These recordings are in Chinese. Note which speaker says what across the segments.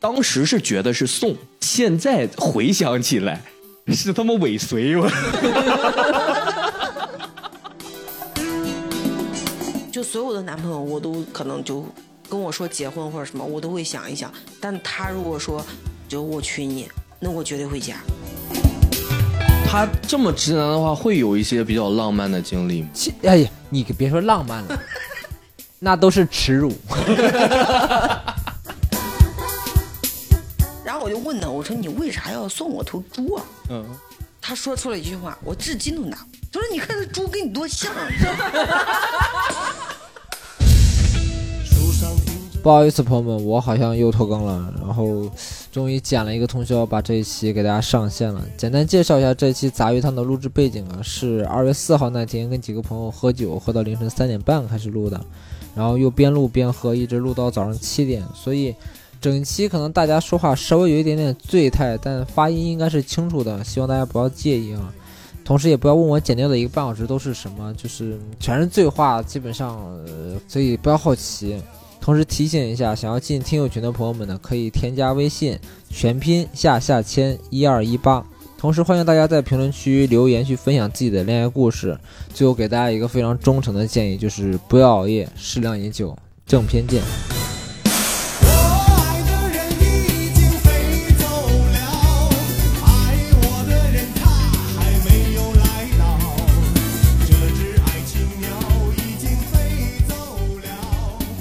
Speaker 1: 当时是觉得是宋，现在回想起来是他妈尾随 我。
Speaker 2: 就所有的男朋友，我都可能就跟我说结婚或者什么，我都会想一想。但他如果说就我娶你，那我绝对会嫁。
Speaker 3: 他这么直男的话，会有一些比较浪漫的经历吗？
Speaker 4: 其哎呀，你可别说浪漫了，那都是耻辱。
Speaker 2: 然后我就问他，我说你为啥要送我头猪啊？嗯，他说出了一句话，我至今都难。他说你看这猪跟你多像 啊。
Speaker 4: 不好意思，朋友们，我好像又拖更了，然后终于剪了一个通宵，把这一期给大家上线了。简单介绍一下这一期杂鱼汤的录制背景啊，是二月四号那天跟几个朋友喝酒，喝到凌晨三点半开始录的，然后又边录边喝，一直录到早上七点，所以整期可能大家说话稍微有一点点醉态，但发音应该是清楚的，希望大家不要介意啊。同时也不要问我剪掉的一个半小时都是什么，就是全是醉话，基本上，呃，所以不要好奇。同时提醒一下，想要进听友群的朋友们呢，可以添加微信全拼下下签一二一八。同时欢迎大家在评论区留言去分享自己的恋爱故事。最后给大家一个非常忠诚的建议，就是不要熬夜，适量饮酒，正片见。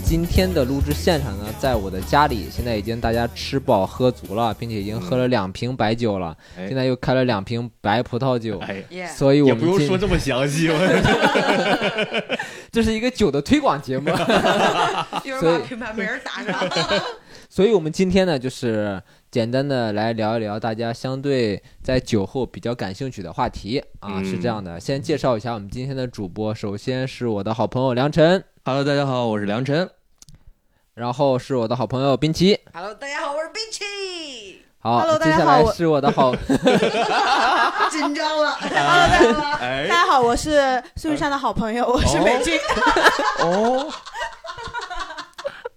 Speaker 4: 今天的录制现场呢，在我的家里，现在已经大家吃饱喝足了，并且已经喝了两瓶白酒了，
Speaker 1: 哎
Speaker 4: 现在又开了两瓶白葡萄酒，
Speaker 1: 哎，
Speaker 2: 耶
Speaker 4: 所以我
Speaker 1: 也
Speaker 4: 们
Speaker 1: 不用
Speaker 4: 今
Speaker 1: 说这么详细，我
Speaker 4: 这是一个酒的推广节目。
Speaker 2: 一会
Speaker 4: 所以
Speaker 2: 儿把品牌名儿打上。
Speaker 4: 所以我们今天呢，就是简单的来聊一聊大家相对在酒后比较感兴趣的话题啊，
Speaker 1: 嗯
Speaker 4: 是这样的。先介绍一下我们今天的主播，首先是我的好朋友梁晨，
Speaker 1: Hello，大家好，我是梁晨。
Speaker 4: 然后是我的好朋友冰淇。
Speaker 2: Hello，大家好，我是 Bitchy，
Speaker 4: 好
Speaker 5: Hello，大
Speaker 4: 接
Speaker 5: 家
Speaker 4: 下
Speaker 5: 好
Speaker 4: 来
Speaker 5: 我
Speaker 4: 是我的好，
Speaker 2: 紧张了。
Speaker 1: 哎
Speaker 5: 大，家好，我是孙雨山的好朋友，我是美军。
Speaker 1: 哦，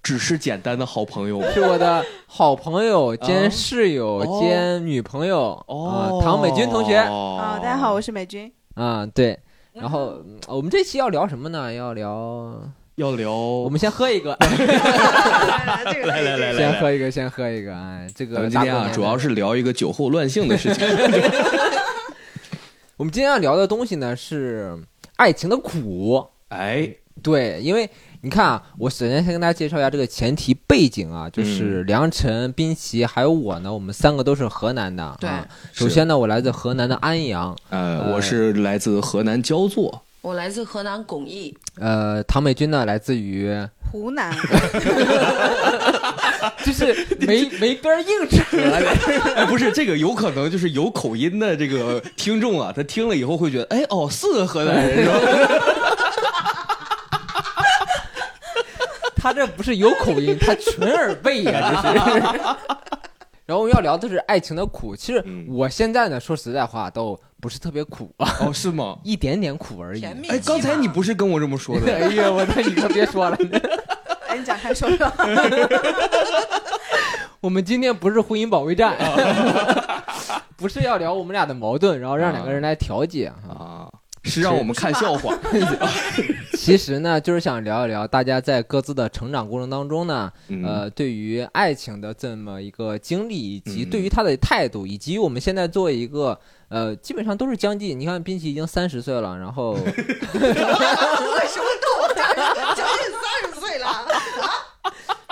Speaker 1: 只是简单的好朋友。
Speaker 4: 是我的好朋 友兼室友
Speaker 1: 哦
Speaker 4: 兼女朋友
Speaker 1: 哦
Speaker 4: 啊，，唐美君同学
Speaker 5: 啊、
Speaker 1: 哦
Speaker 5: 大家好，，我是美军。
Speaker 4: 啊，对。然后嗯我们这期要聊什么呢？要聊，
Speaker 1: 要聊我
Speaker 4: 我们先喝一个，
Speaker 2: 来来来这个
Speaker 1: 来 来来来
Speaker 4: 先喝一个，先喝一个。哎，这
Speaker 1: 咱
Speaker 4: 个
Speaker 1: 们今天
Speaker 4: 大过年
Speaker 1: 啊，
Speaker 4: 的
Speaker 1: 主要是聊一个酒后乱性的事情。
Speaker 4: 我们今天要聊的东西呢是爱情的苦。
Speaker 1: 哎，
Speaker 4: 对，因为你看啊，我首先先跟大家介绍一下这个前提背景啊，就是梁晨、冰淇还有我呢，我们三个都是河南的。
Speaker 2: 对
Speaker 4: 啊，
Speaker 1: 是
Speaker 4: 首先呢，我来自河南的安阳。
Speaker 1: 呃，我是来自河南焦作，
Speaker 2: 我来自河南巩义，
Speaker 4: 呃，唐美君呢，来自于
Speaker 5: 湖南，
Speaker 4: 就是没没边儿硬扯 的。
Speaker 1: 哎，不是这个，有可能就是有口音的这个听众啊，他听了以后会觉得，哎，哦，是个河南人是吧？
Speaker 4: 他这不是有口音，他纯耳背呀、这是。 然后我们要聊的是爱情的苦。其实
Speaker 1: 嗯
Speaker 4: 我现在呢，说实在话，倒不是特别苦啊，
Speaker 1: 哦，是吗？
Speaker 4: 一点点苦而已。啊
Speaker 2: 甜蜜期嘛。
Speaker 1: 哎，刚才你不是跟我这么说的？
Speaker 4: 哎呀，我那你可别 说了。
Speaker 5: 哎，你展开说说。
Speaker 4: 我们今天不是婚姻保卫战，
Speaker 1: 啊
Speaker 4: 不是要聊我们俩的矛盾，然后让两个人来调解 啊。
Speaker 1: 啊，是让我们看笑话。
Speaker 4: 其实呢，就是想聊一聊大家在各自的成长过程当中呢，
Speaker 1: 嗯
Speaker 4: 呃，对于爱情的这么一个经历，以及
Speaker 1: 嗯
Speaker 4: 对于他的态度，以及我们现在作为一个呃，基本上都是将近，你看冰淇已经三十岁了，然后
Speaker 2: 为什么到我这儿将近三十岁了？啊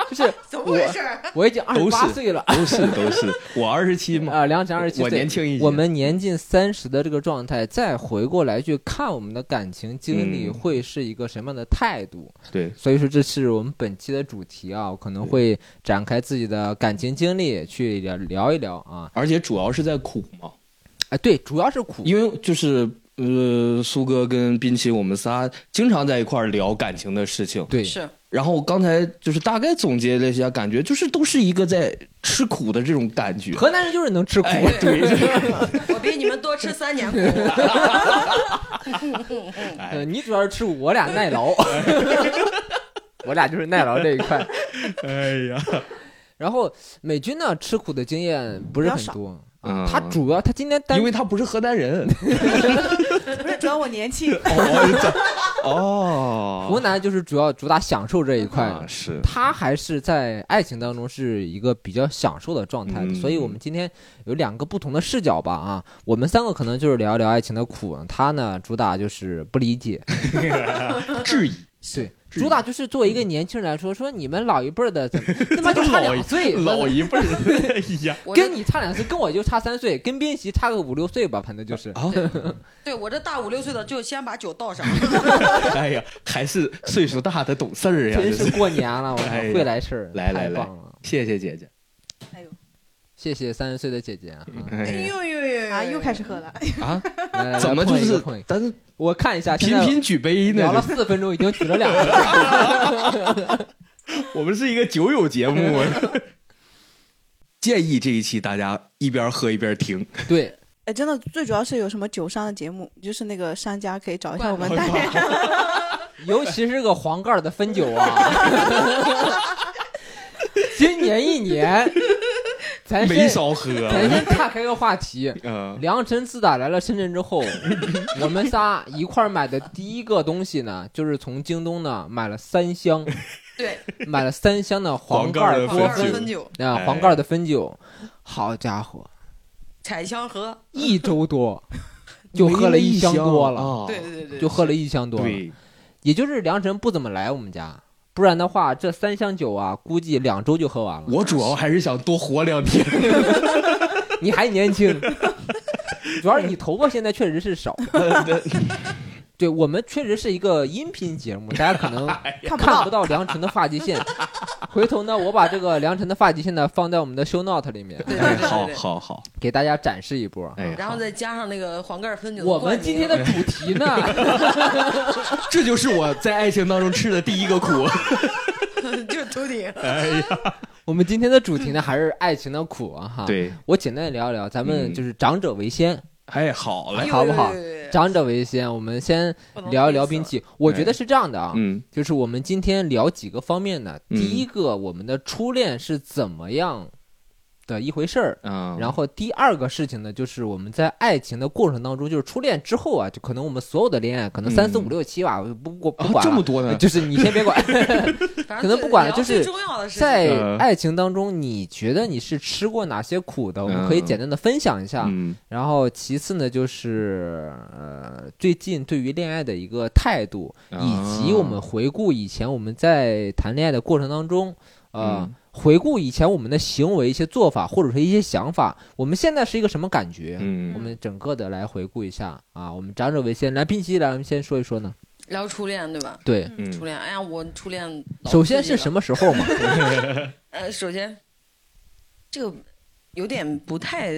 Speaker 4: 就是
Speaker 2: 怎么回事儿？
Speaker 4: 我已经二十
Speaker 1: 都
Speaker 4: 八
Speaker 1: 是
Speaker 4: 岁了。
Speaker 1: 都是都是，我二十七嘛，
Speaker 4: 啊，梁晨二十七岁，
Speaker 1: 我年轻一些。
Speaker 4: 我们年近三十的这个状态，再回过来去看我们的感情经历，
Speaker 1: 嗯
Speaker 4: 会是一个什么样的态度？
Speaker 1: 对，
Speaker 4: 所以说，这是我们本期的主题啊，我可能会展开自己的感情经历去聊聊一聊啊。
Speaker 1: 而且主要是在苦嘛，
Speaker 4: 哎，对，主要是苦，
Speaker 1: 因为就是呃，苏哥跟滨奇我们仨经常在一块儿聊感情的事情。
Speaker 4: 对，
Speaker 2: 是
Speaker 1: 然后刚才就是大概总结了一下，感觉就是都是一个在吃苦的这种感觉。
Speaker 4: 河南人就是能吃苦。
Speaker 1: 哎，对，
Speaker 2: 我比你们多吃 三年苦。
Speaker 4: 呃，你主要是吃苦，我俩 耐劳，我俩就是耐劳这一块。
Speaker 1: 哎呀，
Speaker 4: 然后美军呢，吃苦的经验不是
Speaker 5: 比较
Speaker 4: 很
Speaker 5: 少
Speaker 4: 多。
Speaker 1: 嗯
Speaker 4: 啊，他主要他今天单
Speaker 1: 因为他不是河南人。
Speaker 5: 不是主要我年 轻，
Speaker 1: 哦，哦
Speaker 4: 湖南就是主要主打享受这一块，
Speaker 1: 啊是
Speaker 4: 他还是在爱情当中是一个比较享受的状态的，
Speaker 1: 嗯
Speaker 4: 所以我们今天有两个不同的视角吧啊，我们三个可能就是聊一聊爱情的苦，他呢主打就是不理解，
Speaker 1: 质疑。
Speaker 4: 对，
Speaker 1: 至于
Speaker 4: 主打就是作为一个年轻人来说，说你们老一辈儿的 怎么他妈就差两岁，
Speaker 1: 嗯老一辈儿，哎呀，
Speaker 2: 我这
Speaker 4: 跟你差两岁，跟我就差三岁，跟边琪差个五六岁吧，反 正就是。
Speaker 1: 啊，
Speaker 2: 对我这大五六岁的就先把酒倒上，
Speaker 1: 哎呀，还是岁数大的懂事哎儿呀，
Speaker 4: 真
Speaker 1: 这
Speaker 4: 是过年了，我操，
Speaker 1: 哎呀
Speaker 4: 会来事儿，
Speaker 1: 来来
Speaker 4: 太棒了！
Speaker 1: 谢谢姐姐。
Speaker 4: 谢谢三十岁的姐姐 啊！
Speaker 1: 哎呀
Speaker 2: 呦呦
Speaker 5: 啊，又开始喝了。
Speaker 1: 啊，
Speaker 4: 来来来
Speaker 1: 怎么就
Speaker 4: 碰一个
Speaker 1: 是
Speaker 4: 碰一个
Speaker 1: 咱们
Speaker 4: 我看一下，现
Speaker 1: 频
Speaker 4: 在
Speaker 1: 频举杯呢
Speaker 4: 聊？了四分钟，已经举了两个了。
Speaker 1: 我们是一个酒友节目。 建议这一期大家一边喝一边听，
Speaker 4: 对，
Speaker 5: 哎，真的，最主要是有什么酒商的节目，就是那个商家可以找一下我
Speaker 4: 哎
Speaker 5: 们
Speaker 1: 灌
Speaker 5: 代
Speaker 1: 吗
Speaker 5: 言人。
Speaker 4: 尤其是个黄盖儿的汾酒啊， 今年一年，咱
Speaker 1: 没
Speaker 4: 先
Speaker 1: 少喝。啊
Speaker 4: 咱先岔开个话题。
Speaker 1: 嗯，
Speaker 4: 梁晨自打来了深圳之后，我们仨一块儿买的第一个东西呢，就是从京东呢买了三箱，
Speaker 2: 对，
Speaker 4: 买了三箱的黄
Speaker 1: 黄
Speaker 4: 盖
Speaker 1: 盖儿
Speaker 4: 儿
Speaker 1: 的汾酒
Speaker 2: 二
Speaker 4: 波呃分
Speaker 2: 分酒，
Speaker 4: 啊，
Speaker 1: 哎
Speaker 4: 黄盖儿的汾酒，好家伙，
Speaker 2: 采香喝，
Speaker 4: 一周多就喝了一箱多了，
Speaker 1: 啊
Speaker 2: 对对对，
Speaker 4: 哦就喝了一箱多了。
Speaker 1: 对，
Speaker 4: 也就是梁晨不怎么来我们家，不然的话，这三箱酒啊，估计两周就喝完了。
Speaker 1: 我主要还是想多活两天。
Speaker 4: 你还 年轻，主要是你头发现在确实是少。对我们确实是一个音频节目，大家可 能
Speaker 1: 哎
Speaker 5: 看不
Speaker 4: 看不
Speaker 5: 到，
Speaker 4: 到梁晨的发际线。回头呢，我把这个梁晨的发际线呢放在我们的 show note 里面，
Speaker 2: 对对
Speaker 1: 哎，
Speaker 2: 对
Speaker 1: 好
Speaker 2: 对对。
Speaker 1: 好好，
Speaker 4: 给大家展示一波。
Speaker 1: 哎，
Speaker 2: 然后再加上那个黄盖分酒的
Speaker 4: 我
Speaker 2: 冠名，
Speaker 4: 们今天的主题呢，
Speaker 1: 这就是我在爱情当中吃的第一个苦。
Speaker 2: 就是头顶，
Speaker 4: 哎我们今天的主题呢还是爱情的苦啊 哈。，
Speaker 1: 对，
Speaker 4: 我简单地聊一聊，咱们
Speaker 1: 嗯
Speaker 4: 就是长者为先，
Speaker 1: 哎，好嘞，
Speaker 4: 好不好
Speaker 2: 哎呦？哎呦哎呦
Speaker 4: 长者为先，我们先
Speaker 2: 不能
Speaker 4: 聊一聊
Speaker 2: 累
Speaker 4: 兵
Speaker 2: 死了
Speaker 4: 器。我觉得是这样的啊，
Speaker 1: 嗯
Speaker 4: 就是我们今天聊几个方面呢。
Speaker 1: 嗯
Speaker 4: 第一个，我们的初恋是怎么样的一回事儿。
Speaker 1: 嗯，
Speaker 4: 然后第二个事情呢，就是我们在爱情的过程当中，就是初恋之后啊，就可能我们所有的恋爱，可能三四
Speaker 1: 嗯
Speaker 4: 五六七吧，我不不不
Speaker 1: 啊
Speaker 4: 管
Speaker 1: 这
Speaker 4: 了
Speaker 1: 么多呢，
Speaker 4: 就是你先别 管，
Speaker 2: 反正
Speaker 4: 可能
Speaker 2: 最
Speaker 4: 不管了
Speaker 2: 聊
Speaker 4: 就是
Speaker 2: 最重要的事情
Speaker 4: 在
Speaker 1: 呃
Speaker 4: 爱情当中，你觉得你是吃过哪些苦的？我们可以
Speaker 1: 嗯
Speaker 4: 简单的分享一下。
Speaker 1: 嗯
Speaker 4: 然后其次呢，就是呃，最近对于恋爱的一个态度，以及我们回顾以前我们在谈恋爱的过程当中，呃，
Speaker 1: 嗯
Speaker 4: 回顾以前我们的行为、一些做法或者是一些想法，我们现在是一个什么感觉？我
Speaker 1: 嗯，
Speaker 4: 们整个的来回顾一下啊，我们长者为先，来宾奇来，我们先说一说呢。
Speaker 2: 聊初恋对吧？
Speaker 4: 对，
Speaker 1: 嗯
Speaker 2: 初恋，哎呀，我初恋老
Speaker 4: 首先
Speaker 2: 刺激
Speaker 4: 是
Speaker 2: 了
Speaker 4: 什么时 候嘛？
Speaker 2: 呃，首先，这个有点不太，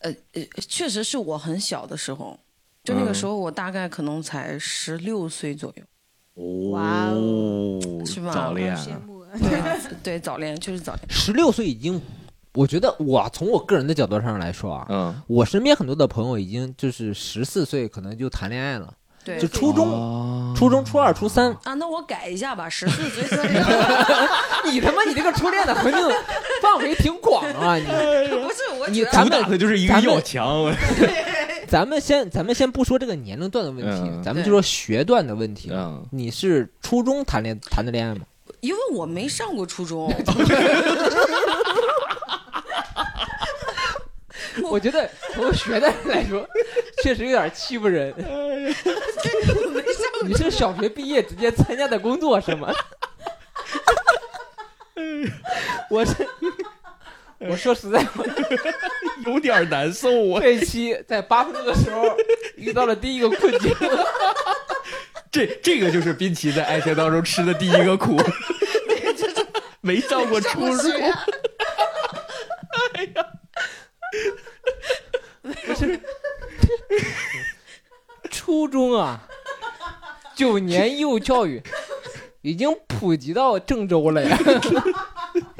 Speaker 2: 呃呃，确实是我很小的时候，就那个
Speaker 4: 嗯
Speaker 2: 时候我大概可能才十六岁左右，
Speaker 5: 哇哦
Speaker 2: 是吧
Speaker 1: 早恋，
Speaker 5: 慕。
Speaker 2: 对，早恋确实早恋，
Speaker 4: 十六岁已经，我觉得我从我个人的角度上来说啊，
Speaker 1: 嗯，
Speaker 4: 我身边很多的朋友已经就是十四岁可能就谈恋爱了，
Speaker 2: 对
Speaker 4: 就初中、
Speaker 1: 哦
Speaker 4: 初中、初二、初三，
Speaker 2: 啊，那我改一下吧，十四岁左 右，
Speaker 4: 你他妈你这个初恋的环境 范围挺广啊！你
Speaker 2: 不是我
Speaker 4: 你
Speaker 2: 觉得
Speaker 4: 咱
Speaker 1: 主
Speaker 4: 们
Speaker 1: 打的就是一个要强，啊
Speaker 4: 咱们先咱们先不说这个年龄段的问题，
Speaker 1: 嗯
Speaker 4: 咱
Speaker 2: 对
Speaker 4: 们就说学段的问题。
Speaker 1: 嗯，
Speaker 4: 你是初中谈恋谈的恋爱吗？
Speaker 2: 因为我没上过 初中，
Speaker 4: 我觉得从学段来说，确实有点欺负人。
Speaker 2: 我没上过
Speaker 4: 你是小学毕业直接参加的工作是吗？ 我是我说实在话，
Speaker 1: 有点难受啊。
Speaker 4: 这一期在八分钟的时候遇到了第一个困境。
Speaker 1: 这这个就是滨崎在爱情当中吃的第一个 苦，没上过初中，
Speaker 4: 初中啊，九年义务教育已经普及到郑州了呀，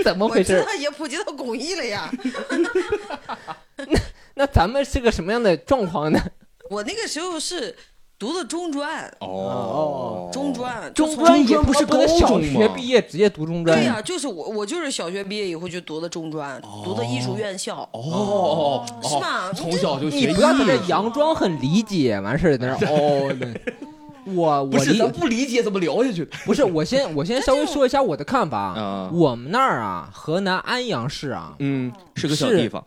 Speaker 4: 怎么
Speaker 2: 我
Speaker 4: 回
Speaker 2: 知
Speaker 4: 事？
Speaker 2: 道也普及到巩义了呀。
Speaker 4: 那咱们是个什么样的状况呢？
Speaker 2: 我那个时候是读的中专，
Speaker 1: 哦，
Speaker 2: 中专，就
Speaker 4: 中
Speaker 2: 从
Speaker 4: 专也
Speaker 3: 中专不是
Speaker 4: 不能
Speaker 3: 高
Speaker 4: 小
Speaker 3: 中
Speaker 4: 学
Speaker 3: 吗
Speaker 4: 毕业直接读中专，
Speaker 2: 对呀、就是我，我就是小学毕业以后就读的中专，读的艺术院校。
Speaker 1: 哦，哦
Speaker 2: 是吧
Speaker 1: 从小就学
Speaker 4: 你
Speaker 1: 艺
Speaker 4: 不要在这佯装很理解，完事儿在那儿哦。那我
Speaker 1: 不
Speaker 4: 我
Speaker 1: 是
Speaker 4: 理
Speaker 1: 咱不理解怎么聊下去
Speaker 4: 不是我先我先稍微说一下我的看法啊。
Speaker 1: 啊？
Speaker 4: 我们那儿啊，河南安阳市啊，
Speaker 1: 嗯，是个小
Speaker 4: 是
Speaker 1: 地方，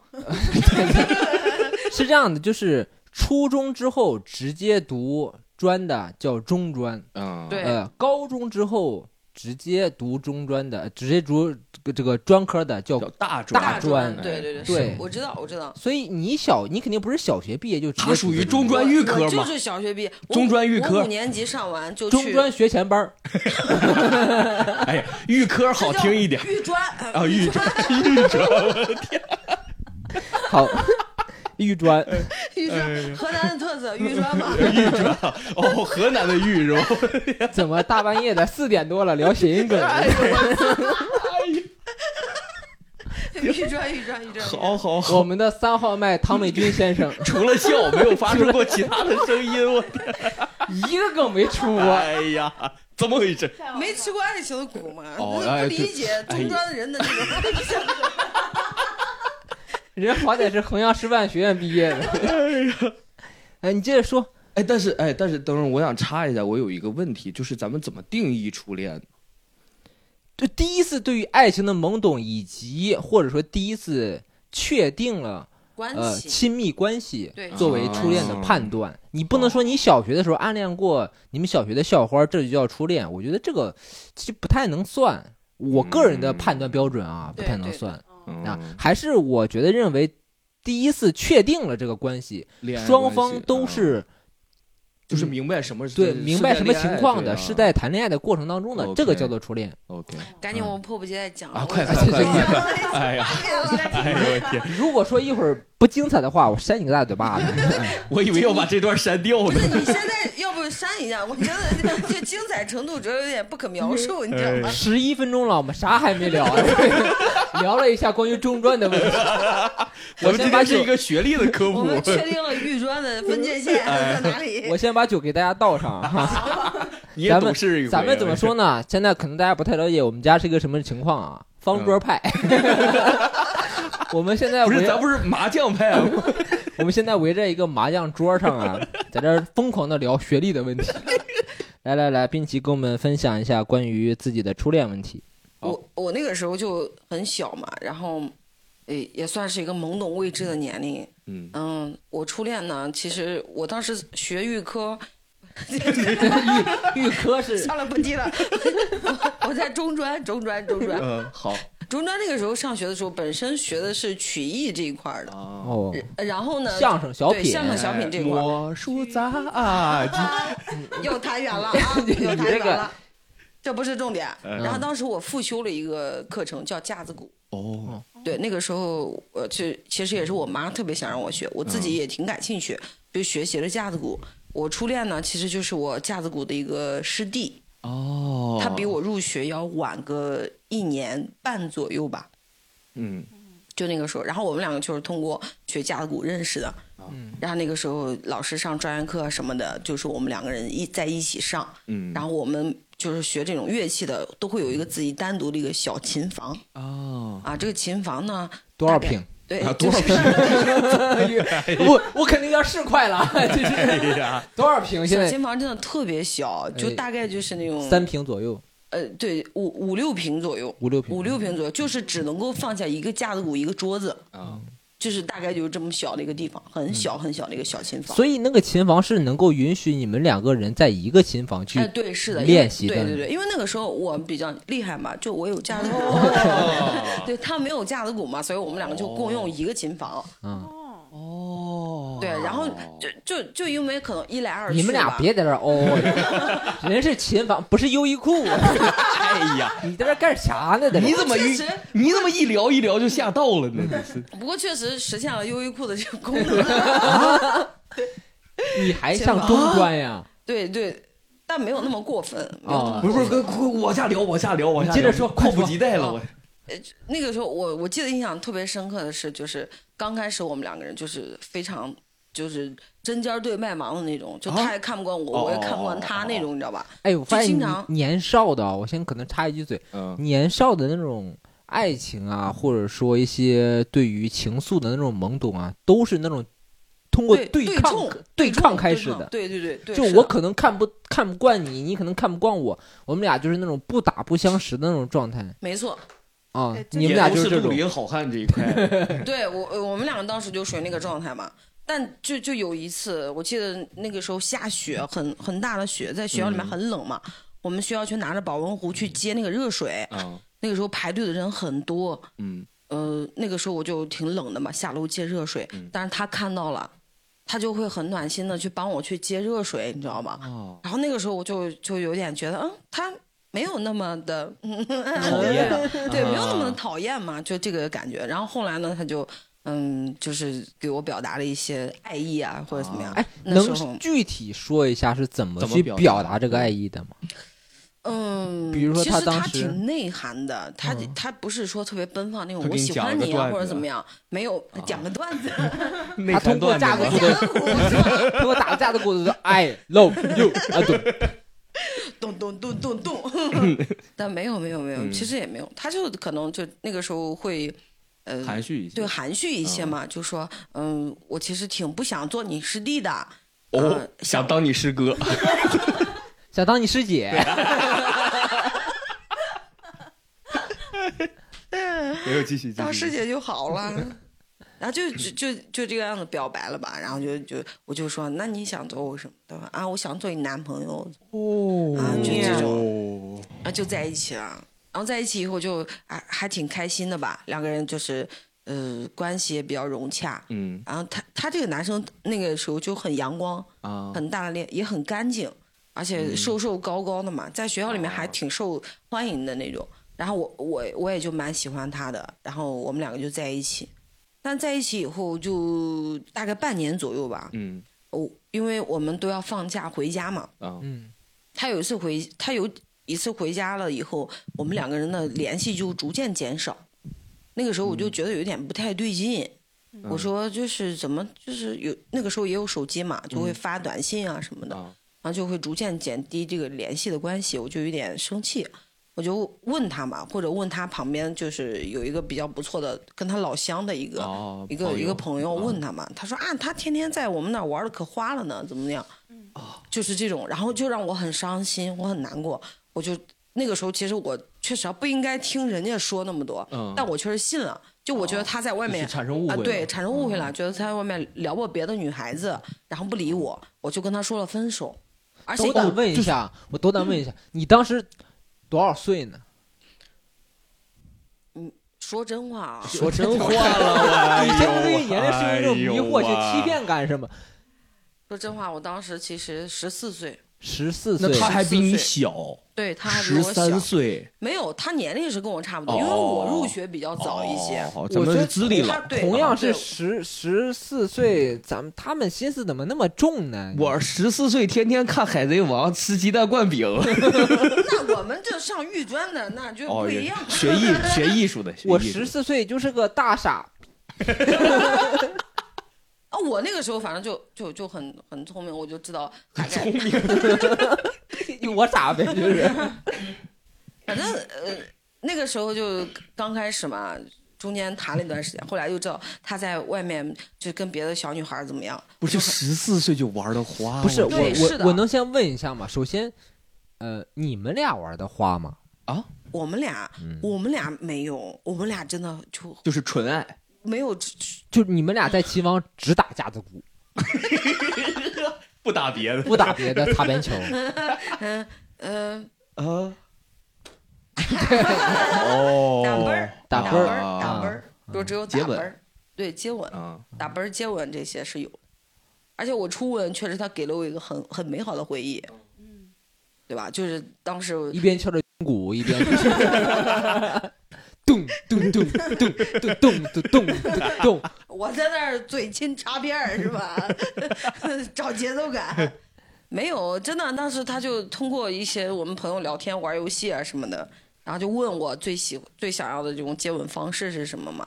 Speaker 4: 是这样的，就是初中之后直接读专的叫中专，
Speaker 1: 嗯，
Speaker 2: 对
Speaker 4: 呃，高中之后直接读中专的，呃直接读这个专科的叫
Speaker 1: 叫大专，
Speaker 4: 大专
Speaker 2: 对对对，
Speaker 4: 对
Speaker 2: 是我知道，我知道。
Speaker 4: 所以你小，你肯定不是小学毕业就直接
Speaker 1: 它属于
Speaker 4: 读
Speaker 1: 中专预科
Speaker 2: 我我
Speaker 1: 嘛
Speaker 2: 就是小学毕业，我
Speaker 1: 中专预科
Speaker 2: 我五年级上完就去
Speaker 4: 中专学前班儿，
Speaker 1: 哎呀，预科好听一 点
Speaker 2: 这叫预专
Speaker 1: 啊，
Speaker 2: 预
Speaker 1: 预专， 预专，
Speaker 4: 好， 预专，
Speaker 2: 预
Speaker 1: 哎
Speaker 2: 专，
Speaker 1: 呀
Speaker 2: 河南的特色预 专嘛。
Speaker 1: 预专，哦，河南的哎豫 是吧？
Speaker 4: 怎么大半夜的四点多了聊谐音梗？
Speaker 1: 哎
Speaker 2: 预专预专预专，
Speaker 1: 好好
Speaker 4: 我
Speaker 1: 好，
Speaker 4: 们的三号麦唐美军先 生
Speaker 1: 除了笑没有发出过其他的声音，我
Speaker 4: 一个梗没出过。
Speaker 1: 哎呀，怎么回事？
Speaker 2: 没吃过爱情的苦吗？
Speaker 1: 哦
Speaker 2: 那
Speaker 1: 哎
Speaker 2: 不理解
Speaker 1: 对
Speaker 2: 中专的人的 那种
Speaker 4: 人好歹是衡阳师范学院毕业的。 哎，你接着说。
Speaker 1: 哎，但是哎，但是等会儿我想插一下，我有一个问题，就是咱们怎么定义初恋？
Speaker 4: 就第一次对于爱情的懵懂，以及或者说第一次确定了
Speaker 2: 关
Speaker 1: 嗯
Speaker 4: 呃
Speaker 2: 系。
Speaker 4: 亲密关系，
Speaker 2: 对
Speaker 4: 作为初恋的判断，你不能说你小学的时候暗恋过你们小学的校花，这就叫初恋。我觉得这个其实不太能算。我个人的判断标准啊，
Speaker 2: 嗯
Speaker 4: 不
Speaker 2: 对
Speaker 4: 太能
Speaker 2: 对
Speaker 4: 算啊
Speaker 1: 嗯，，
Speaker 4: 还是我觉得认为第一次确定了这个关系，
Speaker 1: 恋爱
Speaker 4: 双
Speaker 1: 关
Speaker 4: 方
Speaker 1: 系
Speaker 4: 都
Speaker 1: 嗯
Speaker 4: 是
Speaker 1: 就是明白什么是
Speaker 4: 对
Speaker 1: 是
Speaker 4: 明白
Speaker 1: 在
Speaker 4: 什么
Speaker 1: 恋爱
Speaker 4: 情况
Speaker 1: 对啊
Speaker 4: 的，是在谈恋爱的过程当中的，
Speaker 1: OK
Speaker 4: 这个叫做初恋。
Speaker 1: OK
Speaker 2: 赶紧，我们迫不及待讲
Speaker 1: 嗯
Speaker 2: 了
Speaker 1: 啊，
Speaker 2: 我
Speaker 1: 快
Speaker 2: 已经
Speaker 1: 快快快
Speaker 4: 对
Speaker 1: 快！ 哎呀，哎呦我天，
Speaker 4: 如果说一会儿不精彩的话，我扇你个大嘴巴子。
Speaker 1: 我以为要把这段删掉
Speaker 2: 不
Speaker 1: 呢
Speaker 2: 是。你现在要不删一下？我觉得这精彩程度主要有点不可描述，
Speaker 1: 嗯
Speaker 2: 你知道
Speaker 1: 哎
Speaker 2: 吗？
Speaker 4: 十一分钟了，我们啥还没聊，啊 聊了一下关于中专的 问题。
Speaker 1: 我
Speaker 4: 我
Speaker 1: 们今
Speaker 4: 先把
Speaker 1: 天是一
Speaker 4: 酒，
Speaker 1: 个学历的科
Speaker 2: 我
Speaker 1: 普，
Speaker 2: 们确定了预专的分界线
Speaker 1: 哎
Speaker 2: 在哪里
Speaker 4: 我？先把酒给大家倒上
Speaker 1: 啊
Speaker 4: 哈。
Speaker 1: 你也
Speaker 4: 咱们
Speaker 1: 懂事一回啊
Speaker 4: 咱们怎 么说呢？现在可能大家不太了解我们家是一个什么情况啊？方桌 派。我们现在
Speaker 1: 不是，
Speaker 4: 围
Speaker 1: 咱不是麻将派啊，
Speaker 4: 我们现在围在一个麻将桌 上啊，在这儿疯狂的聊学历的问题。来来来，冰奇跟我们分享一下关于自己的初恋问题。
Speaker 2: 我我那个时候就很小嘛，然后，呃，也算是一个懵懂未知的年龄。
Speaker 1: 嗯，
Speaker 2: 嗯，我初恋呢，其实我当时学预科，
Speaker 4: 预预科是
Speaker 2: 算了不提了。 我我在中专，中专，中专，
Speaker 1: 嗯，好
Speaker 2: 中专那个时候上学的时候，本身学的是曲艺这一块儿的，
Speaker 1: 啊，
Speaker 4: 哦，
Speaker 2: 呃然后呢，
Speaker 4: 相声小
Speaker 2: 对
Speaker 4: 品。
Speaker 2: 相声小
Speaker 1: 哎
Speaker 2: 品这块儿
Speaker 1: 魔术杂
Speaker 4: 啊
Speaker 1: 技，
Speaker 2: 又谈远了 啊，
Speaker 4: 你
Speaker 2: 又谈
Speaker 4: 这
Speaker 2: 远
Speaker 4: 个
Speaker 2: 了。这不是重点。
Speaker 1: 嗯
Speaker 2: 然后当时我复修了一个课程，叫架子鼓。
Speaker 1: 哦，
Speaker 2: 对，那个时候我去，其实也是我妈特别想让我学，我
Speaker 4: 嗯
Speaker 2: 自己也挺感兴趣，就学习了架子鼓。我初恋呢，其实就是我架子鼓的一个师弟，
Speaker 1: 哦，
Speaker 2: 他比，我入学要晚个一年半左右吧，
Speaker 1: 嗯，
Speaker 2: 就那个时候。然后我们两个就是通过学架子鼓认识的。
Speaker 4: 嗯
Speaker 2: 然后那个时候老师上专业课啊什么的，就是我们两个人一在一起上。
Speaker 1: 嗯，
Speaker 2: 然后我们就是学这种乐器的，都会有一个自己单独的一个小琴房
Speaker 1: 哦，
Speaker 2: 啊。这个琴房呢，
Speaker 4: 多少
Speaker 2: 大概
Speaker 4: 平？
Speaker 2: 对，
Speaker 1: 啊
Speaker 2: 就是
Speaker 1: 多
Speaker 4: 我我肯定要市侩了， 这
Speaker 1: 哎
Speaker 4: 是
Speaker 1: 呀，
Speaker 4: 多少平？现
Speaker 2: 小
Speaker 4: 在
Speaker 2: 琴房真的特别小，就
Speaker 4: 哎
Speaker 2: 大概就是那种
Speaker 4: 三平左右，
Speaker 2: 呃，对，五五六平左右，
Speaker 4: 五六平。
Speaker 2: 五六平左右，就是只能够放下一个架子鼓，一个桌子，
Speaker 1: 啊，
Speaker 2: 就是大概就是这么小的一个地方，很小很小的一个小琴房。
Speaker 4: 所以那个琴房是能够允许你们两个人在一个琴房去
Speaker 2: 哎，对，是的，因为
Speaker 4: 练习的
Speaker 2: 对对对，因为那个时候我比较厉害嘛，就我有架子鼓， 对他没有架子鼓嘛，所以我们两个就共用一个琴房。
Speaker 4: 啊。
Speaker 1: 哦，
Speaker 2: 对，然后就就就因为可能一来二去吧，
Speaker 4: 你们俩别在 这儿哦，人是琴房，不是优衣库，啊
Speaker 1: 哎呀，
Speaker 4: 你在这儿干啥呢？在这儿
Speaker 1: 你怎么一
Speaker 2: 确实
Speaker 1: 你怎么一聊一聊就吓到了呢？这是
Speaker 2: 不过确实实现了优衣库的这个功能。
Speaker 4: 你还上中专呀？
Speaker 2: 对对，但没有那么过分。没有那么
Speaker 4: 啊
Speaker 1: 不是不是，跟跟往下聊，往下聊，往下聊，
Speaker 4: 接着说
Speaker 1: 迫
Speaker 4: 快
Speaker 1: 不
Speaker 4: 说
Speaker 1: 及待了，我
Speaker 2: 那个时候我我记得印象特别深刻的是，就是刚开始我们两个人就是非常。就是针尖对麦芒的那种，
Speaker 4: 哦
Speaker 2: 就
Speaker 1: 啊
Speaker 2: 他也看不惯我，我也看不惯他那种，你知道吧？
Speaker 4: 哎，我发
Speaker 2: 就经
Speaker 4: 现你
Speaker 2: 常
Speaker 4: 年少的啊，我先可能插一句嘴，
Speaker 1: 嗯，
Speaker 4: 年少的那种爱情啊，或者说一些对于情愫的那种懵懂啊，都是那种通过
Speaker 2: 对对
Speaker 4: 抗
Speaker 2: 冲
Speaker 4: 对
Speaker 2: 冲
Speaker 4: 抗开始
Speaker 2: 对
Speaker 4: 的
Speaker 2: 抗。对对对对，
Speaker 4: 就是我
Speaker 2: 的
Speaker 4: 可能看不看不惯你，你可能看不惯我，我们俩就是那种不打不相识的那种状态
Speaker 2: 没错，
Speaker 4: 啊
Speaker 5: 哎。真
Speaker 4: 你们俩就是这
Speaker 1: 绿
Speaker 4: 种，
Speaker 1: 林好汉这一块，
Speaker 2: 对我呃我们两个当时就属于那个状态嘛。但就就有一次，我记得那个时候下雪，很很大的雪，在学校里
Speaker 4: 嗯
Speaker 2: 面很冷嘛。我们学校去拿着保温壶去接那个热水，
Speaker 1: 嗯
Speaker 2: 那个时候排队的人很多。
Speaker 1: 嗯，
Speaker 2: 呃，那个时候我就挺冷的嘛，下楼接热水，
Speaker 1: 嗯
Speaker 2: 但是他看到了，他就会很暖心的去帮我去接热水，你知道吗？
Speaker 1: 哦，
Speaker 2: 然后那个时候我就就有点觉得，嗯，他没有那么的
Speaker 1: 讨厌，
Speaker 2: 对，没有那么
Speaker 1: 啊
Speaker 2: 讨厌嘛，就这个感觉。然后后来呢，他就嗯，就是给我表达了一些爱意啊，或者怎么
Speaker 1: 哦
Speaker 2: 样。
Speaker 4: 哎，
Speaker 2: 那时候
Speaker 4: 能具体说一下是怎么
Speaker 1: 怎么
Speaker 4: 去
Speaker 1: 表达
Speaker 4: 表达这个爱意的吗？
Speaker 2: 嗯，
Speaker 4: 比如说
Speaker 2: 其
Speaker 4: 他
Speaker 2: 实
Speaker 4: 当
Speaker 2: 他
Speaker 4: 时
Speaker 2: 挺内涵的，他
Speaker 4: 嗯
Speaker 2: 他不是说特别奔放那种，
Speaker 1: 他给
Speaker 2: 我
Speaker 1: 你
Speaker 2: 喜
Speaker 1: 讲
Speaker 2: 欢
Speaker 1: 了个
Speaker 2: 你啊
Speaker 1: 段
Speaker 2: 或者
Speaker 1: 子
Speaker 2: 怎么样，没有
Speaker 1: 啊
Speaker 2: 讲个段 子，
Speaker 1: 内
Speaker 4: 他
Speaker 1: 涵
Speaker 4: 通过
Speaker 1: 段子
Speaker 4: 架
Speaker 1: 吗
Speaker 2: 讲
Speaker 4: 构
Speaker 2: 个故 事，
Speaker 4: 通过打架的过程中，I love you 啊，对，
Speaker 2: 咚咚咚咚 咚。但没有没有没有，
Speaker 1: 嗯
Speaker 2: 其实也没有，他就可能就那个时候会呃
Speaker 1: 含蓄一些，
Speaker 2: 对含蓄一些嘛，就说嗯，我其实挺不想做你师弟的。
Speaker 1: 哦
Speaker 2: 呃，
Speaker 1: 想当你师哥，
Speaker 4: 想当你师姐，
Speaker 1: 没有继续，继
Speaker 2: 当师
Speaker 1: 续，
Speaker 2: 姐就好 了。然后就就就就这个样子表白了吧，然后就就我就说，那你想做我什么？对吧？啊，我想做你男朋友
Speaker 4: 哦
Speaker 2: 啊，就这种，
Speaker 1: 哦，
Speaker 2: 啊，就在一起了。然后在一起以后就还还挺开心的吧，两个人就是呃关系也比较融洽。
Speaker 1: 嗯
Speaker 2: 然后他他这个男生那个时候就很阳光，
Speaker 4: 嗯
Speaker 1: 啊，
Speaker 2: 很大大咧，也很干净，而且瘦瘦高高的嘛，在学校里面还挺受欢迎的那种。然后我我我也就蛮喜欢他的，然后我们两个就在一起。但在一起以后就大概半年左右吧，
Speaker 1: 嗯
Speaker 2: 哦，因为我们都要放假回家嘛。
Speaker 1: 啊，
Speaker 4: 嗯，
Speaker 2: 他有一次回，他有一次回家了以后，我们两个人的联系就逐渐减少。那个时候我就觉得有点不太对劲，我说就是怎么就是有那个时候也有手机嘛，就会发短信啊什么的，
Speaker 1: 啊，
Speaker 2: 然后就会逐渐减低这个联系的关系，我就有点生气，啊我就问他嘛，或者问他旁边就是有一个比较不错的跟他老乡的一个、
Speaker 1: 哦
Speaker 2: 一个
Speaker 1: 朋友
Speaker 2: 一个朋友
Speaker 1: 嗯
Speaker 2: 问他嘛，他说啊，他天天在我们那儿玩的可花了呢，怎么样？
Speaker 1: 哦
Speaker 2: 就是这种，然后就让我很伤心，我很难过，我就那个时候其实我确实啊不应该听人家说那么多，
Speaker 1: 嗯
Speaker 2: 但我确实信了，就我觉得他在外面、
Speaker 1: 就是产生误会
Speaker 2: 啊，
Speaker 1: 了，嗯
Speaker 2: 对，产生误会了，觉得他在外面聊过别的女孩子，然后不理我，我就跟他说了分手，而且
Speaker 4: 斗胆问一下，我斗胆问一下，你当时多少岁呢？
Speaker 2: 说真话啊，
Speaker 4: 说真话
Speaker 1: 了
Speaker 4: 你现在对于年龄是有一种迷惑性、欺骗感，是吗？
Speaker 2: 说真话，我当时其实十四岁，
Speaker 4: 十四
Speaker 1: 那
Speaker 4: 岁，
Speaker 1: 他还比你
Speaker 2: 14
Speaker 1: 小，
Speaker 2: 对他还比
Speaker 1: 十
Speaker 2: 我小
Speaker 1: 三，岁，
Speaker 2: 没有，他年龄是跟我差不多，
Speaker 1: 哦
Speaker 2: 因为我入学比较早一些，
Speaker 1: 哦
Speaker 4: 我
Speaker 1: 咱们
Speaker 4: 觉
Speaker 1: 是
Speaker 4: 得
Speaker 1: 资历
Speaker 2: 他
Speaker 1: 了。
Speaker 2: 对
Speaker 4: 同样是
Speaker 2: 对
Speaker 4: 十十四岁，咱们他们心思怎么那么重呢？
Speaker 1: 我十四岁，天天看《海贼王》，吃鸡蛋灌 饼，
Speaker 2: 那我们这上预专的那就不一样，
Speaker 1: 哦学艺学艺术的，学
Speaker 4: 我
Speaker 1: 艺术
Speaker 4: 十四岁就是个大傻，
Speaker 2: 啊，我那个时候反正就就就很很聪明，我就知道大概
Speaker 1: 聪明，
Speaker 4: 我傻呗，就是。
Speaker 2: 反正呃，那个时候就刚开始嘛，中间谈了一段时间，后来就知道他在外面就跟别的小女孩怎么样。
Speaker 1: 不是十四岁就玩的花，
Speaker 4: 不是我
Speaker 1: 我
Speaker 2: 对是的
Speaker 4: 我我能先问一下吗？首先，呃，你们俩玩的花吗？
Speaker 2: 我们俩，我们俩没有，我们俩真的就
Speaker 1: 就是纯爱，
Speaker 2: 没有，
Speaker 4: 就你们俩在棋房只打架子鼓，
Speaker 1: 不打别的
Speaker 4: 不打别的 擦边球。
Speaker 2: 嗯嗯，
Speaker 1: 啊。 哦，
Speaker 2: 打啵儿，
Speaker 4: 打
Speaker 2: 打
Speaker 4: 啵儿
Speaker 2: 啵
Speaker 1: 啊
Speaker 2: 儿，打啵儿，就只有打
Speaker 1: 接
Speaker 2: 啵
Speaker 1: 吻
Speaker 2: 儿，对，接吻，
Speaker 1: 啊，
Speaker 2: 打啵儿、接吻这些是有的，而且我初吻确实他给了我一个很很美好的回忆，对吧？就是当时
Speaker 4: 一边敲着鼓，一边 咚咚咚咚咚咚咚咚咚咚，
Speaker 2: 我在那儿嘴亲插片儿是吧？ 找节奏感。 没有，真的，当时他就通过一些我们朋友聊天、玩游戏啊什么的，然后就问我最喜最想要的这种接吻方式是什么嘛？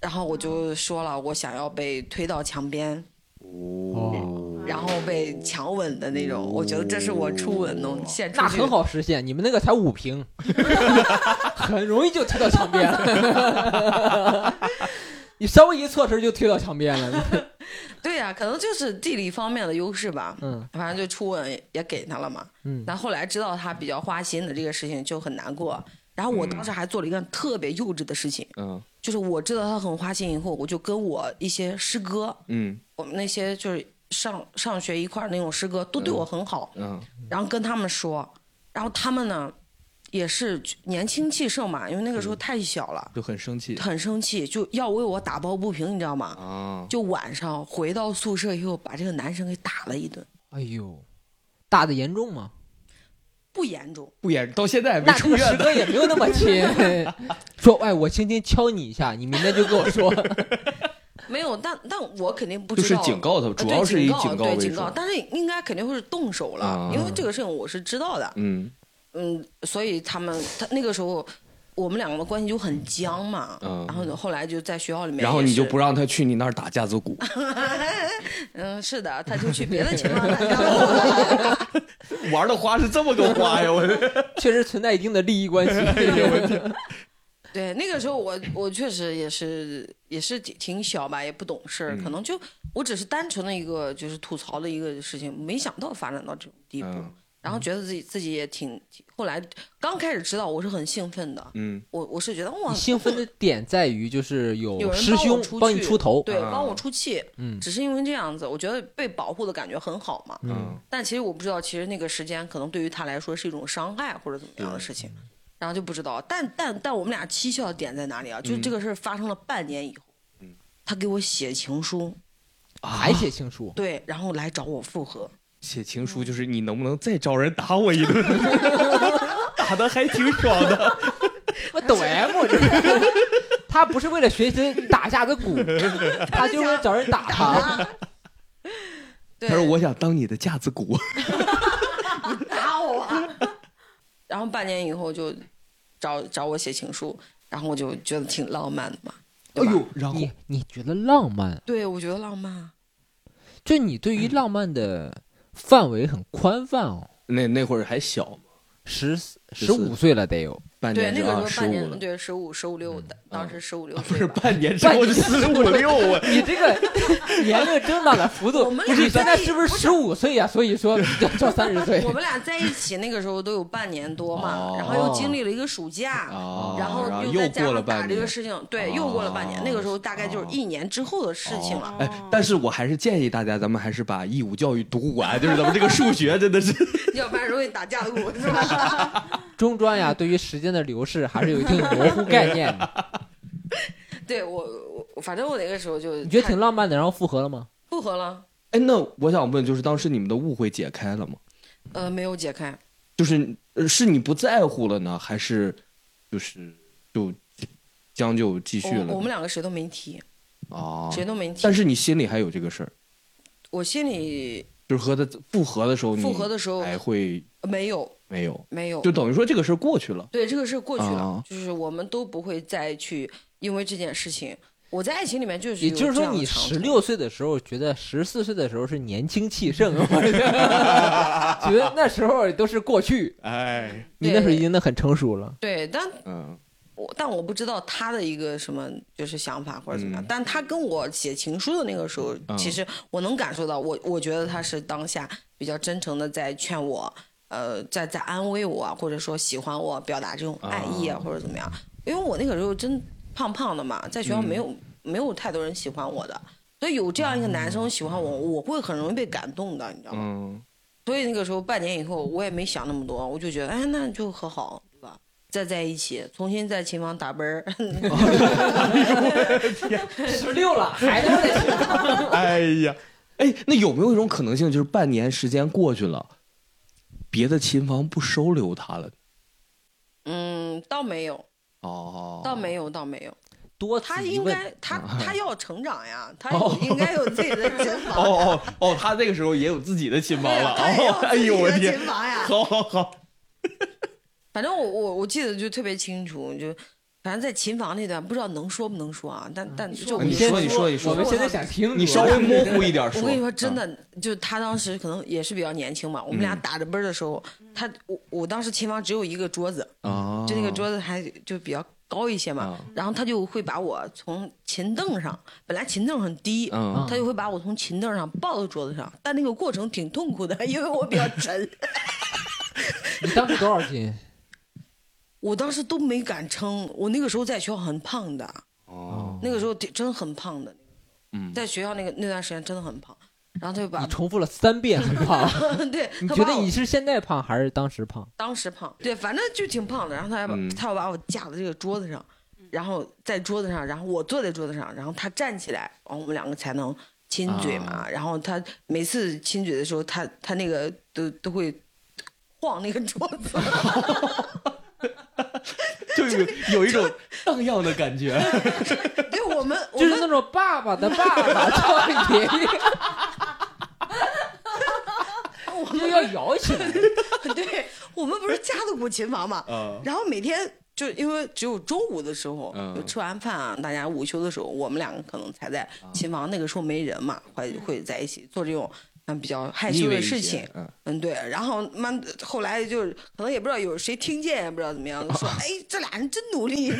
Speaker 2: 然后我就说了，我想要被推到墙边，
Speaker 1: 哦，
Speaker 2: 然后被强吻的那种。我觉得这是我初吻能现出
Speaker 4: 那
Speaker 2: 去
Speaker 4: 很好实现，你们那个才五平， 很容易就推到墙边 了。你稍微一侧身就推到墙边了。
Speaker 2: 对呀、可能就是地理方面的优势吧。
Speaker 4: 嗯
Speaker 2: 反正就初吻也给他了嘛。
Speaker 4: 嗯，
Speaker 2: 但后来知道他比较花心的这个事情就很难过。然后我当时
Speaker 4: 嗯
Speaker 2: 还做了一件特别幼稚的事情，
Speaker 1: 嗯
Speaker 2: 就是我知道他很花心以后，我就跟我一些师哥，
Speaker 1: 嗯
Speaker 2: 我们那些就是上上学一块儿那种师哥，都对我很好，
Speaker 1: 嗯
Speaker 2: 然后跟他们说，然后他们呢也是年轻气盛嘛，因为那个时
Speaker 4: 嗯
Speaker 2: 候太小了，
Speaker 1: 就很生气
Speaker 2: 很生气，就要为我打抱不平，你知道吗？
Speaker 1: 啊，
Speaker 2: 就晚上回到宿舍以后，把这个男生给打了一顿，
Speaker 4: 哎呦，打的严重吗？
Speaker 2: 不严重，
Speaker 1: 不演到现在还没
Speaker 4: 那这
Speaker 1: 出
Speaker 4: 个
Speaker 1: 院
Speaker 4: 师
Speaker 1: 呢。
Speaker 4: 哥也没有那么亲，说哎，我轻轻敲你一下，你明天就跟我说。
Speaker 2: 没有，但但我肯定不
Speaker 1: 就
Speaker 2: 知
Speaker 1: 是
Speaker 2: 道。
Speaker 1: 警告他，
Speaker 2: 呃
Speaker 1: 主
Speaker 2: 对
Speaker 1: 要是以警
Speaker 2: 对
Speaker 1: 为
Speaker 2: 警
Speaker 1: 主。
Speaker 2: 告，但是应该肯定会是动手了，
Speaker 1: 啊
Speaker 2: 因为这个事情我是知道的，
Speaker 1: 嗯
Speaker 2: 嗯，所以他们他那个时候我们两个的关系就很僵嘛，
Speaker 1: 嗯
Speaker 2: 然后呢后来就在学校里面也是，
Speaker 1: 然后你就不让他去你那儿打架子鼓，
Speaker 2: 嗯，是的，他就去别的情况打架了。
Speaker 1: 玩的花是这么个花呀！我
Speaker 4: 确实存在一定的利益关系。
Speaker 1: 哎
Speaker 2: 对，那个时候我我确实也是也是挺挺小吧，也不懂事儿，可
Speaker 4: 嗯
Speaker 2: 能就我只是单纯的一个就是吐槽的一个事情，没想到发展到这种地步，
Speaker 1: 嗯
Speaker 2: 然后觉得自己自己也挺，挺后来刚开始知道我是很兴奋的，
Speaker 1: 嗯
Speaker 2: 我我是觉得哇
Speaker 4: 你，兴奋的点在于就是
Speaker 2: 有
Speaker 4: 有
Speaker 2: 人
Speaker 4: 师
Speaker 2: 帮我
Speaker 4: 兄
Speaker 2: 出
Speaker 4: 帮你
Speaker 2: 去
Speaker 4: 出头，
Speaker 2: 对，
Speaker 1: 啊
Speaker 2: 帮我出气，
Speaker 4: 嗯
Speaker 2: 只是因为这样子，我觉得被保护的感觉很好嘛。
Speaker 1: 嗯，
Speaker 2: 但其实我不知道，其实那个时间可能对于他来说是一种伤害或者怎么样的事情，然后就不知道。但但但我们俩蹊跷的点在哪里啊？就是
Speaker 1: 嗯
Speaker 2: 这个事儿发生了半年以后，他给我写情书，
Speaker 4: 还写情书。
Speaker 2: 对，然后来找我复合。
Speaker 1: 写情书就是你能不能再找人打我一顿， 打的还挺爽的。
Speaker 4: 我抖 M 这是，他不是为了学习打架子鼓，他就是为了找人打他。
Speaker 2: 对，
Speaker 1: 他说我想当你的架子 鼓，
Speaker 2: 打我啊。然后半年以后就找找我写情书，然后我就觉得挺浪漫的嘛。
Speaker 4: 哎呦，
Speaker 1: 然后
Speaker 4: 你你觉得浪漫？
Speaker 2: 对，我觉得浪漫。
Speaker 4: 就你对于浪漫的范围很宽泛哦，
Speaker 1: 那那会儿还小嘛，
Speaker 4: 十
Speaker 1: 四
Speaker 4: 十五岁了得有，
Speaker 1: 半年
Speaker 2: 对，
Speaker 1: 啊
Speaker 2: 那
Speaker 1: 之
Speaker 2: 个时
Speaker 1: 二
Speaker 2: 候
Speaker 1: 十
Speaker 2: 半
Speaker 1: 五
Speaker 2: 年，
Speaker 1: 了，嗯
Speaker 2: 对，十五、十五六，当当 时十五六
Speaker 1: 不
Speaker 2: 岁
Speaker 1: 是
Speaker 2: 吧。
Speaker 1: 半年之后就四五六啊我。
Speaker 4: 你这个 年龄增长的幅度，
Speaker 2: 我们
Speaker 4: 不是
Speaker 2: 俩
Speaker 4: 你现在
Speaker 2: 在一
Speaker 4: 是不是十五岁呀、所以说要叫三十岁
Speaker 2: 我。们俩在一起那个时候都有半年多嘛
Speaker 1: 哦，
Speaker 2: 然后又经历了一个暑假，
Speaker 1: 哦
Speaker 2: 然后
Speaker 1: 然后
Speaker 2: 再
Speaker 1: 又
Speaker 2: 加
Speaker 1: 过了
Speaker 2: 上打
Speaker 1: 半
Speaker 2: 这个
Speaker 1: 年，
Speaker 2: 事情，对，
Speaker 1: 哦
Speaker 2: 又过了半年。那个时候大概就是一年之后的事情了。
Speaker 1: 哎，但是我还是建议大家，咱们还是把义务教育读完，就是咱们这个数学真的 是
Speaker 2: 要不然容易打架的鼓是吧？
Speaker 4: 中专呀，对于时间的流逝还是有一定模糊概念的。
Speaker 2: 对我，我我反正我那个时候就
Speaker 4: 你觉得
Speaker 2: 太
Speaker 4: 挺浪漫的，然后复合了吗？
Speaker 2: 复合了，
Speaker 1: 哎，那我想问，就是当时你们的误会解开了吗？
Speaker 2: 呃，没有解开。
Speaker 1: 就是呃是你不在乎了呢，还是就是就将就继续了呢？
Speaker 2: 我我们两个谁都没提，
Speaker 1: 哦，
Speaker 2: 谁都没提
Speaker 1: 但。是你心里还有这个事儿，
Speaker 2: 我心里
Speaker 1: 就是和他复合的时候，你
Speaker 2: 复合的时候呃
Speaker 1: 还会
Speaker 2: 没有
Speaker 1: 没有，
Speaker 2: 没有
Speaker 1: 就，等于说这个事儿过去了。
Speaker 2: 对，这个事过去了
Speaker 1: 啊，
Speaker 2: 就是我们都不会再去因为这件事情。我在爱情里面就是
Speaker 4: 也
Speaker 2: 有这
Speaker 4: 就
Speaker 2: 样
Speaker 4: 是
Speaker 2: 的
Speaker 4: 说，
Speaker 2: 长处，
Speaker 4: 你十六岁的时候觉得十四岁的时候是年轻气盛，我 觉得那时候都是过去。
Speaker 1: 哎，
Speaker 4: 你那时候已经那很成熟了，
Speaker 2: 对，但
Speaker 1: 嗯，
Speaker 2: 我但我不知道他的一个什么就是想法或者怎么样，
Speaker 1: 嗯
Speaker 2: 但他跟我写情书的那个时候，
Speaker 1: 嗯
Speaker 2: 其实我能感受到，我我觉得他是当下比较真诚的在劝我，呃，在在安慰我啊，或者说喜欢我，表达这种爱意啊，
Speaker 1: 啊
Speaker 2: 或者怎么样。因为我那个时候真胖胖的嘛，在学校
Speaker 1: 嗯
Speaker 2: 没有、没有太多人喜欢我的，所以有这样一个男
Speaker 1: 啊
Speaker 2: 生喜欢我，我会很容易被感动的，你知道吗？
Speaker 1: 嗯，
Speaker 2: 所以那个时候半年以后，我也没想那么多，我就觉得，哎，那就和好，对吧？再在一起，重新在琴房打啵儿，
Speaker 4: 十六了还他妈在学校。
Speaker 1: 哎呀，哎，那有没有一种可能性，就是半年时间过去了，别的琴房不收留他了？
Speaker 2: 嗯，倒没有，
Speaker 1: 哦，
Speaker 2: 倒没有，倒没有。
Speaker 4: 多
Speaker 2: 他
Speaker 4: 此一
Speaker 2: 应
Speaker 4: 问
Speaker 2: 该，他
Speaker 1: 啊
Speaker 2: 他要成长呀，他有应该有自己的琴
Speaker 1: 哦
Speaker 2: 房，
Speaker 1: 哦哦，他那个时候也有自己的琴房了。
Speaker 2: 对呀
Speaker 1: 哦，
Speaker 2: 他
Speaker 1: 哎
Speaker 2: 也
Speaker 1: 呦
Speaker 2: 有
Speaker 1: 我
Speaker 2: 自己的
Speaker 1: 天，
Speaker 2: 琴房呀。
Speaker 1: 好好好，
Speaker 2: 反正我我我记得就特别清楚，就反正在琴房那段不知道能说不能说啊，但但就我
Speaker 1: 嗯你
Speaker 2: 就
Speaker 1: 说你说你说
Speaker 2: 我
Speaker 6: 我们现在想听
Speaker 1: 你稍微模糊一点说。
Speaker 2: 我跟你说，真
Speaker 4: 嗯
Speaker 2: 的，就他当时可能也是比较年轻嘛。我们俩打着啵儿的时候，他我我当时琴房只有一个桌子，
Speaker 1: 啊，
Speaker 2: 就那个
Speaker 4: 哦
Speaker 2: 桌子还就比较高一些嘛
Speaker 1: 啊。
Speaker 2: 然后他就会把我从琴凳上，本来琴凳很低，
Speaker 4: 哦
Speaker 1: 嗯，
Speaker 2: 他就会把我从琴凳上抱到桌子上，但那个过程挺痛苦的，因为我比较沉，
Speaker 4: 你当时多少斤？
Speaker 2: 我当时都没敢称。我那个时候在学校很胖的，
Speaker 1: 哦，
Speaker 2: 那个时候挺真很胖的，
Speaker 1: 嗯，
Speaker 2: 在学校那个那段时间真的很胖。然后他就把
Speaker 4: 你重复了三遍，很胖。
Speaker 2: 对，
Speaker 4: 你
Speaker 2: 他
Speaker 4: 觉
Speaker 2: 把
Speaker 4: 得
Speaker 2: 我
Speaker 4: 你是现在胖还是当时胖？
Speaker 2: 当时胖，对，反正就挺胖的。然后他还把、
Speaker 1: 嗯
Speaker 2: 他要把我架到这个桌子上，然后在桌子上，然后我坐在桌子上，然后他站起来，然后我们两个才能亲嘴嘛。
Speaker 4: 啊
Speaker 2: 然后他每次亲嘴的时候，他他那个都都会晃那个桌子，
Speaker 1: 就有有一种荡漾的感觉。
Speaker 2: 对我们我
Speaker 4: 就是
Speaker 2: 们
Speaker 4: 那种爸爸的爸 爸叫爷爷，
Speaker 2: 我
Speaker 4: 就
Speaker 2: 们
Speaker 4: 要摇起 来。
Speaker 2: 对我们不是家都不琴房嘛，
Speaker 1: 啊，
Speaker 2: 然后每天就因为只有周五的时候，
Speaker 1: 嗯
Speaker 2: 就吃完饭啊，大家午休的时候，我们两个可能才在
Speaker 4: 啊
Speaker 2: 琴房。那个时候没人嘛，会会在一起做这种嗯比较害羞的事情。
Speaker 1: 嗯，
Speaker 2: 嗯，对。然后慢，后来就是可能也不知道有谁听见，也不知道怎么样， 说哎，这俩人真努力。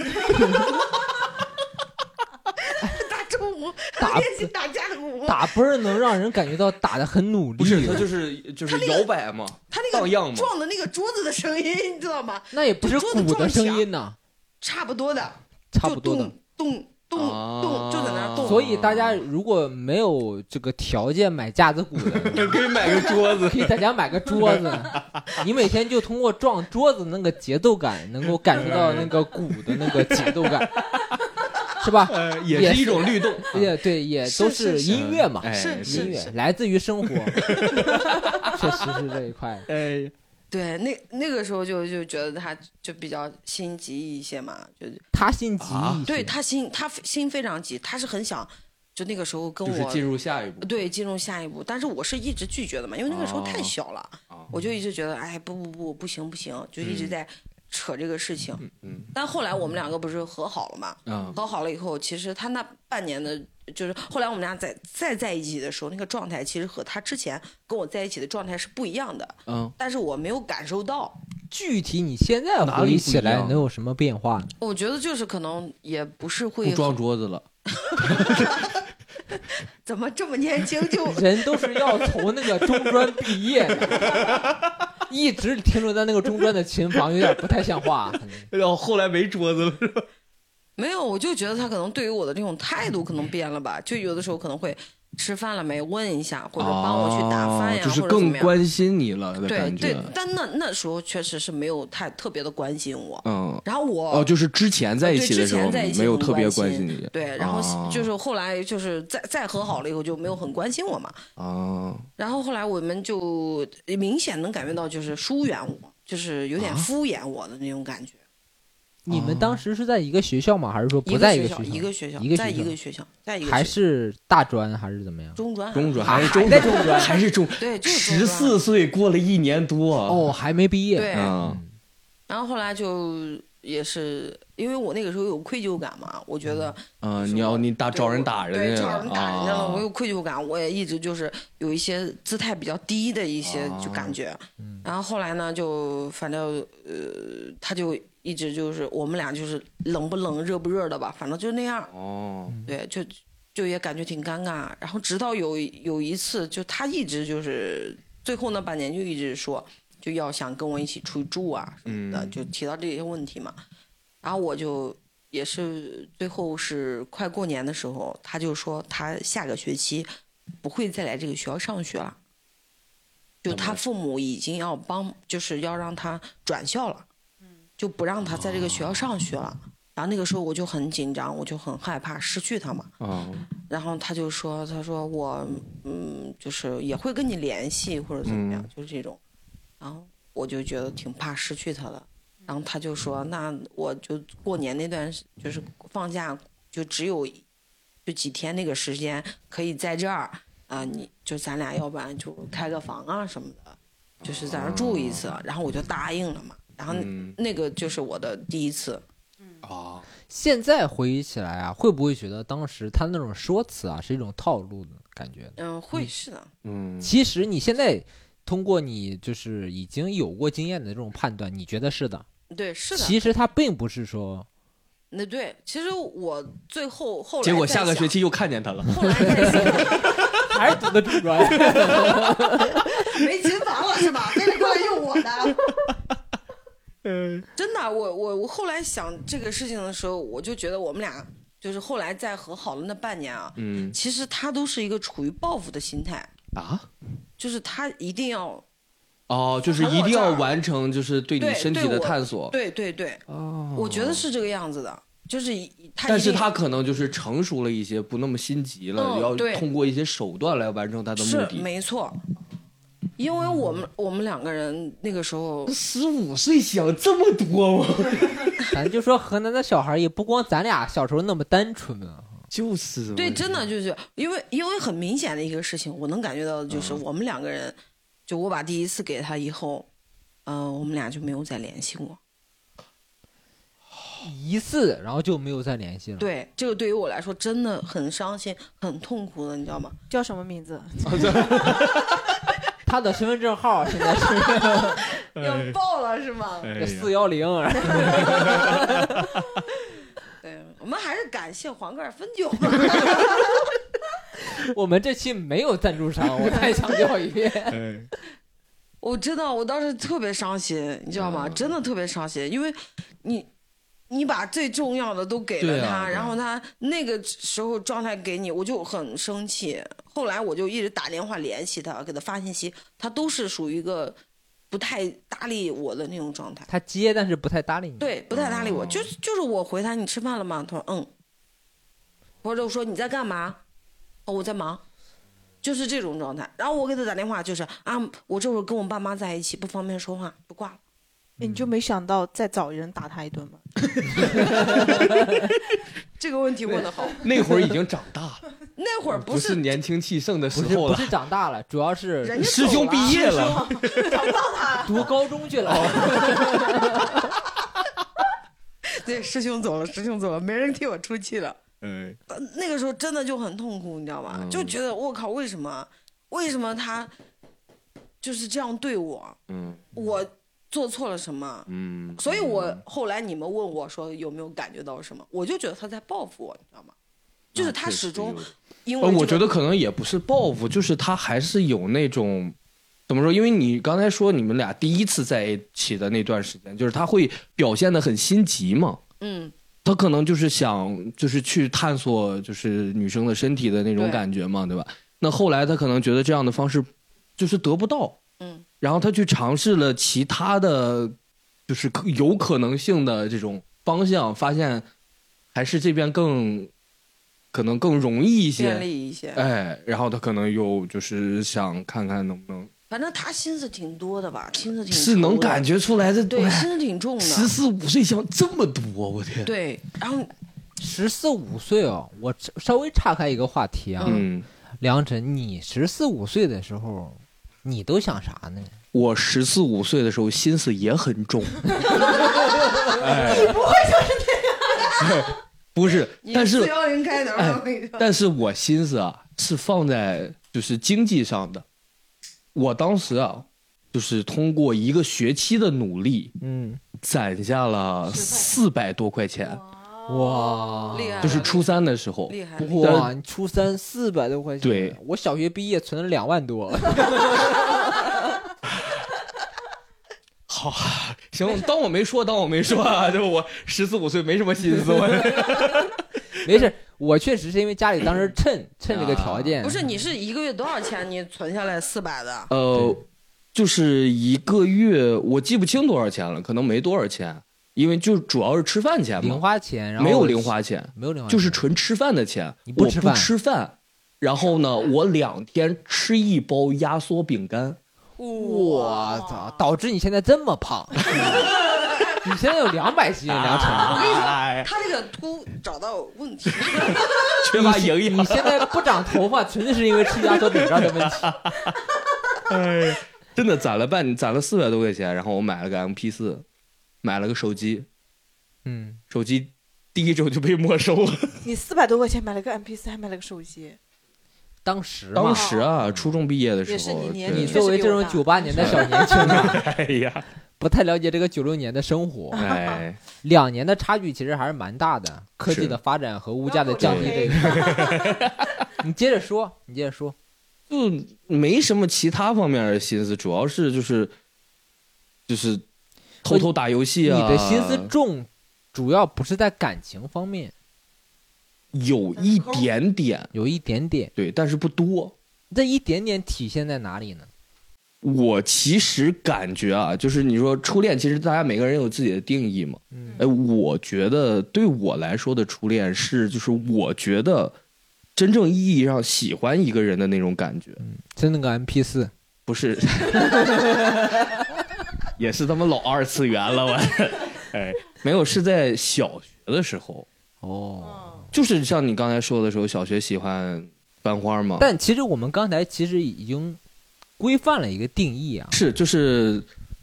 Speaker 2: 大中午
Speaker 4: 打
Speaker 2: 还 练习打架鼓，
Speaker 4: 打啵儿能让人感觉到打的很努力。
Speaker 1: 不是，他就是就是摇摆嘛，
Speaker 2: 他那
Speaker 1: 荡漾
Speaker 2: 个
Speaker 1: 嘛
Speaker 2: 撞的那个桌子的声音，你知道吗？
Speaker 4: 那也不是鼓的声音呐、
Speaker 2: 差不多的，
Speaker 4: 差不多
Speaker 2: 就
Speaker 4: 的。啊
Speaker 2: 动动动动，就在那儿动。
Speaker 4: 所以大家如果没有这个条件买架子鼓 的，
Speaker 1: 可以买个桌子。
Speaker 4: 可以在家买个桌子，你每天就通过撞桌子那个节奏感，能够感受到那个鼓的那个节奏感，是吧？
Speaker 1: 呃， 也是一种律动，嗯
Speaker 4: 也对，也都
Speaker 2: 是是是
Speaker 4: 音乐嘛，
Speaker 1: 哎
Speaker 2: 嗯是
Speaker 4: 音乐来自于 生活，确实是这一块。
Speaker 1: 哎，
Speaker 2: 对，那那个时候就就觉得他就比较心急一些嘛，就
Speaker 4: 他心急
Speaker 1: 啊
Speaker 4: 一些
Speaker 2: 对他心他心非常急，他是很想就那个时候跟
Speaker 1: 就是
Speaker 2: 我
Speaker 1: 进入下一步。
Speaker 2: 对进入下一步，但是我是一直拒绝的嘛，因为那个时候太
Speaker 1: 哦
Speaker 2: 小了，
Speaker 1: 啊
Speaker 2: 我就一直觉得哎不不不不行不行，就一直
Speaker 1: 嗯
Speaker 2: 在扯这个事情。
Speaker 1: 嗯
Speaker 2: 但后来我们两个不是和好了嘛，
Speaker 1: 啊
Speaker 2: 和好了以后，其实他那半年的，就是后来我们俩在再在一起的时候，那个状态其实和他之前跟我在一起的状态是不一样的，
Speaker 1: 嗯，
Speaker 2: 但是我没有感受到。
Speaker 4: 具体你现在
Speaker 1: 哪
Speaker 4: 回
Speaker 1: 里
Speaker 4: 忆
Speaker 1: 不
Speaker 4: 起
Speaker 1: 一
Speaker 4: 来
Speaker 1: 样
Speaker 4: 能有什么变化呢？
Speaker 2: 我觉得就是可能也不是
Speaker 1: 不
Speaker 2: 会
Speaker 1: 撞桌子了。
Speaker 2: 怎么这么年轻就
Speaker 4: 人都是要从那个中专毕业的，一直停留在那个中专的琴房，有点不太像话。
Speaker 1: 然后后来没桌子了，是吧
Speaker 2: 没有，我就觉得他可能对于我的这种态度可能变了吧，就有的时候可能会吃饭了没问一下，或者帮我去打饭呀，
Speaker 1: 哦就是
Speaker 2: 或者怎
Speaker 1: 更
Speaker 2: 么样。
Speaker 1: 关心你了的
Speaker 2: 对
Speaker 1: 感觉
Speaker 2: 对。，但那那时候确实是没有太特别的关心我。
Speaker 1: 嗯，
Speaker 2: 然后我呃
Speaker 1: 哦，就是之前在一起的时
Speaker 2: 对
Speaker 1: 候
Speaker 2: 之前在一起
Speaker 1: 没有特别
Speaker 2: 很关
Speaker 1: 关心
Speaker 2: 心
Speaker 1: 你
Speaker 2: 对，然
Speaker 1: 啊
Speaker 2: 后就是后来就是再再和好了以后就没有很关心我嘛，
Speaker 1: 啊，
Speaker 2: 然后后来我们就明显能感觉到就是疏远我，就是有
Speaker 1: 啊
Speaker 2: 点敷衍我的那种感觉。
Speaker 4: 你们当时是在一个学校吗？还是说不在
Speaker 2: 一
Speaker 4: 个
Speaker 2: 个
Speaker 4: 学
Speaker 2: 校，一
Speaker 4: 校？
Speaker 2: 个学校，
Speaker 4: 一个
Speaker 2: 在
Speaker 4: 学
Speaker 2: 一
Speaker 4: 校
Speaker 2: 个学校，在一个
Speaker 4: 还
Speaker 2: 学校
Speaker 4: 是大专还是怎么样？
Speaker 2: 中专，啊
Speaker 1: 中专
Speaker 4: 还
Speaker 1: 还是中
Speaker 4: 在
Speaker 1: 专，
Speaker 4: 中专
Speaker 1: 还是中，
Speaker 2: 对，就是
Speaker 1: 十
Speaker 2: 中专。啊
Speaker 1: 四岁过了一年多
Speaker 4: 哦，还没毕业。
Speaker 2: 对
Speaker 1: 啊，
Speaker 2: 然后后来就也是因为我那个时候有愧疚感嘛，我觉得
Speaker 1: 啊，你要你打
Speaker 2: 对
Speaker 1: 找人
Speaker 2: 我
Speaker 1: 打人
Speaker 2: 对，
Speaker 1: 家
Speaker 2: 找
Speaker 1: 了，
Speaker 2: 人打人家了，我有
Speaker 1: 啊，
Speaker 2: 愧疚感，我也一直就是有一些姿态比较低的一些
Speaker 1: 啊
Speaker 2: 就感觉。然后后来呢，就反正呃，他就一直就是我们俩就是冷不冷、热不热的吧，反正就那样。
Speaker 1: 哦，
Speaker 2: 对，就就也感觉挺尴尬。然后直到有有一次，就他一直就是最后那半年就一直说，就要想跟我一起出去住啊什么的，
Speaker 1: 嗯
Speaker 2: 就提到这些问题嘛。然后我就也是最后是快过年的时候，他就说他下个学期不会再来这个学校上学了。就他父母已经要帮，就是要让他转校了，就不让他在这个学校上学了。然后那个时候我就很紧张，我就很害怕失去他嘛。
Speaker 1: 啊，
Speaker 2: 然后他就说：“他说我嗯，就是也会跟你联系或者怎么样，
Speaker 1: 嗯
Speaker 2: 就是这种。”然后我就觉得挺怕失去他的。然后他就说：“那我就过年那段时就是放假，就只有就几天那个时间可以在这儿啊、你就咱俩要不然就开个房啊什么的，就是在那儿住一次。”然后我就答应了嘛。然后
Speaker 1: 哦嗯
Speaker 2: 那个就是我的第一次，
Speaker 1: 啊，
Speaker 4: 现在回忆起来啊，会不会觉得当时他那种说辞啊是一种套路的感觉？
Speaker 2: 嗯，会是的，
Speaker 1: 嗯，
Speaker 4: 其实你现在通过你就是已经有过经验的这种判断，你觉得是的，
Speaker 2: 对，是的。
Speaker 4: 其实他并不 是说
Speaker 2: 那对，其实我最后后来
Speaker 1: 结果
Speaker 2: 在
Speaker 1: 下个
Speaker 2: 想
Speaker 1: 学，期又看见他了，
Speaker 2: 后来在想
Speaker 4: 还是读的主观，
Speaker 6: 没琴房了是 吧？非得过来用我的，
Speaker 2: 真的啊，我我我后来想这个事情的时候，我就觉得我们俩就是后来在和好了那半年啊，
Speaker 1: 嗯
Speaker 2: 其实他都是一个处于报复的心态，
Speaker 1: 啊，
Speaker 2: 就是他一定要
Speaker 1: 哦，就是一定要完成就是对你
Speaker 2: 对
Speaker 1: 身体
Speaker 2: 对
Speaker 1: 的
Speaker 2: 我
Speaker 1: 探索，
Speaker 2: 对对对，
Speaker 1: 哦
Speaker 2: 我觉得是这个样子的，就是一他
Speaker 1: 但
Speaker 2: 一
Speaker 1: 是
Speaker 2: 定
Speaker 1: 他可能就是成熟了一些，不那么心急了，
Speaker 2: 嗯对
Speaker 1: 要通过一些手段来完成他的目
Speaker 2: 是
Speaker 1: 的。
Speaker 2: 没错，因为我们我们两个人那个时候
Speaker 1: 十五岁想这么多吗？
Speaker 4: 咱就说河南的小孩也不光咱俩小时候那么单纯啊，
Speaker 1: 就是
Speaker 2: 对，真的就是因为因为很明显的一个事情，我能感觉到的就是我们两个人，就我把第一次给他以后，呃，我们俩就没有再联系过。
Speaker 4: 一次然后就没有再联系了。，
Speaker 2: 对，这个对于我来说真的很伤心、很痛苦的，你知道吗？
Speaker 5: 叫什么名字？
Speaker 4: 他的身份证号现在是
Speaker 6: 要爆了是吗？
Speaker 5: 哎
Speaker 1: 哎
Speaker 4: 四幺零，
Speaker 2: 对，我们还是感谢黄盖汾酒吧。
Speaker 4: 我们这期没有赞助商，我再强调一遍。
Speaker 1: 哎
Speaker 2: 我真的，我当时特别伤心，你知道
Speaker 1: 嗯
Speaker 2: 吗？真的特别伤心，因为你，你把最重要的都给
Speaker 1: 对
Speaker 2: 了
Speaker 1: 啊
Speaker 2: 他，
Speaker 1: 对啊
Speaker 2: 然后他那个时候状态给你，我就很生气。后来我就一直打电话联系他，给他发信息，他都是属于一个不太搭理我的那种状态，
Speaker 4: 他接，但是不太搭理你。，
Speaker 2: 对，不太搭理
Speaker 1: 哦
Speaker 2: 我。就是就是我回他，你吃饭了吗？他说嗯，或者我说你在干嘛？哦，我在忙。就是这种状态，然后我给他打电话，就是啊，我这会儿跟我爸妈在一起，不方便说话，就挂了。
Speaker 5: 哎你就没想到再找人打他一顿吗？
Speaker 2: 这个问题问的好，
Speaker 1: 那会儿已经长大了，
Speaker 2: 那会儿
Speaker 1: 不
Speaker 2: 不
Speaker 1: 是
Speaker 2: 是
Speaker 1: 年轻气盛的时
Speaker 4: 不是
Speaker 1: 候
Speaker 4: 不
Speaker 1: 了。
Speaker 4: 是长大了，主要是
Speaker 2: 人家
Speaker 1: 师兄毕业了，
Speaker 4: 读高中去了。
Speaker 2: 对师兄走了，师兄走了，没人替我出气了。
Speaker 1: 哎，
Speaker 2: 呃那个时候真的就很痛苦，你知道吗？
Speaker 1: 嗯
Speaker 2: 就觉得我靠，为什么？为什么他就是这样对我？
Speaker 1: 嗯
Speaker 2: 我做错了什么？
Speaker 1: 嗯，
Speaker 2: 所以我后来你们问我说有没有感觉到什么，我就觉得他在报复我，你知道吗？
Speaker 1: 啊
Speaker 2: 就是他始终因为
Speaker 1: 呃，
Speaker 2: 这
Speaker 1: 我
Speaker 2: 个
Speaker 1: 觉得可能也不是报复，就是他还是有那种怎么说？因为你刚才说你们俩第一次在一起的那段时间，就是他会表现的很心急嘛，
Speaker 2: 嗯，
Speaker 1: 他可能就是想就是去探索就是女生的身体的那种
Speaker 2: 对
Speaker 1: 感觉嘛，对吧？那后来他可能觉得这样的方式就是得不到，
Speaker 2: 嗯，
Speaker 1: 然后他去尝试了其他的，就是可有可能性的这种方向，发现还是这边更可能更容易一
Speaker 2: 建
Speaker 1: 些，
Speaker 2: 立一些，
Speaker 1: 哎，然后他可能又就是想看看能不能
Speaker 2: 反正他心思挺多的吧，心思挺
Speaker 1: 呃是能
Speaker 2: 重的
Speaker 1: 感觉出来的，
Speaker 2: 对，心思挺重的，
Speaker 1: 十四五岁想这么多，我天，
Speaker 2: 对，然后
Speaker 4: 十四五岁哦，我稍微岔开一个话题啊，
Speaker 1: 嗯，
Speaker 4: 梁晨，你十四五岁的时候，你都想啥呢？
Speaker 1: 我十四五岁的时候心思也很 重，哎 不会就是这 样，不是，但哎是
Speaker 6: 幺零开头， 我跟你说，
Speaker 1: 但是我心思啊是放在就是经济上的。我当时啊，就是通过一个学期的努力，
Speaker 4: 嗯，
Speaker 1: 攒下了四百多块钱，
Speaker 4: 哇，
Speaker 2: 哦厉害了，
Speaker 1: 就是初三的时候。
Speaker 2: 厉害了，
Speaker 1: 但
Speaker 4: 哇，你初三四百多块钱，
Speaker 1: 对
Speaker 4: 我小学毕业存了两万多，
Speaker 1: 好，行，当我没说，当我没说 啊，就我十四五岁没什么心 思，我，
Speaker 4: 没事，我确实是因为家里当时趁趁这个条
Speaker 2: 啊
Speaker 4: 件，
Speaker 2: 不是，你是一个月多少钱？你存下来四百的
Speaker 1: 呃，就是一个月我记不清多少钱了，可能没多少钱，因为就主要是吃饭钱
Speaker 4: 零
Speaker 1: 嘛，
Speaker 4: 花钱，然后
Speaker 1: 没有零，花钱。
Speaker 4: 没有零花钱，
Speaker 1: 就是纯吃饭的钱，
Speaker 4: 你不
Speaker 1: 我
Speaker 4: 吃
Speaker 1: 啊不
Speaker 4: 饭
Speaker 1: 吃饭，然后 呢，我两天吃一包压缩饼 干，
Speaker 4: 我操，导致你现在这么 胖，你现在有两百斤，梁晨。
Speaker 1: 哎，
Speaker 2: 他这个突找到问题，
Speaker 1: 缺乏营
Speaker 4: 你
Speaker 1: 养。
Speaker 4: 现在不长头发，纯粹是因为吃压缩饼干的 问题。
Speaker 1: 真的攒了半，攒了四百多块钱，然后我买了个 MP 四，买了个手机，
Speaker 4: 嗯，
Speaker 1: 手机第一周就被没收了。
Speaker 5: 你四百多块钱买了个 MP 3还买了个手机，
Speaker 4: 当时嘛
Speaker 1: 当时啊，初中毕业的时
Speaker 5: 也是
Speaker 1: 候，
Speaker 5: 你
Speaker 1: 对
Speaker 5: 年
Speaker 4: 你
Speaker 5: 龄
Speaker 4: 作为这种九八年的小年轻人，
Speaker 1: 哎呀，
Speaker 4: 不太了解这个九六年的生活，
Speaker 1: 哎，
Speaker 4: 两年的差距其实还是蛮大的。科技的发展和物价的降低，这一块 你接着说，你接着说。
Speaker 1: 就没什么其他方面的心思，主要是就是就是偷偷打游戏
Speaker 4: 你
Speaker 1: 啊。
Speaker 4: 的心思重，主要不是在感情方面，
Speaker 1: 有一点点，
Speaker 4: 有一点点，
Speaker 1: 对，但是不多。
Speaker 4: 这一点点体现在哪里呢？
Speaker 1: 我其实感觉啊，就是你说初恋，其实大家每个人有自己的定义嘛。
Speaker 4: 嗯
Speaker 1: 哎，我觉得对我来说的初恋是，就是我觉得真正意义上喜欢一个人的那种感觉，
Speaker 4: 真的个 MP 四，
Speaker 1: 不是， 也是他妈老二次元了我。 哎，没有，是在小学的时候，
Speaker 4: 哦，
Speaker 1: 就是像你刚才说的时候，小学喜欢班花嘛。
Speaker 4: 但其实我们刚才其实已经规范了一个定义啊，
Speaker 1: 是，就是，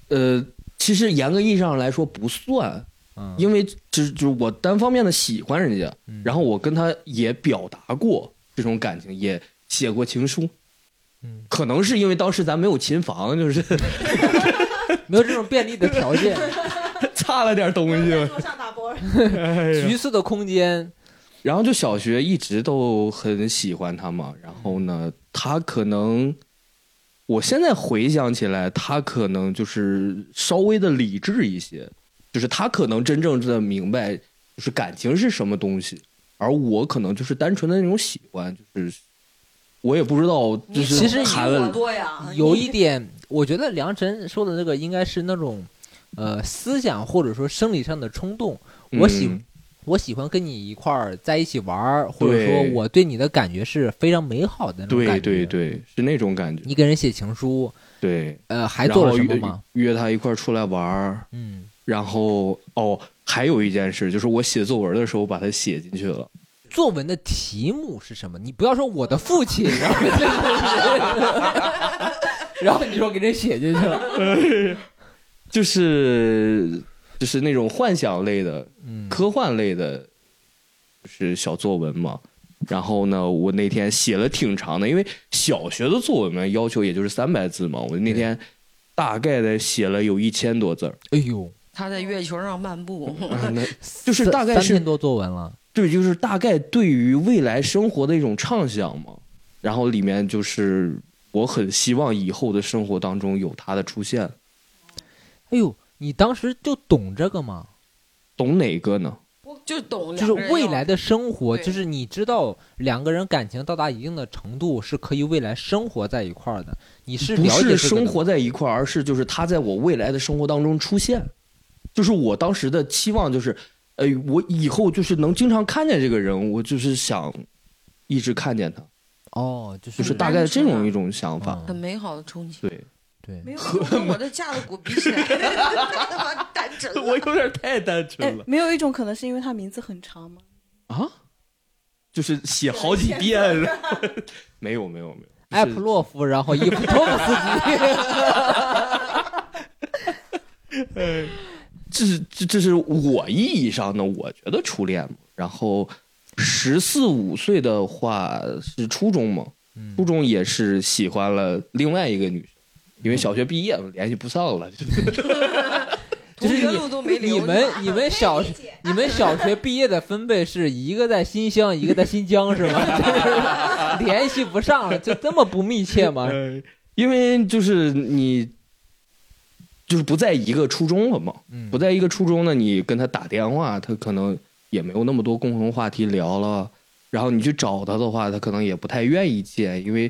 Speaker 1: 呃，其实严格意义上来说不算，
Speaker 4: 嗯，
Speaker 1: 因为就是就是我单方面的喜欢人家，
Speaker 4: 嗯
Speaker 1: 然后我跟他也表达过这种感情，也写过情书。
Speaker 4: 嗯
Speaker 1: 可能是因为当时咱没有琴房，就是
Speaker 4: 没有这种便利的条件，
Speaker 1: 差了点东西。
Speaker 5: 桌上打波，
Speaker 1: 哎
Speaker 4: 局促的空间，
Speaker 1: 然后就小学一直都很喜欢他嘛，然后呢，他可能，我现在回想起来，他可能就是稍微的理智一些，就是他可能真正的明白，就是感情是什么东西，而我可能就是单纯的那种喜欢，就是我也不知道，就
Speaker 2: 你
Speaker 1: 是
Speaker 4: 其实
Speaker 1: 谈
Speaker 2: 我
Speaker 1: 了
Speaker 2: 多
Speaker 1: 啊
Speaker 2: 呀，
Speaker 4: 有一点，我觉得梁晨说的那个应该是那种，呃，思想或者说生理上的冲动，我喜
Speaker 1: 嗯
Speaker 4: 我喜欢跟你一块儿在一起玩儿，或者说
Speaker 1: 对
Speaker 4: 我对你的感觉是非常美好的那种感
Speaker 1: 对对，
Speaker 4: 觉。
Speaker 1: 对，是那种感觉，
Speaker 4: 你给人写情书，
Speaker 1: 对，
Speaker 4: 呃，还
Speaker 1: 然
Speaker 4: 做了
Speaker 1: 后
Speaker 4: 什么
Speaker 1: 约
Speaker 4: 吗？
Speaker 1: 约他一块儿出来玩儿，
Speaker 4: 嗯，
Speaker 1: 然后哦，还有一件事就是我写作文的时候把它写进去了。
Speaker 4: 作文的题目是什么？你不要说我的父亲，然后然后你说给人写进去了，
Speaker 1: 就是就是那种幻想类的、
Speaker 4: 嗯，
Speaker 1: 科幻类的，就是小作文嘛。然后呢，我那天写了挺长的，因为小学的作文嘛，要求也就是三百字嘛。我那天大概的写了有一千多字儿，
Speaker 4: 哎呦，
Speaker 2: 他在月球上漫步，
Speaker 1: 啊那就是大概
Speaker 4: 三
Speaker 1: 是
Speaker 4: 千多作文了，
Speaker 1: 对，就是大概对于未来生活的一种畅想嘛。然后里面就是我很希望以后的生活当中有他的出现，
Speaker 4: 哎呦，你当时就懂这个吗？
Speaker 1: 懂哪个呢？
Speaker 2: 就懂
Speaker 4: 就
Speaker 2: 两
Speaker 4: 是
Speaker 2: 个人要
Speaker 4: 未来的生活，
Speaker 2: 对
Speaker 4: 就是你知道两个人感情到达一定的程度是可以未来生活在一块儿的，你是
Speaker 1: 不
Speaker 4: 了解这
Speaker 1: 是
Speaker 4: 个
Speaker 1: 生
Speaker 4: 的
Speaker 1: 活在一块儿，而是就是他在我未来的生活当中出现。就是我当时的期望就是，呃，我以后就是能经常看见这个人，我就是想一直看见他，
Speaker 4: 哦，就是
Speaker 1: 就是大
Speaker 2: 单
Speaker 1: 概这
Speaker 2: 纯
Speaker 1: 种
Speaker 2: 啊
Speaker 1: 一种想法。
Speaker 2: 很
Speaker 4: 嗯
Speaker 2: 美好的憧 憬。
Speaker 1: 对，
Speaker 4: 对，
Speaker 6: 没有 跟我的架子鼓比起来，太他妈单纯了。
Speaker 1: 有点太单
Speaker 5: 哎，没有一种可能是因为他名字很长吗？
Speaker 1: 啊，就是写好几遍了。没有没有没有，
Speaker 4: 埃普洛夫，然后伊夫托夫斯
Speaker 1: 这是这这是我意义上的我觉得初恋嘛。然后十四五岁的话是初中嘛，初
Speaker 4: 基，
Speaker 1: 中也是喜欢了另外一个女生，因为小学毕业嘛，联系不上了。
Speaker 4: 就是
Speaker 2: 同学
Speaker 4: 你
Speaker 2: 录都没留
Speaker 4: 你
Speaker 2: 是
Speaker 4: 们
Speaker 2: 吧
Speaker 4: 你们小你们小学毕业的分贝是一个在新乡，一个在新疆，是吗？ 就是联系不上了，就这么不密切吗？
Speaker 1: 呃，因为就是你就是不在一个初中了嘛，
Speaker 4: 嗯
Speaker 1: 不在一个初中呢，你跟他打电话，他可能也没有那么多共同话题聊了。然后你去找他的话，他可能也不太愿意见，因为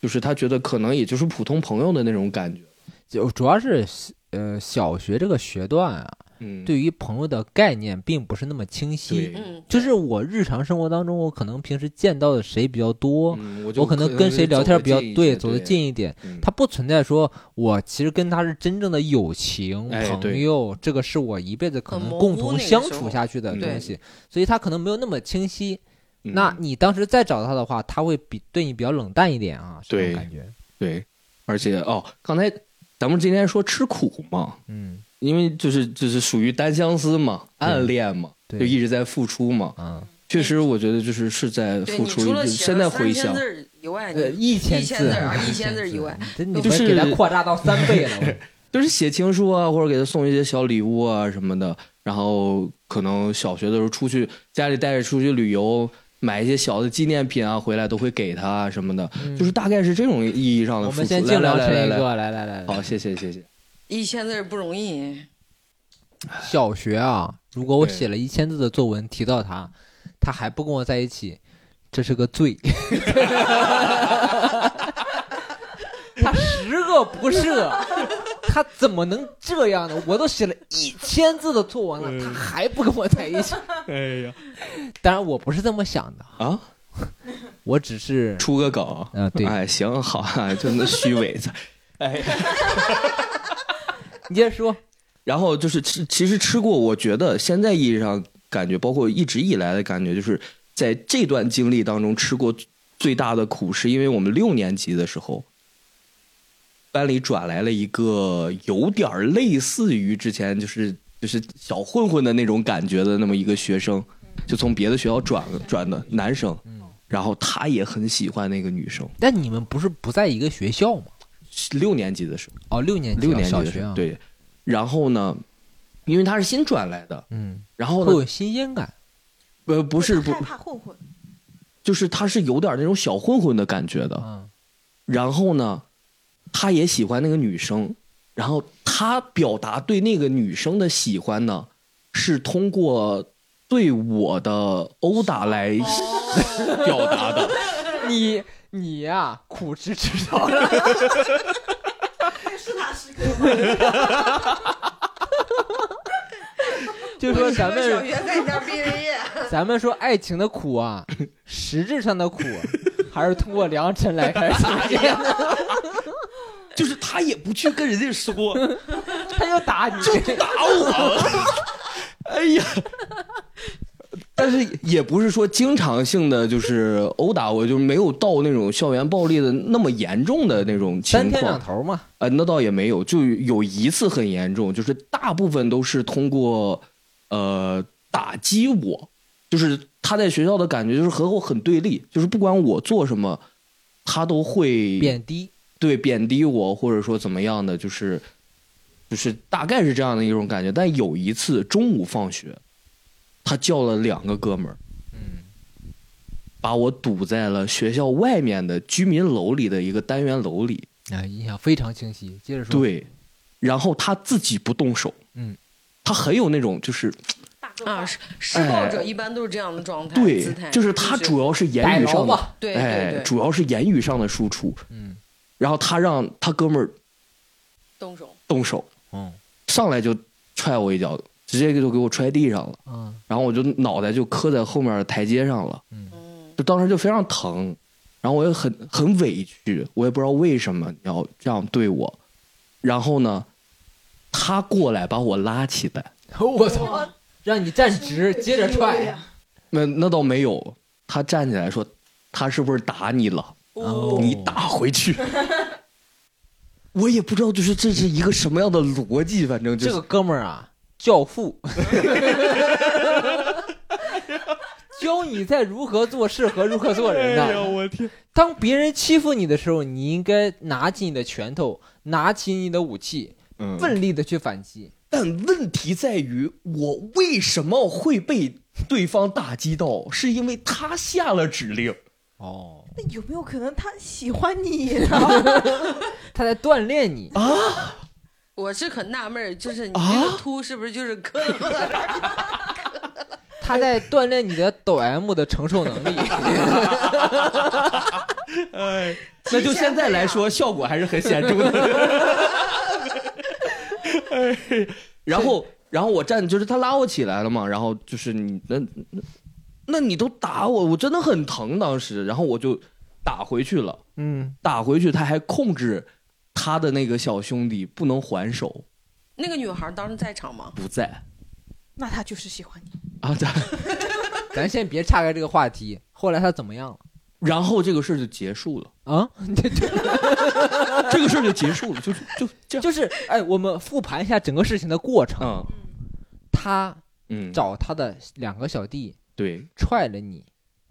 Speaker 1: 就是他觉得可能也就是普通朋友的那种感觉。
Speaker 4: 就主要是呃小学这个学段啊，
Speaker 1: 嗯，
Speaker 4: 对于朋友的概念并不是那么清晰
Speaker 1: 对。
Speaker 2: 嗯，
Speaker 4: 就是我日常生活当中，我可能平时见到的谁比较多，
Speaker 1: 嗯，我就
Speaker 4: 我可能跟谁聊天比较对，走得近一点。
Speaker 1: 嗯
Speaker 4: 它不存在说我其实跟他是真正的友情、
Speaker 1: 哎
Speaker 4: 朋友，这个是我一辈子可
Speaker 2: 很
Speaker 4: 能
Speaker 2: 模糊
Speaker 4: 共同相处下去的
Speaker 1: 那个时候
Speaker 4: 东西，所以他可能没有那么清晰。
Speaker 1: 嗯
Speaker 4: 那你当时再找他的话，他会比对你比较冷淡一点啊，这
Speaker 1: 对
Speaker 4: 种感觉。
Speaker 1: 对，而且哦，刚才咱们今天说吃苦嘛，
Speaker 4: 嗯
Speaker 1: 因为就是就是属于单相思嘛，暗恋嘛，
Speaker 4: 对
Speaker 1: 就一直在付出嘛。
Speaker 4: 啊，
Speaker 1: 确实，我觉得就是是在
Speaker 2: 对
Speaker 1: 付
Speaker 2: 你
Speaker 1: 出。
Speaker 2: 除了
Speaker 1: 就
Speaker 2: 写
Speaker 1: 现
Speaker 2: 了
Speaker 1: 在
Speaker 2: 三
Speaker 1: 回
Speaker 2: 千
Speaker 1: 想，
Speaker 2: 字儿以外，
Speaker 4: 呃，
Speaker 2: 你
Speaker 4: 一
Speaker 2: 哎一千
Speaker 4: 字
Speaker 2: 字
Speaker 4: 啊
Speaker 2: 啊，一
Speaker 4: 千
Speaker 2: 千字儿以外，
Speaker 4: 这你
Speaker 1: 就
Speaker 4: 们
Speaker 1: 是
Speaker 4: 给它扩大到三 倍了。
Speaker 1: 就是写情书啊，或者给他送一些小礼物啊什么的。然后可能小学的时候出去，家里带着出去旅游，买一些小的纪念品啊，回来都会给他啊什么的。
Speaker 4: 嗯
Speaker 1: 就是大概是这种意义上的
Speaker 4: 我
Speaker 1: 付
Speaker 4: 们
Speaker 1: 出。
Speaker 4: 先静
Speaker 1: 来
Speaker 4: 聊
Speaker 1: 来来
Speaker 4: 陈一
Speaker 1: 来来，
Speaker 4: 哥，来来来来，
Speaker 1: 好，谢谢谢谢。
Speaker 2: 一千字儿不容易。
Speaker 4: 小学啊，如果我
Speaker 1: 对
Speaker 4: 写了一千字的作文提到他，他还不跟我在一起，这是个 罪。他十个不是，他怎么能这样呢？我都写了一千字的作文了，他还不跟我在一起。
Speaker 1: 哎呀
Speaker 4: 当然，我不是这么想的，
Speaker 1: 啊，
Speaker 4: 我只是
Speaker 1: 出个稿
Speaker 4: 啊对
Speaker 1: 哎，行好， 哎真的虚伪的。哎，
Speaker 4: 你接着说，
Speaker 1: 然后就是吃，其实吃过，我觉得现在意义上感觉，包括一直以来的感觉，就是在这段经历当中吃过最大的苦，是因为我们六年级的时候，班里转来了一个有点儿类似于之前就是就是小混混的那种感觉的那么一个学生，就从别的学校转转的男生，
Speaker 4: 嗯
Speaker 1: 然后他也很喜欢那个女生，
Speaker 4: 但你们不是不在一个学校吗？
Speaker 1: 六年级的时候。
Speaker 4: 哦，六年级啊，
Speaker 1: 六年级
Speaker 4: 小
Speaker 1: 的
Speaker 4: 学
Speaker 1: 时候
Speaker 4: 啊，，
Speaker 1: 对。然后呢，因为他是新转来的，
Speaker 4: 嗯，
Speaker 1: 然后呢，
Speaker 4: 会有新鲜感。
Speaker 1: 呃，不是不
Speaker 6: 害，怕混混，
Speaker 1: 就是他是有点那种小混混的感觉的。
Speaker 4: 嗯，
Speaker 1: 然后呢，他也喜欢那个女生，然后他表达对那个女生的喜欢呢，是通过对我的殴打来 表达的。
Speaker 4: 你你呀、苦吃吃 少了。
Speaker 6: 是他师哥吗？
Speaker 4: 就说咱
Speaker 6: 小
Speaker 4: 们
Speaker 6: 学在你那儿毕了 业，
Speaker 4: 咱们说爱情的苦啊，实质上的苦，还是通过良辰来开始的。
Speaker 1: 就是他也不去跟人家说，
Speaker 4: 他就打你，
Speaker 1: 打我！ 哎呀，但是也不是说经常性的就是殴打我，就是没有到那种校园暴力的那么严重的那种
Speaker 4: 三
Speaker 1: 情
Speaker 4: 天两
Speaker 1: 况。
Speaker 4: 头嘛。
Speaker 1: 呃，那倒也没有，就有一次很严重，就是大部分都是通过呃打击我，就是他在学校的感觉就是和我很对立，就是不管我做什么，他都会
Speaker 4: 贬低，
Speaker 1: 对贬低我，或者说怎么样的，就是就是大概是这样的一种感觉。但有一次中午放学，他叫了两个哥们儿，
Speaker 4: 嗯，
Speaker 1: 把我堵在了学校外面的居民楼里的一个单元楼里。
Speaker 4: 啊，印象非常清晰。接着说，，
Speaker 1: 对，然后他自己不动手，
Speaker 4: 嗯，
Speaker 1: 他很有那种就是
Speaker 6: 大哥
Speaker 2: 啊，
Speaker 6: 大
Speaker 2: 施施暴者一般都是这样的状态，
Speaker 1: 对
Speaker 2: 哎姿态，
Speaker 1: 就是他主要是
Speaker 4: 逮
Speaker 1: 言语
Speaker 4: 牢
Speaker 1: 上的，
Speaker 4: 吧，
Speaker 2: 对对
Speaker 1: 哎
Speaker 2: 对，，
Speaker 1: 主要是言语上的输出。
Speaker 4: 嗯
Speaker 1: 然后他让他哥们儿
Speaker 2: 动手，
Speaker 1: 动手，
Speaker 4: 嗯
Speaker 1: 上来就踹我一脚，直接就给我踹地上了。
Speaker 4: 嗯
Speaker 1: 然后我就脑袋就磕在后面的台阶上了，
Speaker 4: 嗯，
Speaker 2: 嗯，
Speaker 1: 就当时就非常疼，然后我也很很委屈，我也不知道为什么你要这样对我。然后呢，他过来把我拉起来，
Speaker 4: 我操，让你站直，接着踹。
Speaker 1: 那那倒没有，他站起来说，他是不是打你了？
Speaker 4: 哦
Speaker 1: 你打回去。 我也不知道，就是这是一个什么样的逻辑，反正就是
Speaker 4: 这个哥们儿啊，教父，教你在如何做事和如何做人呢、
Speaker 1: 我天！
Speaker 4: 当别人欺负你的时候，你应该拿起你的拳头，拿起你的武器，
Speaker 1: 嗯，
Speaker 4: 奋力的去反击。
Speaker 1: 但问题在于，我为什么会被对方打击到？是因为他下了指令。
Speaker 4: 哦，
Speaker 6: 那有没有可能他喜欢你呢？
Speaker 4: 他在锻炼你。
Speaker 1: 啊
Speaker 2: 我是很纳闷儿，就是你
Speaker 4: 啊
Speaker 2: 这个秃是不是就是磕了？
Speaker 4: 他在锻炼你的抖 M 的承受能 力。
Speaker 1: 那就现在来说，效果还是很显著的。 然后，然后我站，就是他拉我起来了嘛，然后就是你那那那你都打我，我真的很疼当时，然后我就打回去了，
Speaker 4: 嗯，
Speaker 1: 打回去他还控制他的那个小兄弟不能还手，
Speaker 2: 那个女孩当时在场吗？
Speaker 1: 不在
Speaker 6: 那他就是喜欢你。
Speaker 1: 啊，对
Speaker 4: 咱先别岔开这个话题。后来他怎么样了？
Speaker 1: 然后这个事儿就结束了，
Speaker 4: 啊，
Speaker 1: 这个事儿就结束了，就就这样。
Speaker 4: 就是哎，我们复盘一下整个事情的过程。
Speaker 1: 嗯
Speaker 4: 他
Speaker 1: 嗯，
Speaker 4: 找他的两个小弟
Speaker 1: 对，
Speaker 4: 踹了你，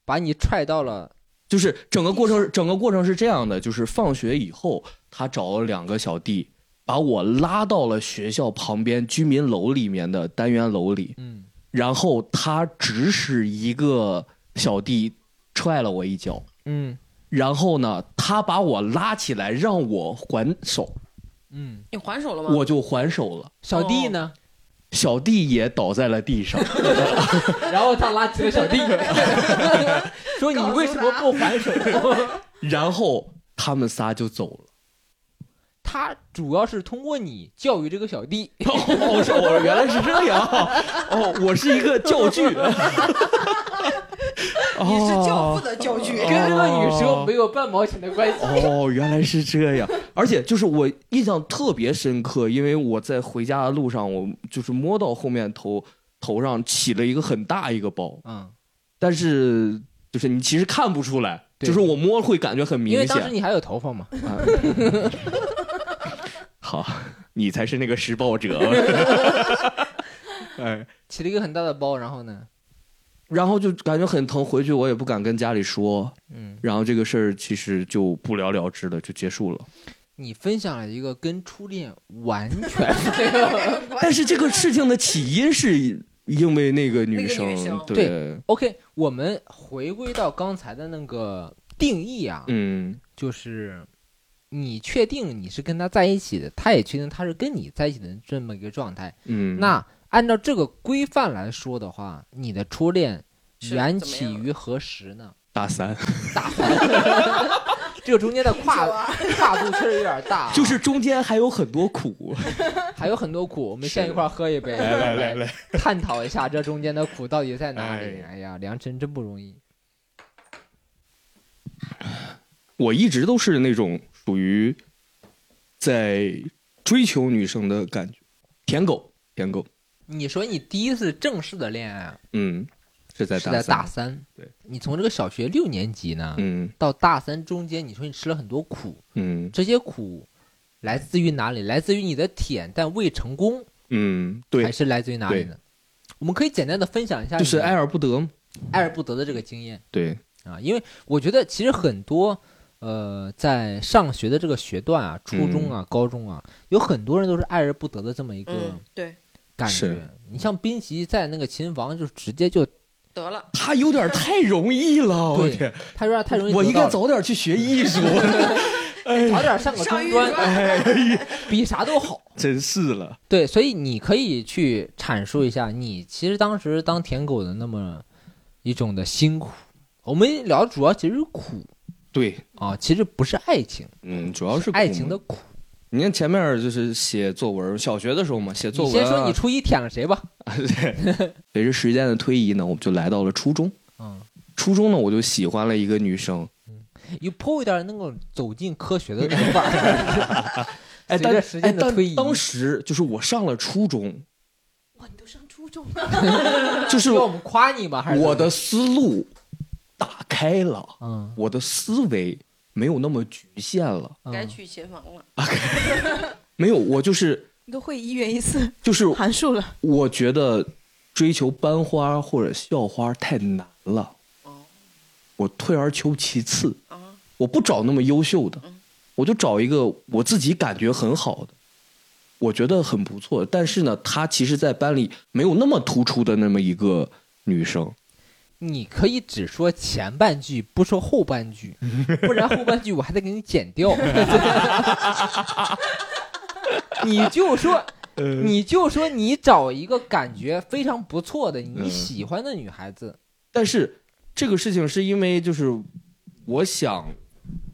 Speaker 4: 把你踹到了
Speaker 1: 就是整个过程，整个过程是这样的，就是放学以后，他找了两个小弟，把我拉到了学校旁边居民楼里面的单元楼里，
Speaker 4: 嗯
Speaker 1: 然后他指使一个小弟踹了我一脚，
Speaker 4: 嗯
Speaker 1: 然后呢，他把我拉起来让我还手，
Speaker 4: 嗯，哦
Speaker 2: 你还手了吗？
Speaker 1: 我就还手了，
Speaker 4: 小弟呢？
Speaker 1: 小弟也倒在了地上。
Speaker 4: 然后他拉起了小弟， 说你为什么不还手？
Speaker 1: 然后他们仨就走了。
Speaker 4: 他主要是通过你教育这个小弟，
Speaker 1: 哦，我说我原来是这样，哦，我是一个教 具。
Speaker 6: 你是
Speaker 4: 哦
Speaker 6: 教父的教具。
Speaker 4: 跟这个女生没有半毛钱的关系。
Speaker 1: 哦，原来是这样，而且就是我印象特别深刻，因为我在回家的路上，我就是摸到后面头头上起了一个很大一个包，
Speaker 4: 嗯，
Speaker 1: 但是就是你其实看不出来，
Speaker 4: 对
Speaker 1: 就是我摸会感觉很
Speaker 4: 因为
Speaker 1: 明
Speaker 4: 当时
Speaker 1: 显。
Speaker 4: 你还有头发嘛。
Speaker 1: 啊 好，你才是那个施暴者。 哎，
Speaker 4: 起了一个很大的包，然后呢，
Speaker 1: 然后就感觉很疼，回去我也不敢跟家里说，
Speaker 4: 嗯，
Speaker 1: 然后这个事儿其实就不了了之了，就结束了。
Speaker 4: 你分享了一个跟初恋完全 没有
Speaker 1: 但是这个事情的起因是因为那个女
Speaker 2: 那
Speaker 1: 生，
Speaker 2: 个女生
Speaker 1: 对，
Speaker 4: OK，我们回归到刚才的那个定义啊，
Speaker 1: 嗯，
Speaker 4: 就是你确定你是跟他在一起的，他也确定他是跟你在一起的这么一个状态。
Speaker 1: 嗯，
Speaker 4: 那按照这个规范来说的话，你的初恋
Speaker 2: 是
Speaker 4: 缘
Speaker 2: 怎么样
Speaker 4: 起于何时呢？
Speaker 1: 大三
Speaker 4: 大三， 这个中间的跨
Speaker 2: 啊
Speaker 4: 跨度确实有点大、啊，
Speaker 1: 就是中间还有很多苦，
Speaker 4: 还有很多苦，我们
Speaker 1: 是的
Speaker 4: 先一块儿喝一杯，
Speaker 1: 来来来来，
Speaker 4: 探讨一下这中间的苦到底在哪里。
Speaker 1: 哎
Speaker 4: 哎呀，梁晨真不容易。
Speaker 1: 我一直都是那种属于在追求女生的感觉，舔狗，舔狗，
Speaker 4: 你说你第一次正式的恋爱啊
Speaker 1: 嗯，是在
Speaker 4: 是
Speaker 1: 大
Speaker 4: 在
Speaker 1: 三，
Speaker 4: 大三，
Speaker 1: 对，
Speaker 4: 你从这个小学六年级呢、
Speaker 1: 嗯
Speaker 4: 到大三中间，你说你吃了很多苦，
Speaker 1: 嗯
Speaker 4: 这些苦来自于哪里？来自于你的舔但未成功，
Speaker 1: 嗯，
Speaker 4: 还
Speaker 1: 对，
Speaker 4: 是来自于哪里呢？我们可以简单的分享一下，
Speaker 1: 就是爱而不得嘛，
Speaker 4: 爱而不得的这个经验
Speaker 1: 对，
Speaker 4: 啊，因为我觉得其实很多。呃，在上学的这个学段啊，初中
Speaker 1: 嗯
Speaker 4: 啊、高中啊，有很多人都是爱而不得的这么一 个
Speaker 2: 嗯
Speaker 5: 对
Speaker 4: 感
Speaker 1: 是
Speaker 4: 觉。你像滨崎在那个琴房，就直接就
Speaker 2: 得了，
Speaker 1: 他有点太容易了，我
Speaker 4: 对
Speaker 1: 天，
Speaker 4: 他有点太容易得到
Speaker 1: 我
Speaker 4: 了，
Speaker 1: 应该早点去学艺术，
Speaker 4: 早点上个
Speaker 2: 上
Speaker 4: 中
Speaker 2: 预
Speaker 4: 专，
Speaker 2: 专
Speaker 1: 哎
Speaker 4: 比啥都好。
Speaker 1: 真是了。
Speaker 4: 对，所以你可以去阐述一下你其实当时当舔狗的那么一种的辛苦。我们聊的主要其实是苦
Speaker 1: 对，
Speaker 4: 啊，其实不是爱情，
Speaker 1: 嗯，主要是
Speaker 4: 爱情的。苦。
Speaker 1: 你看前面就是写作文，小学的时候嘛，写作
Speaker 4: 你
Speaker 1: 文、啊。
Speaker 4: 先说你初一舔了谁吧？
Speaker 1: 随着时间的推移呢，我们就来到了初中。
Speaker 4: 嗯，
Speaker 1: 初中呢，我就喜欢了一个女生。
Speaker 4: 有颇有点那种走进科学的那种范儿。
Speaker 1: 哎，
Speaker 4: 随
Speaker 1: 但
Speaker 4: 着时间的推移，
Speaker 1: 哎但当时就是我上了初中，
Speaker 6: 哇，你都上初中了，
Speaker 1: 就是
Speaker 4: 是要我们夸你吗？还是
Speaker 1: 我
Speaker 4: 怎么
Speaker 1: 的思路打开了，
Speaker 4: 嗯
Speaker 1: 我的思维没有那么局限了。
Speaker 4: 嗯
Speaker 2: 该去琴房了。
Speaker 1: 没有，我就是
Speaker 5: 你都会一元一次
Speaker 1: 就是
Speaker 5: 函数了，
Speaker 1: 我觉得追求班花或者校花太难了，
Speaker 2: 哦
Speaker 1: 我退而求其次，
Speaker 2: 啊，
Speaker 1: 我不找那么优秀的，我就找一个我自己感觉很好的，我觉得很不错。但是呢，她其实，在班里没有那么突出的那么一个女生。
Speaker 4: 你可以只说前半句，不说后 半句，不然后半句我还得给你剪掉。你就说，
Speaker 1: 嗯
Speaker 4: 你就说你找一个感觉非常不错的
Speaker 1: 嗯
Speaker 4: 你喜欢的女孩子，
Speaker 1: 但是这个事情是因为就是我想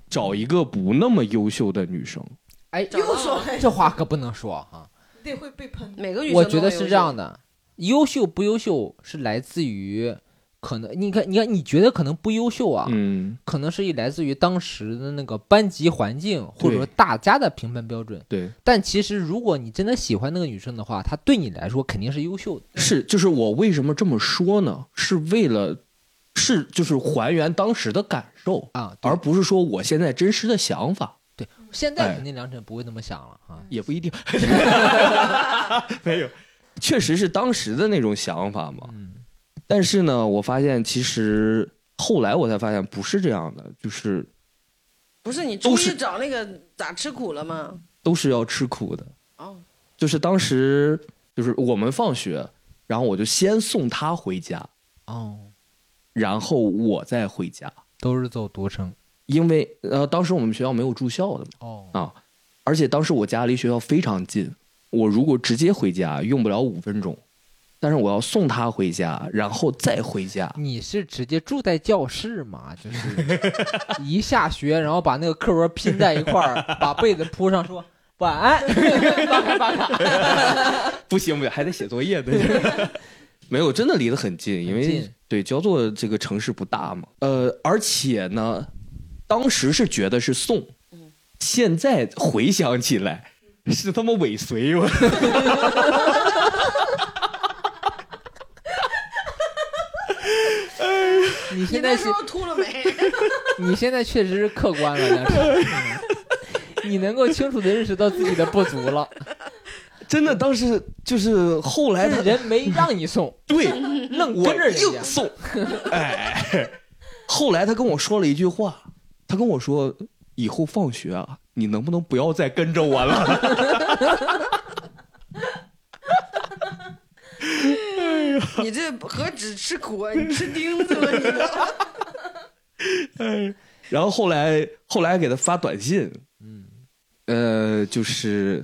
Speaker 1: 找一个不那么优秀的女生。
Speaker 4: 哎，
Speaker 2: 又说
Speaker 6: 了
Speaker 4: 这话可不能说啊！
Speaker 6: 你得会被喷。
Speaker 2: 每个女生
Speaker 4: 我觉得是这样
Speaker 2: 的，
Speaker 4: 的，优秀不优秀是来自于可能，你看，你看，你觉得可能不优秀啊，
Speaker 1: 嗯，
Speaker 4: 可能是来自于当时的那个班级环境，或者
Speaker 1: 对
Speaker 4: 说大家的评判标准。
Speaker 1: 对，
Speaker 4: 但其实，如果你真的喜欢那个女生的话，她对你来说肯定是优秀的。
Speaker 1: 是，就是我为什么这么说呢？是为了是就是还原当时的感受，
Speaker 4: 啊，对
Speaker 1: 而不是说我现在真实的想法，
Speaker 4: 现
Speaker 1: 哎
Speaker 4: 在肯定梁晨不会那么想了啊。
Speaker 1: 也不一定。 没有，确实是当时的那种想法嘛。
Speaker 4: 嗯，
Speaker 1: 但是呢，我发现其实后来我才发现不是这样的，就是
Speaker 2: 不是你
Speaker 1: 都
Speaker 2: 出
Speaker 1: 是
Speaker 2: 去找那个咋吃苦了吗？
Speaker 1: 都是要吃苦的。
Speaker 2: 哦，
Speaker 1: 就是当时就是我们放学，然后我就先送他回家，
Speaker 4: 哦，
Speaker 1: 然后我再回家，
Speaker 4: 都是走独生
Speaker 1: 因为呃当时我们学校没有住校的嘛，
Speaker 4: 哦
Speaker 1: 啊而且当时我家离学校非常近，我如果直接回家用不了五分钟，但是我要送他回家，然后再回家。
Speaker 4: 你是直接住在教室吗？就是 一下学，然后把那个课文拼在一块儿，把被子铺上，说晚安， 巴卡巴卡。
Speaker 1: 不行不行，还得写作业呢。 没有，真的离得很近，因
Speaker 4: 很
Speaker 1: 为
Speaker 4: 近
Speaker 1: 对焦作这个城市不大嘛。呃，而且呢，当时是觉得是送，
Speaker 4: 嗯
Speaker 1: 现在回想起来是他妈尾随我。
Speaker 4: 你
Speaker 2: 你
Speaker 4: 现在
Speaker 2: 那
Speaker 4: 是
Speaker 2: 时候秃了没？
Speaker 4: 你现在确实是客观了，梁 晨。你能够清楚的认识到自己的不足了，
Speaker 1: 真的，当时就是后来
Speaker 4: 是
Speaker 1: 他
Speaker 4: 人没让你送，
Speaker 1: 对
Speaker 4: 愣
Speaker 1: 我
Speaker 4: 跟着人啊
Speaker 1: 硬
Speaker 4: 家。
Speaker 1: 送，哎，后来他跟我说了一句话，他跟我说以后放学啊，你能不能不要再跟着我了？
Speaker 2: 你这何止吃苦啊，你吃钉子了你都。
Speaker 1: 然后后来后来给他发短信，
Speaker 4: 嗯，
Speaker 1: 呃，就是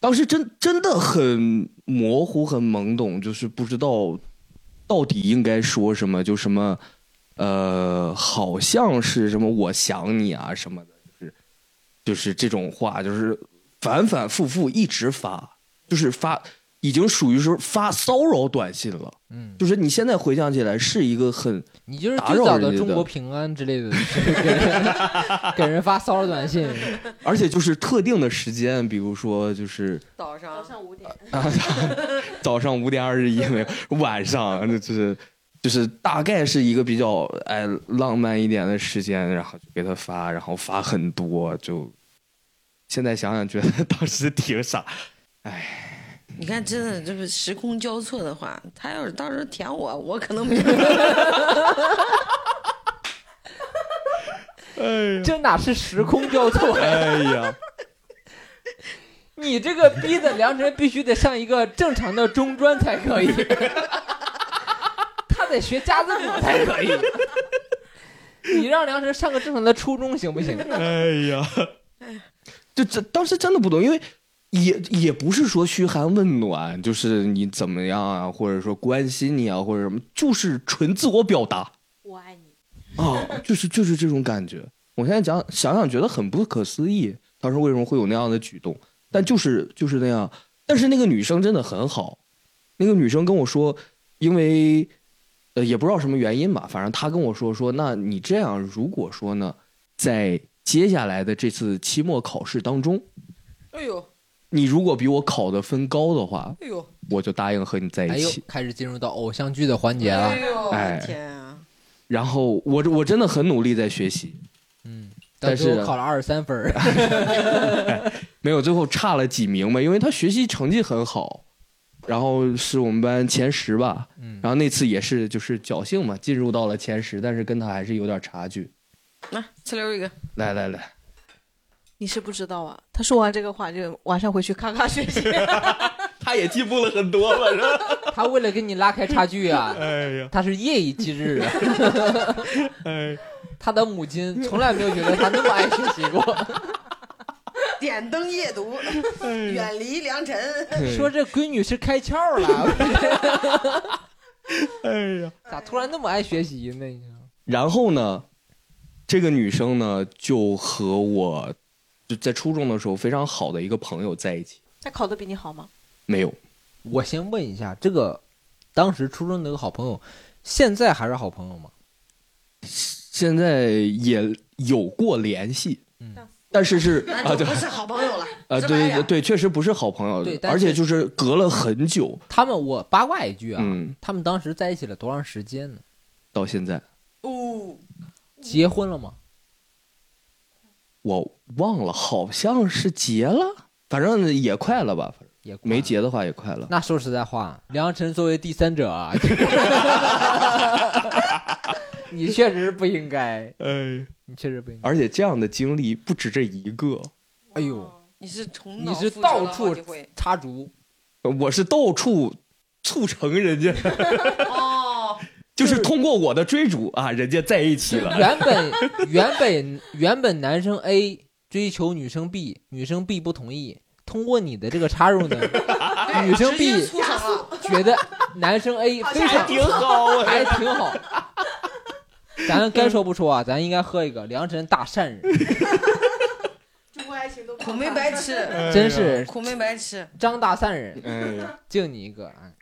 Speaker 1: 当时真真的很模糊、很懵懂，就是不知道到底应该说什么，就什么呃，好像是什么我想你啊什么的，就是就是这种话，就是反反复复一直发，就是发已经属于是发骚扰短信了。
Speaker 4: 嗯，
Speaker 1: 就是你现在回想起来是一个很
Speaker 4: 你就是
Speaker 1: 打
Speaker 4: 最
Speaker 1: 扰
Speaker 4: 早
Speaker 1: 人
Speaker 4: 的
Speaker 1: 家
Speaker 4: 中
Speaker 1: 的
Speaker 4: 国平安之类的，就是给 人给人发骚扰短信。
Speaker 1: 而且就是特定的时间，比如说就是
Speaker 2: 早上
Speaker 6: 五点，
Speaker 1: 啊，早上五点二十一没有，晚上就是就是大概是一个比较哎浪漫一点的时间，然后就给他发，然后发很多，就现在想想觉得 当时挺傻，
Speaker 2: 你看，真的这不时空交错的话，他要是到时候舔我，我可能没。
Speaker 4: 这哪是时空交错？
Speaker 1: 哎呀，
Speaker 4: 你这个逼的梁晨必须得上一个正常的中专才可以， 他得学家字谱才可以。 你让梁晨上个正常的初中行不行？
Speaker 1: 哎呀，就这当时真的不懂，因为。也也不是说嘘寒问暖，就是你怎么样啊，或者说关心你啊，或者什么，就是纯自我表达。
Speaker 6: 我爱你。
Speaker 1: 啊，就是就是这种感觉。我现在讲想想觉得很不可思议，当时为什么会有那样的举动？但就是就是那样。但是那个女生真的很好，那个女生跟我说，因为呃也不知道什么原因吧，反正她跟我说说，那你这样如果说呢，在接下来的这次期末考试当中，
Speaker 2: 哎呦
Speaker 1: 你如果比我考的分高的话，
Speaker 2: 哎呦
Speaker 1: 我就答应和你在
Speaker 4: 哎
Speaker 1: 一
Speaker 4: 呦
Speaker 1: 起。，
Speaker 4: 开始进入到偶像剧的环节了
Speaker 2: 哎。呦我
Speaker 1: 哎
Speaker 2: 的天啊！
Speaker 1: 然后我我真的很努力在学习，
Speaker 4: 嗯，
Speaker 1: 但
Speaker 4: 最
Speaker 1: 是
Speaker 4: 后考了二十 三 分儿，
Speaker 1: 没有，最后差了几名嘛，因为他学习成绩很好，然后是我们班前十吧。
Speaker 4: 嗯
Speaker 1: 然后那次也是就是侥幸嘛，进入到了前十，但是跟他还是有点差距。
Speaker 2: 来，呲溜一个，
Speaker 1: 来来来，
Speaker 5: 你是不知道啊，他说完这个话就晚上回去咔咔学习。
Speaker 1: 他也进步了很多了，是吧？
Speaker 4: 他为了跟你拉开差距啊，
Speaker 1: 哎呀，
Speaker 4: 他是夜以继日啊。
Speaker 1: 哎，
Speaker 4: 他的母亲从来没有觉得他那么爱学习 过。
Speaker 6: 点灯夜 读，远离良辰。
Speaker 4: 说这闺女是开窍了，
Speaker 1: 哎呀。
Speaker 4: 咋突然那么爱学习呢？你知道吗
Speaker 1: 然后呢，这个女生呢就和我就在初中的时候非常好的一个朋友在一起，
Speaker 5: 他考的比你好吗？
Speaker 1: 没有，
Speaker 4: 我先问一下，这个当时初中那个好朋友，现在还是好朋友吗？
Speaker 1: 现在也有过联系，
Speaker 4: 嗯
Speaker 1: 但是是啊
Speaker 6: 那就
Speaker 1: 对
Speaker 6: 不。是好朋友了。
Speaker 1: 啊，
Speaker 6: 这玩意
Speaker 1: 对
Speaker 6: 儿
Speaker 1: 对对，确实不是好朋友，
Speaker 4: 对但
Speaker 1: 而且
Speaker 4: 是
Speaker 1: 就是隔了很久，
Speaker 4: 他们我八卦一句啊，
Speaker 1: 嗯，
Speaker 4: 他们当时在一起了多长时间呢？
Speaker 1: 到现在
Speaker 6: 哦，
Speaker 4: 结婚了吗？
Speaker 1: 我忘了，好像是结了，反正也快了吧，反正
Speaker 4: 也快
Speaker 1: 没。结的话也快了。
Speaker 4: 那说实在话，梁晨作为第三者啊，你确实不应该，
Speaker 1: 哎，
Speaker 4: 你确实不应该。
Speaker 1: 而且这样的经历不止这一个，
Speaker 4: 哎呦，
Speaker 2: 你是从
Speaker 4: 你
Speaker 2: 脑
Speaker 4: 是
Speaker 2: 复查了
Speaker 4: 到
Speaker 2: 好
Speaker 4: 处
Speaker 2: 几回
Speaker 4: 插足，
Speaker 1: 我是到处促成人 家，
Speaker 2: 哦，
Speaker 1: 就是通过我的追逐啊，人家在一起 了。
Speaker 4: 原本原本原本男生 A 追求女生 B，女生 B 不同意，通过你的这个插入呢，女生
Speaker 2: 哎直
Speaker 4: B
Speaker 2: 接出场 了，
Speaker 4: 觉得男生 A 非
Speaker 1: 哎
Speaker 4: 常
Speaker 1: 好
Speaker 4: 还挺好。咱该说不说啊，咱应该喝一个良辰大善日，
Speaker 6: 中国爱情都
Speaker 2: 苦没白吃，
Speaker 4: 真是
Speaker 2: 苦没白吃。
Speaker 4: 张大善人，
Speaker 1: 哎，
Speaker 4: 敬你一个啊！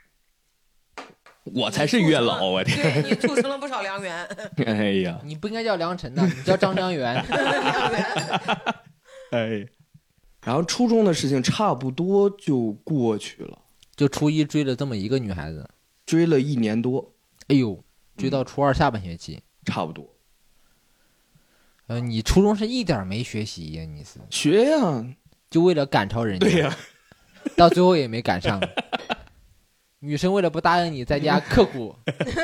Speaker 1: 我才是月老，啊我这，
Speaker 2: 对你促成了不少良缘，
Speaker 1: 哎呀，
Speaker 4: 你不应该叫良辰呐，你叫张 良缘。
Speaker 1: 哎，然后初中的事情差不多就过去了，
Speaker 4: 就初一追了这么一个女孩子，
Speaker 1: 追了一年多，
Speaker 4: 哎呦，追
Speaker 1: 嗯
Speaker 4: 到初二下半学期。
Speaker 1: 差不多
Speaker 4: 呃，你初中是一点儿没学习呀、你是
Speaker 1: 学呀、
Speaker 4: 就为了赶超人家，
Speaker 1: 对呀、
Speaker 4: 到最后也没赶上。女生为了不答应你，在家刻苦，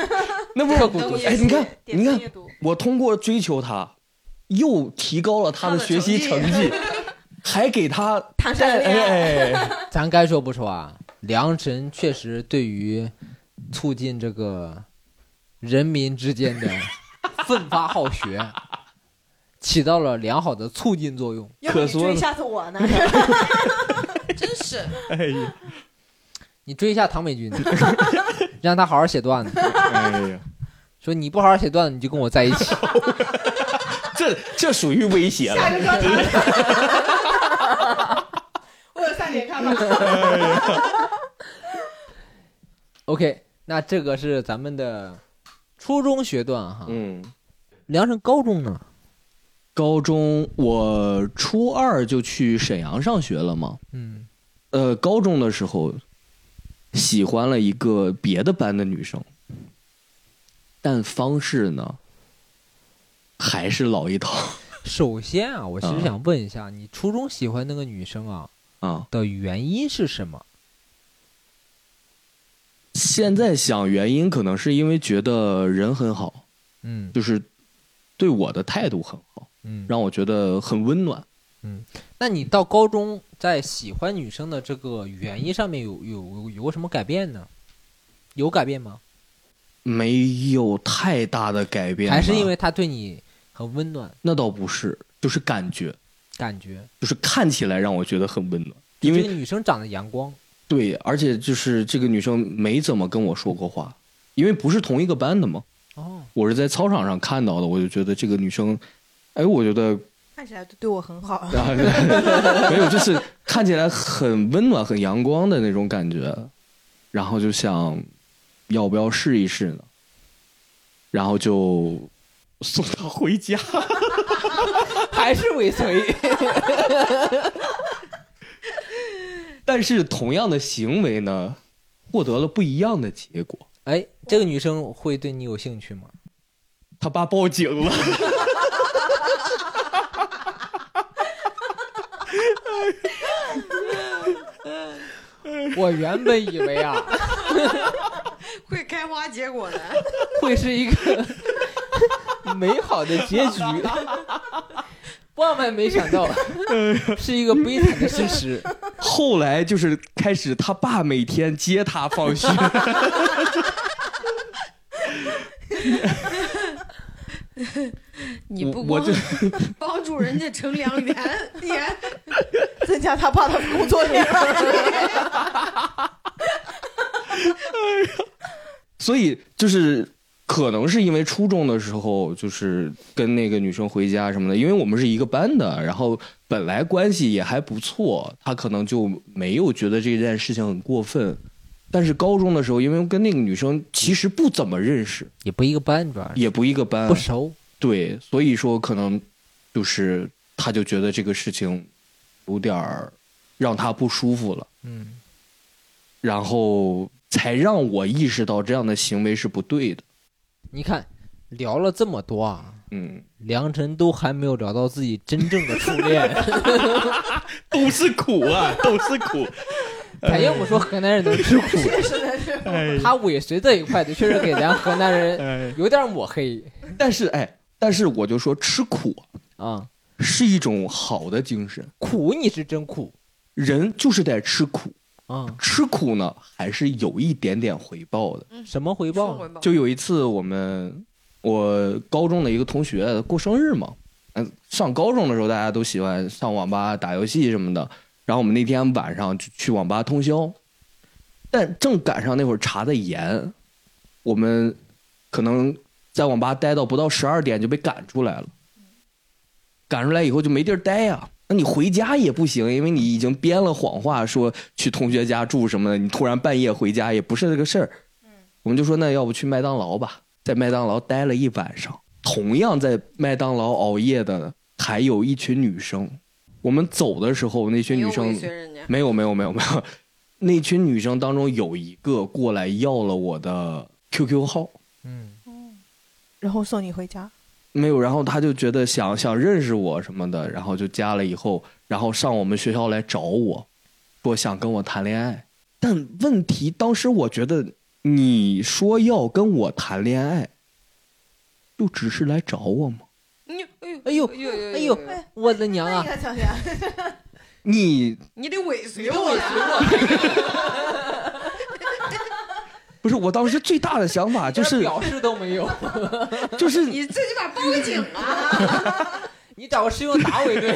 Speaker 1: 那不
Speaker 4: 刻苦
Speaker 2: 等
Speaker 4: 读
Speaker 2: 我
Speaker 4: 书。
Speaker 1: 哎，你看，你看，
Speaker 5: 阅读，
Speaker 1: 我通过追求他，又提高了他的学习成绩，还给他
Speaker 5: 谈
Speaker 1: 带
Speaker 5: 善恋爱，
Speaker 1: 哎哎，
Speaker 4: 咱该说不说啊，良辰确实对于促进这个人民之间的奋发好学起到了良好的促进作用。
Speaker 5: 要不
Speaker 1: 可
Speaker 5: 你
Speaker 1: 说
Speaker 5: 追
Speaker 1: 呢
Speaker 5: 下次我呢？
Speaker 2: 真是
Speaker 1: 哎呀，
Speaker 4: 你追一下唐美军， 让他好好写段子，
Speaker 1: 哎呀，
Speaker 4: 说你不好好写段子，你就跟我在一起。
Speaker 1: 这这属于威胁
Speaker 6: 下
Speaker 1: 了。
Speaker 6: 一个专场。 我有三点看法，
Speaker 4: OK，那这个是咱们的初中学段哈。
Speaker 1: 嗯，
Speaker 4: 梁晨高中呢？
Speaker 1: 高中我初二就去沈阳上学了嘛，
Speaker 4: 嗯，
Speaker 1: 呃，高中的时候喜欢了一个别的班的女生，但方式呢还是老一套
Speaker 4: 首先啊，我其实
Speaker 1: 啊
Speaker 4: 想问一下，你初中喜欢那个女生啊
Speaker 1: 啊。
Speaker 4: 的原因是什么？
Speaker 1: 现在想原因，可能是因为觉得人很好，
Speaker 4: 嗯
Speaker 1: 就是对我的态度很好，
Speaker 4: 嗯，
Speaker 1: 让我觉得很温暖。
Speaker 4: 那你到高中在喜欢女生的这个原因上面有有有有过什么改变呢？有改变吗？
Speaker 1: 没有太大的改变吧，
Speaker 4: 还是因为她对你很温暖，
Speaker 1: 那倒不是，就是感觉，
Speaker 4: 感觉
Speaker 1: 就是看起来让我觉得很温暖。因
Speaker 4: 这
Speaker 1: 为
Speaker 4: 个女生长得阳光，
Speaker 1: 对，而且就是这个女生没怎么跟我说过话，因为不是同一个班的嘛。
Speaker 4: 哦，
Speaker 1: 我是在操场上看到的，我就觉得这个女生，哎，我觉得，
Speaker 5: 看起来都对我很好
Speaker 1: 啊没有，就是看起来很温暖、很阳光的那种感觉，然后就想要不要试一试呢？然后就送她回家。
Speaker 4: 还是尾随。
Speaker 1: 但是同样的行为呢，获得了不一样的结果。
Speaker 4: 哎，这个女生会对你有兴趣吗？
Speaker 1: 他爸报警了。
Speaker 4: 我原本以为啊，
Speaker 6: 会开花结果的。
Speaker 4: 会是一 个美好的结 局，万万没想 到啊是一个悲惨的事实。
Speaker 1: 后来就是开始，他爸每天接他放学。
Speaker 2: 你
Speaker 1: 我
Speaker 2: 不
Speaker 1: 我
Speaker 2: 光
Speaker 1: 这
Speaker 6: 帮助人家乘凉园，你看
Speaker 5: 增加他爸的工作量。
Speaker 1: 所以就是可能是因为初中的时候，就是跟那个女生回家什么的，因为我们是一个班的，然后本来关系也还不错，她可能就没有觉得这件事情很过分。但是高中的时候，因为跟那个女生其实不怎么认识，
Speaker 4: 也不一个班，主要是
Speaker 1: 也不一个班，
Speaker 4: 不熟。
Speaker 1: 对，所以说可能就是他就觉得这个事情有点儿让他不舒服了，
Speaker 4: 嗯，
Speaker 1: 然后才让我意识到这样的行为是不对的。
Speaker 4: 你看，聊了这么多啊，
Speaker 1: 嗯，
Speaker 4: 良辰都还没有聊到自己真正的初恋。
Speaker 1: 都是苦啊，都是苦。
Speaker 4: 咱要不说河南人能 吃苦，
Speaker 6: 真的是
Speaker 1: 哎
Speaker 4: 他尾随这一块的确实给咱河南人
Speaker 1: 哎，
Speaker 4: 有点抹黑
Speaker 1: 但是哎，但是我就说吃苦
Speaker 4: 啊。
Speaker 1: 是一种好的精神，
Speaker 4: 苦你是真苦
Speaker 1: 人就是得吃苦，
Speaker 4: 啊，
Speaker 1: 吃苦呢还是有一点点回报的。
Speaker 4: 什么回报？
Speaker 2: 报
Speaker 1: 就有一次我们我高中的一个同学过生日嘛，嗯，上高中的时候大家都喜欢上网吧打游戏什么的，然后我们那天晚上就去网吧通宵，但正赶上那会儿查的严，我们可能在网吧待到不到十二点就被赶出来了，赶出来以后就没地儿待呀、那你回家也不行，因为你已经编了谎话说去同学家住什么的，你突然半夜回家也不是这个事儿，我们就说那要不去麦当劳吧，在麦当劳待了一晚上。同样在麦当劳熬夜的还有一群女生，我们走的时候那群女生嗯
Speaker 2: 学人家，
Speaker 1: 没有没有没有没有， 那群女生当中有一个过来要了我的 QQ 号，
Speaker 4: 嗯，
Speaker 5: 然后送你回家。
Speaker 1: 没有，然后他就觉得想想认识我什么的，然后就加了以后，然后上我们学校来找我，说想跟我谈恋爱。但问题当时我觉得你说要跟我谈恋爱，就只是来找我吗？
Speaker 2: 你
Speaker 4: 哎
Speaker 2: 哎
Speaker 4: 呦
Speaker 2: 呦呦
Speaker 4: 哎呦我的娘
Speaker 5: 哎
Speaker 4: 啊！
Speaker 6: 看小 霞，
Speaker 1: 你
Speaker 2: 你得尾随
Speaker 6: 你得尾
Speaker 2: 我
Speaker 6: 随
Speaker 2: 呀！
Speaker 1: 不是我当时最大的想法就 是
Speaker 4: 表示都没有，
Speaker 1: 就是
Speaker 2: 你自己把报个警啊！
Speaker 4: 你找个师兄打我一顿。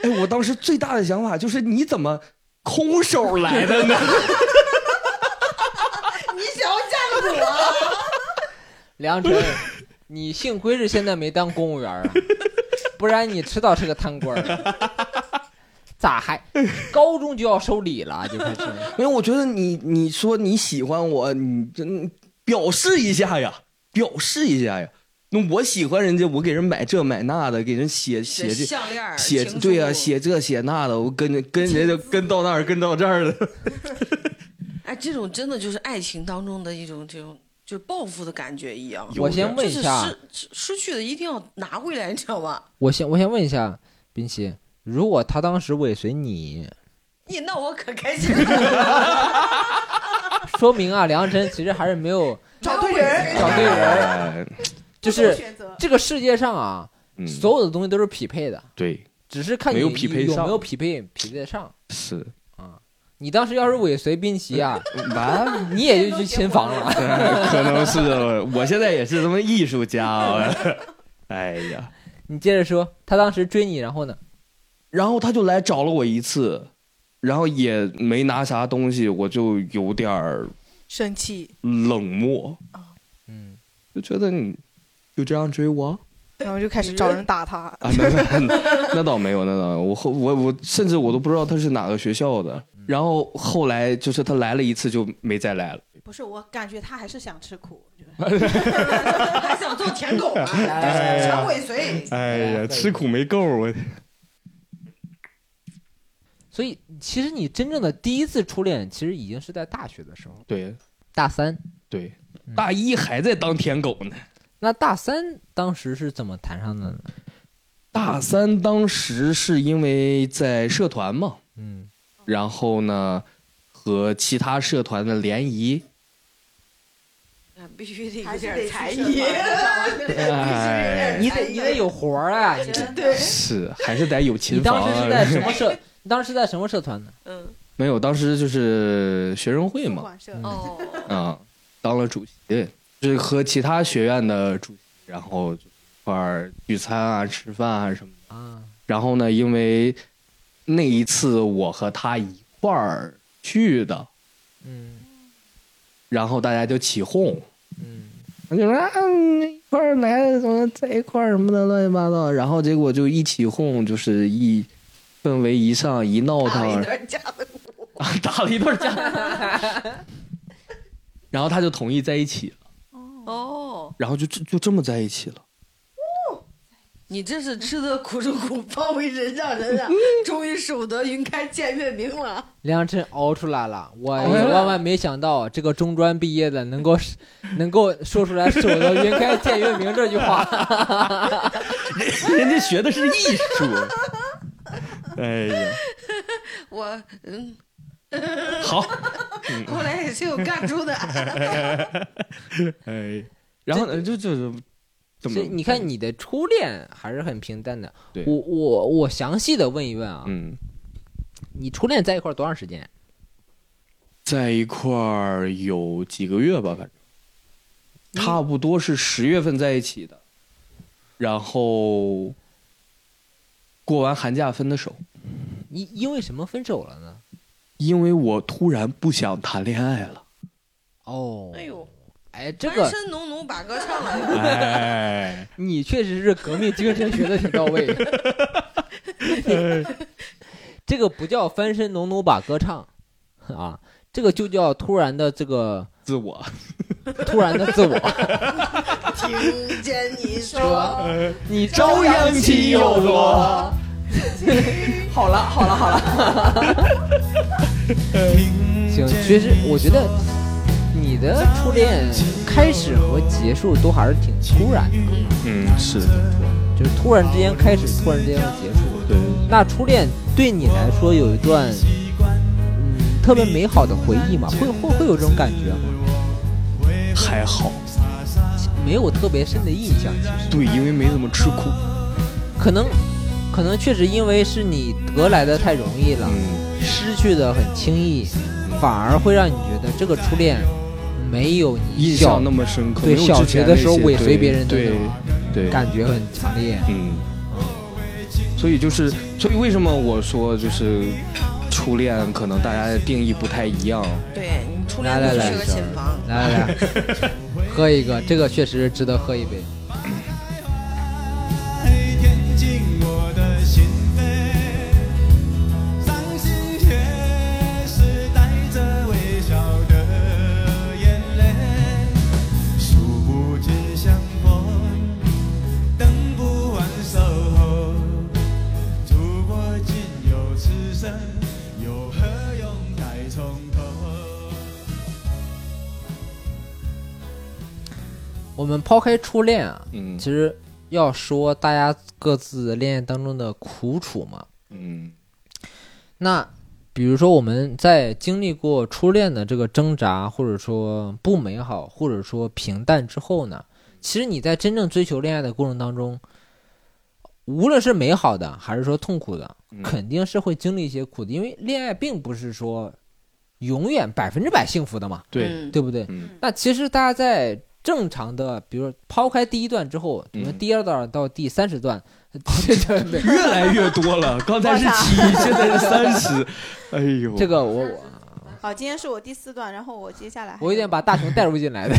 Speaker 1: 哎，我当时最大的想法就是你怎么空手来的呢？
Speaker 6: 你想要嫁给我？
Speaker 4: 梁晨，你幸亏是现在没当公务员啊，不然你迟早是个贪官儿。咋还高中就要收礼了啊就开始？
Speaker 1: 没有，我觉得你你说你喜欢我，你真表示一下呀，表示一下呀。那我喜欢人家，我给人买这买那的，给人写写这
Speaker 2: 项链儿
Speaker 1: 写
Speaker 2: 情
Speaker 1: 对呀、
Speaker 2: 书
Speaker 1: 写这写那的，我跟着跟人家跟到那儿跟到这儿的。
Speaker 2: 哎，这种真的就是爱情当中的一种这种就是报复的感觉一样，
Speaker 4: 我先
Speaker 2: 就
Speaker 4: 问一
Speaker 2: 是
Speaker 4: 下，
Speaker 2: 失失失去的一定要拿回来，你知道吧？
Speaker 4: 我先我先问一下冰淇，如果他当时尾随你，
Speaker 2: 你那我可开心了，
Speaker 4: 说明啊，梁晨其实还是没有
Speaker 6: 找对人，
Speaker 4: 找对人，
Speaker 1: 哎，
Speaker 4: 就是
Speaker 6: 选择。
Speaker 4: 这个世界上啊，
Speaker 1: 嗯
Speaker 4: 所有的东西都是匹配的，
Speaker 1: 对，
Speaker 4: 只是看你
Speaker 1: 没有匹配
Speaker 4: 有
Speaker 1: 上
Speaker 4: 没有匹配匹配得上。
Speaker 1: 是
Speaker 4: 你当时要是尾随冰淇啊，
Speaker 1: 完，
Speaker 4: 你也就去亲房了。
Speaker 1: 可能是我现在也是什么艺术家。啊 哎呀，
Speaker 4: 你接着说，他当时追你，然后呢？
Speaker 1: 然后他就来找了我一次，然后也没拿啥东西，我就有点儿
Speaker 5: 生气，
Speaker 1: 冷漠。
Speaker 4: 嗯，
Speaker 1: 就觉得你就这样追我
Speaker 5: 然后就开始找人打他。
Speaker 1: 啊？那那那倒没有，那倒没有我后我我甚至我都不知道他是哪个学校的。
Speaker 4: 嗯
Speaker 1: 然后后来就是他来了一次就没再来了。
Speaker 5: 不是，我感觉他还是想吃苦。
Speaker 6: 还想做舔狗啊？
Speaker 4: 哎
Speaker 6: 就是常尾随。
Speaker 1: 哎
Speaker 4: 呀吃
Speaker 1: 苦没够啊我。
Speaker 4: 所以其实你真正的第一次初恋，其实已经是在大学的时候，
Speaker 1: 对
Speaker 4: 大三。
Speaker 1: 对
Speaker 4: 嗯，
Speaker 1: 大一还在当舔狗呢。
Speaker 4: 那大三当时是怎么谈上的呢？
Speaker 1: 大三当时是因为在社团嘛，
Speaker 4: 嗯，
Speaker 1: 然后呢和其他社团的联谊，
Speaker 2: 啊必须得
Speaker 6: 还
Speaker 2: 有
Speaker 6: 是得
Speaker 2: 点才
Speaker 6: 去
Speaker 2: 艺
Speaker 6: 社。 团必须
Speaker 1: 哎
Speaker 6: 得
Speaker 4: 你得你得有活儿啊！你
Speaker 6: 真对，
Speaker 1: 是还是得有
Speaker 4: 你
Speaker 1: 琴房
Speaker 4: 当时
Speaker 1: 啊
Speaker 4: 是。在什么社？你当时在什么社团呢？
Speaker 2: 嗯，
Speaker 1: 没有，当时就是学生会嘛。
Speaker 5: 管社
Speaker 4: 嗯
Speaker 2: 哦，
Speaker 1: 啊，当了主席，就是和其他学院的主席，然后就一块儿聚餐啊、吃饭啊什么的。
Speaker 4: 啊，
Speaker 1: 然后呢，因为那一次我和他一块儿去的，
Speaker 4: 嗯
Speaker 1: 然后大家就起哄，
Speaker 4: 嗯，
Speaker 1: 就说啊嗯一块儿来的，怎么在一块儿什么的乱七八糟。然后结果就一起哄，就是一氛围一上一闹
Speaker 2: 嗯
Speaker 6: 打了
Speaker 1: 腾
Speaker 6: 一，段架子鼓，
Speaker 1: 啊 打了一段架， 然后他就同意在一起了，
Speaker 2: 哦，
Speaker 1: 然后就就就这么在一起了。
Speaker 2: 你这是吃的苦中苦，方为人上人啊！终于守得云开见月明了。
Speaker 4: 梁晨熬出来了，我也万万没想到，这个中专毕业的能够能够说出来“守得云开见月明”这 句话。
Speaker 1: 人家学的是艺术。 哎呀，
Speaker 2: 我嗯，
Speaker 1: 好，
Speaker 4: 嗯
Speaker 2: 后来也是有干 出的。
Speaker 1: 哎，然后呢就就就怎么
Speaker 4: 所以？你看，你的初恋还是很平淡的
Speaker 1: 对。
Speaker 4: 我我我详细的问一问啊，
Speaker 1: 嗯，
Speaker 4: 你初恋在一块儿多长时间？
Speaker 1: 在一块儿有几个月吧，反正差不多是十月份在一起的，然后过完寒假分的手，
Speaker 4: 你因为什么分手了呢？
Speaker 1: 因为我突然不想谈恋爱了。
Speaker 4: 哦，
Speaker 2: 哎呦，
Speaker 4: 哎，这
Speaker 2: 男
Speaker 4: 个
Speaker 2: 生农奴把歌唱了。
Speaker 1: 哎，
Speaker 4: 你确实是革命精神学的挺到 位。这个不叫翻身农奴把歌唱啊，这个就叫突然的这个
Speaker 1: 自我
Speaker 4: 突然的自我。
Speaker 2: 听见你说，
Speaker 4: 你
Speaker 2: 朝阳起又 落。
Speaker 4: 好了好了好了。 行，其实我觉得你的初恋开始和结束都还是挺突然的，
Speaker 1: 嗯是
Speaker 4: 就是突然之间开始，突然之间又结束。
Speaker 1: 对，
Speaker 4: 那初恋对你来说有一段嗯特别美好的回忆嘛？会会会有这种感觉吗？
Speaker 1: 还好，
Speaker 4: 没有特别深的印象，其实
Speaker 1: 对，因为没怎么吃苦。
Speaker 4: 可能可能确实因为是你得来的太容易了。
Speaker 1: 嗯，
Speaker 4: 失去的很轻易，反而会让你觉得这个初恋没有你
Speaker 1: 印
Speaker 4: 小
Speaker 1: 象那么深刻，
Speaker 4: 对
Speaker 1: 没有
Speaker 4: 小
Speaker 1: 之前
Speaker 4: 学的时候
Speaker 1: 那些
Speaker 4: 尾随
Speaker 1: 对
Speaker 4: 别人的那
Speaker 1: 对
Speaker 4: 种
Speaker 1: 对
Speaker 4: 感觉很强烈。
Speaker 1: 嗯，所以就是，所以为什么我说就是初恋，可能大家的定义不太一样。
Speaker 2: 对你初
Speaker 4: 来
Speaker 2: 恋
Speaker 4: 来
Speaker 2: 就
Speaker 4: 来
Speaker 2: 是个寝房。
Speaker 4: 来来来，喝一个，这个确实值得喝一杯。
Speaker 7: 填进我的心扉，伤心却是带着微笑的眼泪，数不尽相逢，等不完守候，度过仅有此生，又何用再从头？
Speaker 4: 我们抛开初恋啊，
Speaker 1: 嗯
Speaker 4: 其实要说大家各自恋爱当中的苦楚嘛。
Speaker 1: 嗯
Speaker 4: 那比如说我们在经历过初恋的这个挣扎，或者说不美好，或者说平淡之后呢，其实你在真正追求恋爱的过程当中，无论是美好的还是说痛苦的，
Speaker 1: 嗯
Speaker 4: 肯定是会经历一些苦的，因为恋爱并不是说永远百分之百幸福的嘛，
Speaker 1: 对
Speaker 2: 嗯
Speaker 4: 对不对？
Speaker 1: 嗯
Speaker 4: 那其实大家在正常的，比如说抛开第一段之后，比如说
Speaker 1: 嗯
Speaker 4: 第二段到第三 十段，这这这
Speaker 1: 越来越多了，刚才是七，现在是三 十，哎呦，
Speaker 4: 这个我我。
Speaker 5: 好，今天是我第四段，然后我接下来还
Speaker 4: 我有点把大熊带入进来的，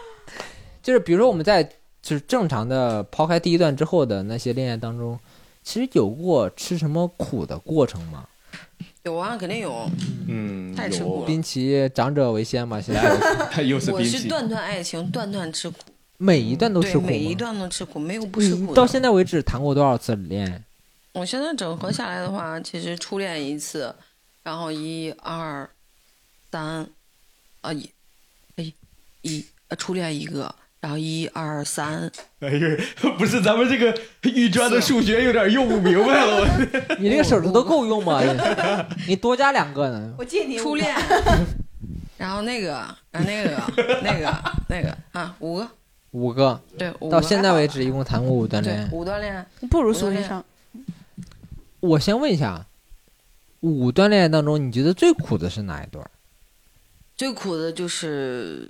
Speaker 4: 就是比如说我们在就是正常的抛开第一段之后的那些恋爱当中，其实有过吃什么苦的过程吗？
Speaker 2: 有啊，肯定有。
Speaker 1: 嗯啊
Speaker 2: 太吃苦
Speaker 1: 有
Speaker 2: 了
Speaker 4: 滨崎长者为先嘛，现在
Speaker 1: 又是
Speaker 2: 我
Speaker 1: 冰
Speaker 2: 是
Speaker 1: 淇淋，
Speaker 2: 段段爱情，段段吃苦，
Speaker 4: 每一段都吃
Speaker 2: 对，
Speaker 4: 苦吗
Speaker 2: 每一段都吃苦，没有不吃
Speaker 4: 你
Speaker 2: 苦
Speaker 4: 到
Speaker 2: 的。
Speaker 4: 现在为止谈过多少次 恋爱？
Speaker 2: 我现在整合下来的话，其实初恋一次，然后一二三，啊一，哎一呃初恋一个，然后一二三，
Speaker 1: 哎呦， 不是咱们这个预专的数学有点用不明白了，
Speaker 2: 啊
Speaker 1: 我
Speaker 4: 你这个手指头够 用吗？你多加两个呢？
Speaker 5: 我借你五
Speaker 2: 初恋，然后那个，然后那个，那个，那个啊，五个，
Speaker 4: 五个，
Speaker 2: 对，五个
Speaker 4: 到现在为止一共谈过五段恋
Speaker 2: 对
Speaker 4: 爱。
Speaker 2: 五段恋爱，
Speaker 5: 不如苏医生，
Speaker 4: 我先问一下，五段恋爱当中，你觉得最苦的是哪一段？
Speaker 2: 最苦的就是，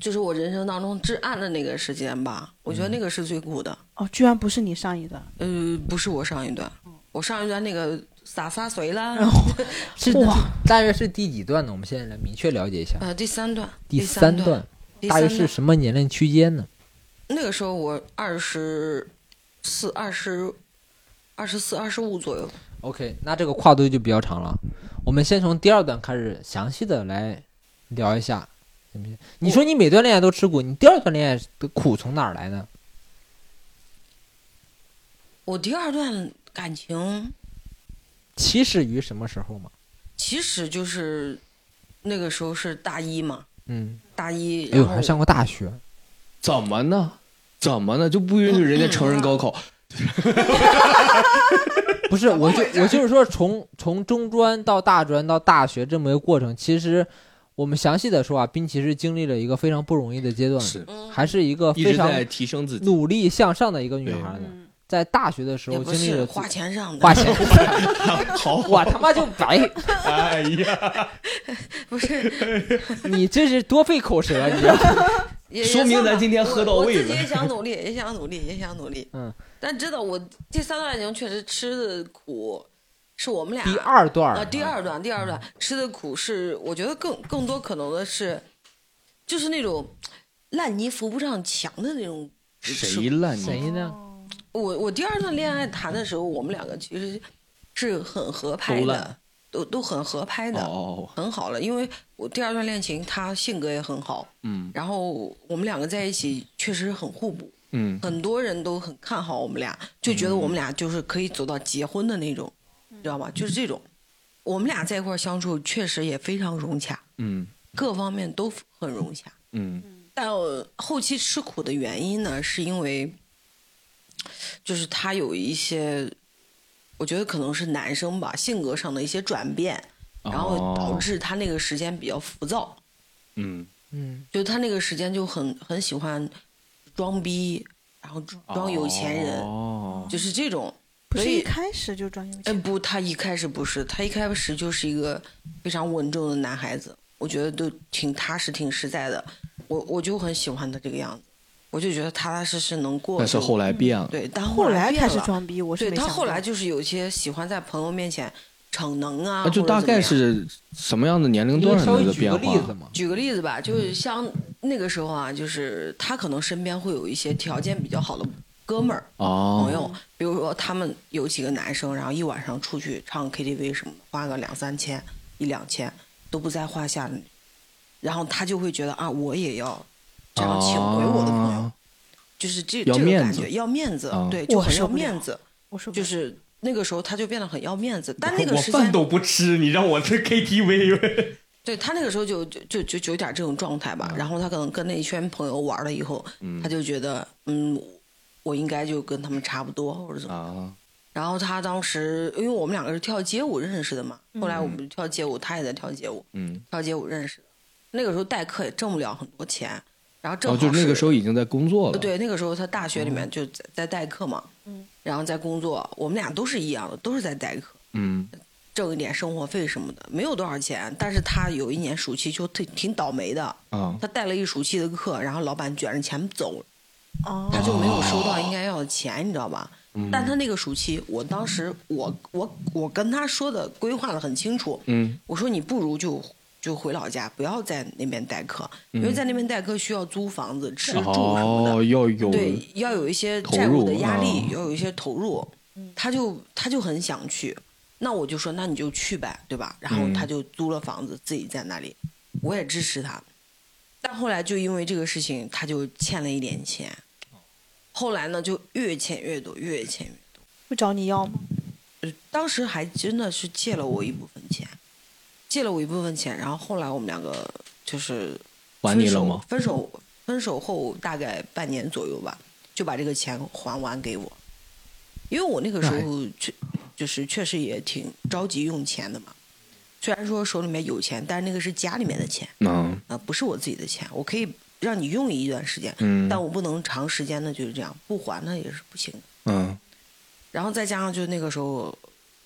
Speaker 2: 就是我人生当中至暗的那个时间吧，我觉
Speaker 4: 嗯
Speaker 2: 得那个是最苦的。
Speaker 5: 哦，居然不是你上一段，
Speaker 2: 呃，不是我上一段，我上一段那个洒洒水 啦，
Speaker 4: 是
Speaker 5: 哇，
Speaker 4: 大约是第几段呢？我们现在来明确了解一下。
Speaker 2: 呃，第三段，
Speaker 4: 第
Speaker 2: 三
Speaker 4: 三段，
Speaker 2: 第
Speaker 4: 大
Speaker 2: 三
Speaker 4: 约是什么年龄区间呢？
Speaker 2: 那个时候我二十四、二十、二十四、二十五左右。
Speaker 4: OK，那这个跨度就比较长了。我们先从第二段开始详细的来聊一下，行不行？你说你每段恋爱都吃苦，你第二段恋爱的苦从哪儿来呢？
Speaker 2: 我第二段感情
Speaker 4: 起始于什么时候嘛？
Speaker 2: 其实就是那个时候是大一嘛，
Speaker 4: 嗯，
Speaker 2: 大一，
Speaker 4: 哎呦，
Speaker 2: 然后
Speaker 4: 还上过大学，
Speaker 1: 怎么呢？怎么呢？就不允许人家成人高考？
Speaker 4: 不是，我就我就是说从从中专到大专到大学这么一个过程，其实我们详细的说啊，冰淇是经历了一个非常不容易的阶段，
Speaker 1: 是
Speaker 2: 嗯
Speaker 4: 还是一个
Speaker 1: 一
Speaker 4: 非
Speaker 1: 直
Speaker 4: 常
Speaker 1: 在提升自己。
Speaker 4: 努力向上的一个女孩的，
Speaker 5: 嗯，
Speaker 4: 在大学的时
Speaker 2: 也
Speaker 4: 候
Speaker 2: 不
Speaker 4: 经历
Speaker 2: 是
Speaker 4: 了
Speaker 2: 花钱上的，
Speaker 4: 花钱，
Speaker 1: 好，
Speaker 4: 我他妈就白，
Speaker 1: 哎呀，
Speaker 2: 不是，
Speaker 4: 你这是多费口舌，啊你知道吗？
Speaker 2: 也
Speaker 1: 说明咱今天喝到位
Speaker 2: 了。我我自己
Speaker 1: 了
Speaker 2: 也 想努力，也想努力，也想努力。
Speaker 4: 嗯，
Speaker 2: 但知道我第三段感情确实吃的苦，是我们俩
Speaker 4: 第二段儿
Speaker 2: 啊，第二段，第二段
Speaker 1: 嗯
Speaker 2: 吃的苦是，我觉得更更多可能的是，就是那种烂泥扶不上墙的那种。
Speaker 1: 谁烂你？
Speaker 4: 谁呢？
Speaker 2: 哦我我第二段恋爱谈的时候，我们两个其实是很合拍
Speaker 1: 都
Speaker 2: 的
Speaker 1: 烂，
Speaker 2: 都都很合拍的，
Speaker 1: 哦，
Speaker 2: 很好了。因为我第二段恋情，他性格也很好，
Speaker 1: 嗯
Speaker 2: 然后我们两个在一起确实很互补，
Speaker 1: 嗯，
Speaker 2: 很多人都很看好我们俩，就觉得我们俩就是可以走到结婚的那种，你知道吗？就是这种，我们俩在一块儿相处确实也非常融洽，
Speaker 1: 嗯
Speaker 2: 各方面都很融洽。
Speaker 1: 嗯
Speaker 2: 但我后期吃苦的原因呢，是因为就是他有一些，我觉得可能是男生吧，性格上的一些转变，
Speaker 1: 哦
Speaker 2: 然后导致他那个时间比较浮躁。
Speaker 1: 嗯
Speaker 4: 嗯，
Speaker 2: 就他那个时间就很很喜欢装逼，然后装装有钱人，
Speaker 1: 哦，
Speaker 2: 就是这种。
Speaker 5: 不
Speaker 2: 所
Speaker 5: 是一
Speaker 2: 以，
Speaker 5: 开始就装有
Speaker 2: 哎，
Speaker 5: 钱，
Speaker 2: 不，他一开始不是，他一开始就是一个非常稳重的男孩子，我觉得都挺踏实、挺实在的。我我就很喜欢他这个样子，我就觉得踏踏实实能过。
Speaker 1: 但是后来变了，
Speaker 2: 对，但
Speaker 5: 后
Speaker 2: 呃来
Speaker 5: 来
Speaker 2: 变
Speaker 5: 开始
Speaker 2: 了，
Speaker 5: 装逼，我是
Speaker 2: 对
Speaker 5: 没
Speaker 2: 他
Speaker 5: 想
Speaker 2: 后来
Speaker 5: 到
Speaker 2: 就是有些喜欢在朋友面前逞能啊，
Speaker 1: 那就
Speaker 2: 或者
Speaker 1: 大
Speaker 2: 怎么
Speaker 1: 概
Speaker 2: 样
Speaker 1: 是什么样的年龄
Speaker 4: 你可
Speaker 1: 段
Speaker 4: 以稍微
Speaker 1: 的
Speaker 4: 举
Speaker 1: 变
Speaker 4: 个
Speaker 1: 化？
Speaker 4: 例子嘛？
Speaker 2: 举个例子吧，
Speaker 1: 嗯
Speaker 2: 就是像那个时候啊，就是他可能身边会有一些条件比较好的哥们儿、
Speaker 1: 哦
Speaker 2: 朋，友，比如说他们有几个男生，然后一晚上出去唱 KTV 什么的，花个两三千、一两千都不在话下，然后他就会觉得啊，我也要这样请回我的朋友，
Speaker 1: 哦
Speaker 2: 就是这
Speaker 1: 要
Speaker 2: 这个感
Speaker 1: 面子
Speaker 2: 觉，要面子，
Speaker 1: 啊
Speaker 2: 对，就
Speaker 5: 我
Speaker 2: 很
Speaker 5: 受
Speaker 2: 要
Speaker 5: 不了
Speaker 2: 面子，
Speaker 5: 我说
Speaker 2: 就
Speaker 5: 不
Speaker 2: 是那个时候他就变得很要面子，但那个
Speaker 1: 我
Speaker 2: 时间
Speaker 1: 饭都不吃，你让我去 KTV，
Speaker 2: 对他那个时候就就就就就有点这种状态吧，
Speaker 1: 嗯
Speaker 2: 然后他可能跟那一圈朋友玩了以后，他就觉得嗯，我应该就跟他们差不多或者 怎么。
Speaker 1: 啊，
Speaker 2: 然后他当时因为我们两个是跳街舞认识的嘛，后来我们跳街舞，他也在跳街舞，
Speaker 1: 嗯，
Speaker 2: 跳街舞认识的。那个时候代课也挣不了很多钱，然后正
Speaker 1: 哦，
Speaker 2: 好
Speaker 1: 就是那个
Speaker 2: 是
Speaker 1: 时候已经在工作了，嗯
Speaker 2: 呃，对，那个时候他大学里面就在在代课嘛，然后在工作，我们俩都是一样的，都是在代课。
Speaker 1: 嗯，
Speaker 2: 挣一点生活费什么的，没有多少钱。但是他有一年暑期就挺挺倒霉的，
Speaker 1: 啊，
Speaker 2: 他带了一暑期的课，然后老板卷着钱走了，
Speaker 5: 哦，
Speaker 2: 他就没有收到应该要的钱，你知道吧？
Speaker 1: 嗯
Speaker 2: 但他那个暑期，我当时我我我跟他说的规划的很清楚，
Speaker 1: 嗯，
Speaker 2: 我说你不如就就回老家，不要在那边代课，因为在那边代课需要租房子、吃住什么的，
Speaker 1: 嗯哦，要有
Speaker 2: 对，要有一些
Speaker 1: 投
Speaker 2: 债务的
Speaker 1: 入
Speaker 2: 压力
Speaker 1: 嗯，
Speaker 2: 要有一些投入。他就他就很想去，那我就说那你就去呗，对吧？然后
Speaker 1: 嗯
Speaker 2: 他就租了房子，自己在那里，我也支持他。但后来就因为这个事情，他就欠了一点钱，后来呢就越欠越多，越欠越
Speaker 5: 会找你要吗？
Speaker 2: 呃当时还真的是借了我一部分钱，借了我一部分钱，然后后来我们两个就是
Speaker 1: 还
Speaker 2: 分
Speaker 1: 你了
Speaker 2: 手
Speaker 1: 吗？
Speaker 2: 分手分手后大概半年左右吧，就把这个钱还完给我，因为我那个时候确就是确实也挺着急用钱的嘛，虽然说手里面有钱，但是那个是家里面的钱
Speaker 1: 嗯
Speaker 2: 啊、不是我自己的钱，我可以让你用一段时间，
Speaker 1: 嗯
Speaker 2: 但我不能长时间的就是这样不还那也是不行的。
Speaker 1: 嗯
Speaker 2: 然后再加上就那个时候，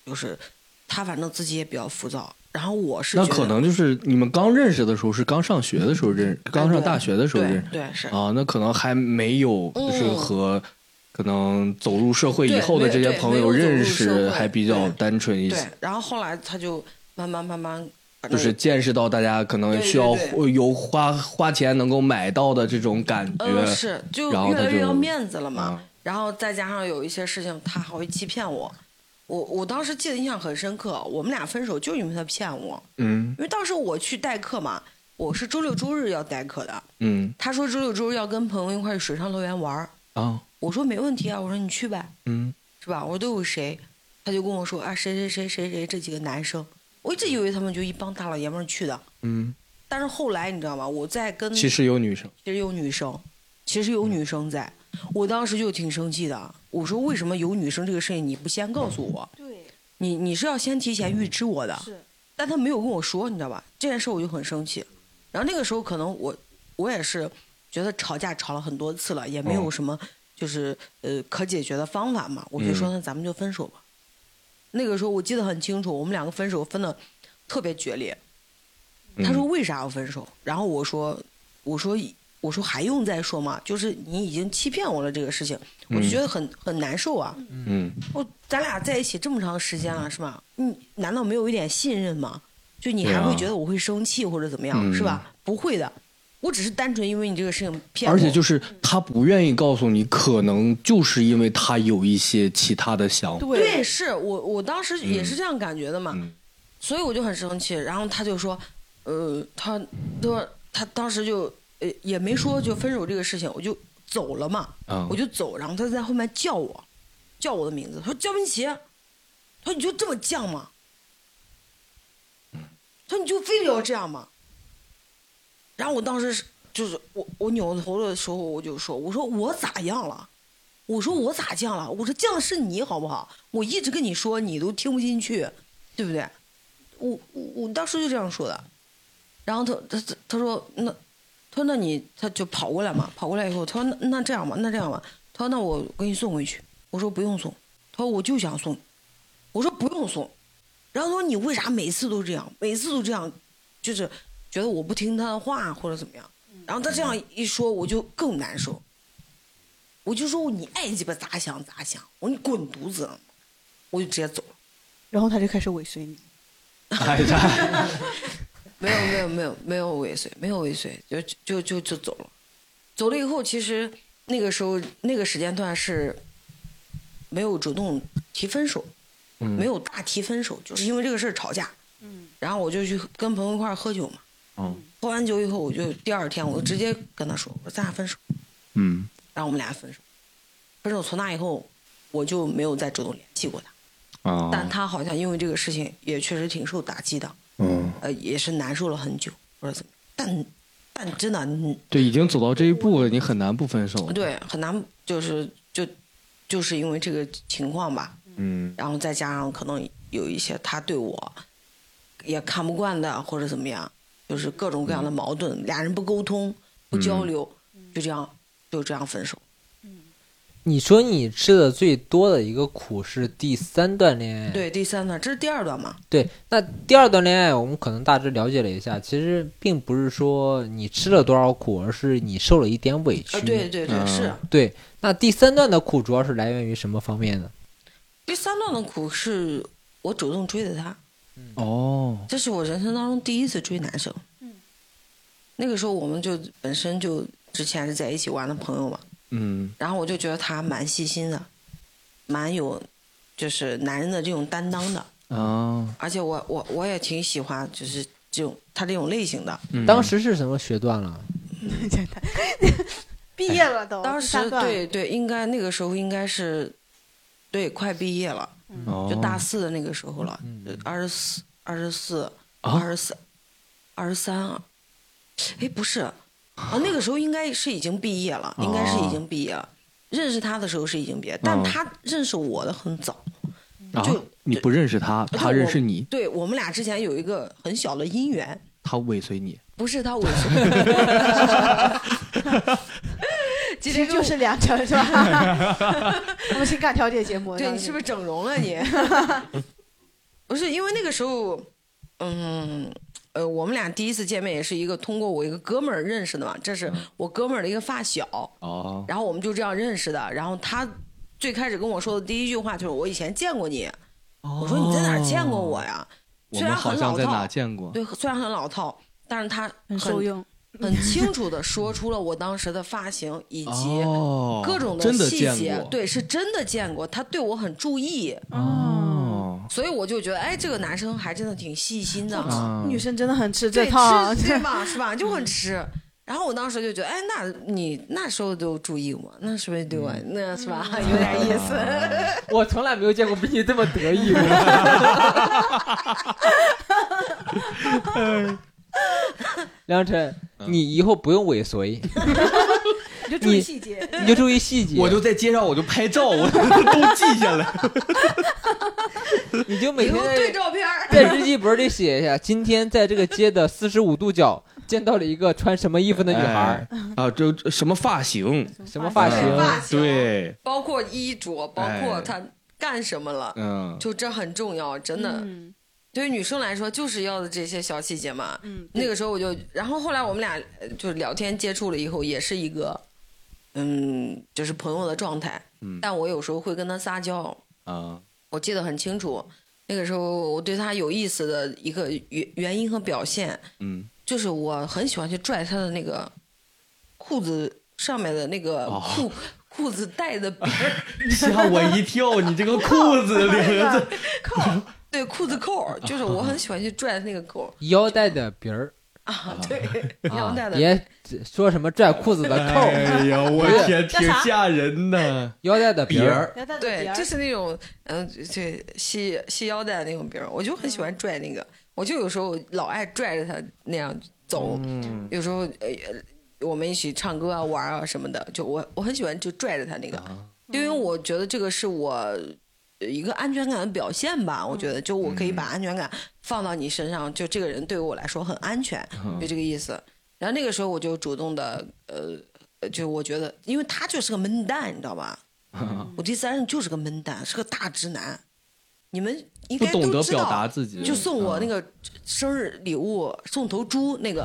Speaker 2: 就是他反正自己也比较浮躁，然后我是
Speaker 1: 那
Speaker 2: 觉
Speaker 1: 可
Speaker 2: 得
Speaker 1: 能就是你们刚认识的时候，是刚上学的时候认，刚上大学的时候
Speaker 2: 对
Speaker 1: 认
Speaker 2: 嗯对嗯是
Speaker 1: 啊，那可能还没有就是和可能走入社会以后的这些朋友认识还比较单纯一
Speaker 2: 对
Speaker 1: 些，，
Speaker 2: 然后后来他就慢慢慢慢，反
Speaker 1: 就
Speaker 2: 正
Speaker 1: 是见识到大家可能需要有花花钱能够买到的这种感
Speaker 2: 嗯
Speaker 1: 觉，
Speaker 2: 是就
Speaker 1: 然后
Speaker 2: 越
Speaker 1: 他
Speaker 2: 来越
Speaker 1: 就
Speaker 2: 要面子了嘛，
Speaker 1: 啊
Speaker 2: 然后再加上有一些事情他还会欺骗我，我我当时记得印象很深刻，我们俩分手就因为他骗我，
Speaker 1: 嗯
Speaker 2: 因为当时我去代课嘛，我是周六周日要代课的，
Speaker 1: 嗯
Speaker 2: 他说周六周日要跟朋友一块儿去水上乐园玩儿，
Speaker 1: 啊
Speaker 2: 我说没问题啊，我说你去呗。
Speaker 1: 嗯
Speaker 2: 是吧？我说都有谁？他就跟我说啊，谁谁谁谁谁这几个男生，我一直以为他们就一帮大老爷们儿去的，
Speaker 1: 嗯，
Speaker 2: 但是后来你知道吗？我在跟
Speaker 1: 其实有女生，
Speaker 2: 其实有女生，其实有女生在。我当时就挺生气的，我说为什么有女生这个事情你不先告诉我？
Speaker 5: 对，
Speaker 2: 你你是要先提前预知我的，
Speaker 5: 是
Speaker 2: 但他没有跟我说，你知道吧？这件事我就很生气。然后那个时候可能我我也是觉得吵架吵了很多次了，也没
Speaker 1: 哦
Speaker 2: 有什么就是呃可解决的方法嘛，我就说
Speaker 1: 嗯
Speaker 2: 那咱们就分手吧。那个时候我记得很清楚，我们两个分手分的特别决裂。
Speaker 1: 嗯
Speaker 2: 他说为啥要分手？然后我说我说我说还用再说吗？就是你已经欺骗我了这个事情，我就
Speaker 1: 嗯
Speaker 2: 觉得很很难受啊。
Speaker 1: 嗯
Speaker 2: 我咱俩在一起这么长时间了，是吧？你难道没有一点信任吗？就你还
Speaker 1: 对啊
Speaker 2: 会觉得我会生气或者怎么样，
Speaker 1: 嗯
Speaker 2: 是吧？不会的，我只是单纯因为你这个事情骗我。
Speaker 1: 而且就是他不愿意告诉你，可能就是因为他有一些其他的想法。
Speaker 2: 对，是我我当时也是这样感觉的嘛，
Speaker 1: 嗯
Speaker 2: 所以我就很生气。然后他就说，呃，他他说他当时就呃也没说就分手这个事情，我就走了嘛。
Speaker 1: 嗯
Speaker 2: 我就走，然后他在后面叫我，叫我的名字，他说焦明奇，他说你就这么犟吗？他说你就非得要这样吗？然后我当时是就是我我扭头的时候我就说我说我咋样了？我说我咋犟了？我说犟的是你好不好？我一直跟你说你都听不进去，对不对？我我我当时就这样说的，然后他他他他说那他说那你他就跑过来嘛，跑过来以后，他说那那这样吧，那这样吧，他说那我给你送回去，我说不用送，他说我就想送，我说不用送，然后他说你为啥每次都这样，每次都这样，就是觉得我不听他的话或者怎么样，然后他这样一说我就更难受，我就说你爱鸡巴咋想咋想，我说你滚犊子，我就直接走了。
Speaker 5: 然后他就开始尾随 你，
Speaker 2: 没有没有没有没有尾随，没有尾随，就就就就走了。走了以后，其实那个时候那个时间段是没有主动提分手，没有大提分手，就是因为这个事儿吵架。嗯。然后我就去跟朋友一块儿喝酒嘛。
Speaker 1: 嗯。
Speaker 2: 喝完酒以后，我就第二天我就直接跟他说：“我说咱俩分手。
Speaker 1: 嗯，”
Speaker 2: 然后我们俩分手。分手从那以后，我就没有再主动联系过他。
Speaker 1: 啊，
Speaker 2: 但他好像因为这个事情也确实挺受打击的。
Speaker 1: 嗯，
Speaker 2: 呃，也是难受了很久，或者怎么，但但真的，嗯
Speaker 1: 对，已经走到这一步了，你很难不分手。，
Speaker 2: 对，很难，就是就就是因为这个情况吧，
Speaker 1: 嗯
Speaker 2: 然后再加上可能有一些他对我也看不惯的，或者怎么样，就是各种各样的矛盾，俩人不沟通、不交流，就这样就这样分手。
Speaker 4: 你说你吃的最多的一个苦是第三段恋爱，
Speaker 2: 对，第三段，这是第二段嘛？
Speaker 4: 对，那第二段恋爱我们可能大致了解了一下，其实并不是说你吃了多少苦，而是你受了一点委屈。
Speaker 2: 啊，对对对，
Speaker 1: 嗯
Speaker 2: 是
Speaker 4: 对那第三段的苦主要是来源于什么方面呢？
Speaker 1: 嗯
Speaker 2: 第三段的苦是我主动追的他。
Speaker 1: 哦，
Speaker 2: 这是我人生当中第一次追男生。
Speaker 5: 嗯
Speaker 2: 那个时候我们就本身就之前是在一起玩的朋友嘛，
Speaker 1: 嗯
Speaker 2: 然后我就觉得他蛮细心的，蛮有就是男人的这种担当的，
Speaker 1: 啊，
Speaker 2: 而且我我我也挺喜欢就是这种他这种类型的。
Speaker 1: 嗯
Speaker 4: 当时是什么学段了？
Speaker 5: 毕业了都，
Speaker 2: 当
Speaker 5: 第
Speaker 2: 时
Speaker 5: 哦三段
Speaker 2: 对对，应该那个时候应该是对快毕业了，
Speaker 1: 哦
Speaker 2: 就大四的那个时候了，
Speaker 5: 哦
Speaker 2: 二十四、二十四、
Speaker 1: 啊
Speaker 2: 二十四、二十三，哎，不是，啊，那个时候应该是已经毕业了，应该是已经毕业
Speaker 5: 哦
Speaker 2: 了。认识他的时候是已经毕业，但
Speaker 1: 嗯
Speaker 2: 他认识我的很早，
Speaker 1: 啊
Speaker 2: 就，
Speaker 1: 你不认识他，
Speaker 2: 就
Speaker 1: 他认识你，
Speaker 2: 对我们俩之前有一个很小的姻缘，
Speaker 1: 他尾随你。
Speaker 2: 不是他我 是，今
Speaker 5: 其
Speaker 2: 天
Speaker 5: 实
Speaker 2: 跟我
Speaker 5: 就是两 成是吧？我们情感调解节目，
Speaker 2: 对
Speaker 5: 当
Speaker 2: 你
Speaker 5: 时
Speaker 2: 是不是整容 了你？ 不是因为那个时候，嗯，呃，我们俩第一次见面也是一个通过我一个哥们儿认识的嘛，这
Speaker 1: 嗯
Speaker 2: 是我哥们儿的一个发小，
Speaker 1: 哦，
Speaker 2: 然后我们就这样认识的。然后他最开始跟我说的第一句话就是我以前见过你，我说你在哪儿见过我呀？
Speaker 1: 哦我
Speaker 2: 虽
Speaker 1: 们
Speaker 2: 然
Speaker 1: 好
Speaker 2: 很
Speaker 1: 像
Speaker 2: 老
Speaker 1: 在哪
Speaker 2: 套，
Speaker 1: 见过。
Speaker 2: 对，虽然很老套，但是他
Speaker 5: 很
Speaker 2: 很
Speaker 5: 受用？
Speaker 2: 很清楚的说出了我当时的发型以及
Speaker 1: 哦，
Speaker 2: 各种
Speaker 1: 真的
Speaker 2: 细
Speaker 1: 见
Speaker 2: 节，
Speaker 1: 过。
Speaker 2: 对，是真的见过，他对我很注意。
Speaker 1: 哦，
Speaker 2: 所以我就觉得，哎，这个男生还真的挺细心的，
Speaker 1: 啊
Speaker 5: 嗯女生真的很吃
Speaker 2: 对
Speaker 5: 这套啊，
Speaker 2: 吃对吧？是吧？就很吃。然后我当时就觉得，哎，那你那时候就注意我，那是不是对我、那是吧，有点意思？
Speaker 4: 我从来没有见过比你这么得意 过。梁晨，
Speaker 3: 嗯
Speaker 4: 你以后不用尾随，
Speaker 5: 你就注意细节。
Speaker 4: 你就注意细节，
Speaker 3: 我就在街上我就拍照，我 都记下来。
Speaker 4: 你就每
Speaker 2: 以
Speaker 4: 天
Speaker 2: 后对
Speaker 4: 在
Speaker 2: 照片儿，
Speaker 4: 在日记本里写一下，今天在这个街的四十五度角见到了一个穿什么衣服的女孩，
Speaker 3: 啊，这这什么发型？呃
Speaker 4: 什么发
Speaker 3: 哎
Speaker 2: 对
Speaker 4: 型，
Speaker 2: 发型，
Speaker 3: 对，
Speaker 2: 包括衣着，包括
Speaker 3: 哎
Speaker 2: 他干什么了，
Speaker 3: 嗯，
Speaker 2: 就这很重要，真的。
Speaker 5: 嗯
Speaker 2: 对于女生来说，就是要的这些小细节嘛。
Speaker 5: 嗯，
Speaker 2: 那个时候我就，然后后来我们俩呃就聊天接触了以后，也是一个，嗯，就是朋友的状态。
Speaker 3: 嗯
Speaker 2: 但我有时候会跟他撒娇，
Speaker 3: 啊，
Speaker 2: 我记得很清楚。那个时候我对他有意思的一个原原因和表现，
Speaker 3: 嗯，
Speaker 2: 就是我很喜欢去拽他的那个裤子上面的那个
Speaker 3: 哦
Speaker 2: 裤、裤子带的边儿，
Speaker 3: 吓我一跳！你这个裤子领子，
Speaker 2: 扣，对裤子扣儿，就是我很喜欢去拽那个扣儿
Speaker 4: 腰带的别儿
Speaker 2: 啊，对，腰
Speaker 4: 啊
Speaker 2: 带，的
Speaker 4: 别说什么拽裤子的扣儿，
Speaker 3: 哎呀，我
Speaker 4: 不是
Speaker 3: 天，挺吓人的。
Speaker 4: 腰带的别
Speaker 3: 别
Speaker 4: 儿
Speaker 3: 儿
Speaker 5: 要带
Speaker 2: 对，
Speaker 5: 点儿
Speaker 2: 就是那种嗯，对系系腰带那种别儿，我就很喜欢拽那个，我就有时候老爱拽着他那样走，有时候呃我们一起唱歌啊玩啊什么的，就我我很喜欢就拽着他那个，因为我觉得这个是我呃一个安全感的表现吧，我觉得就我可以把
Speaker 3: 嗯
Speaker 2: 安全感放到你身上，就这个人对我来说很安全，
Speaker 3: 嗯
Speaker 2: 就这个意思。然后那个时候我就主动的呃。呃就我觉得，因为他就是个闷蛋，你知道吧？
Speaker 3: 嗯
Speaker 2: 我第三任就是个闷蛋，是个大直男。你们应
Speaker 3: 不
Speaker 2: 该
Speaker 3: 懂
Speaker 2: 都
Speaker 3: 得
Speaker 2: 知
Speaker 3: 表达
Speaker 2: 道，
Speaker 3: 自己，嗯
Speaker 2: 就送我那个生日礼物送头猪 那个，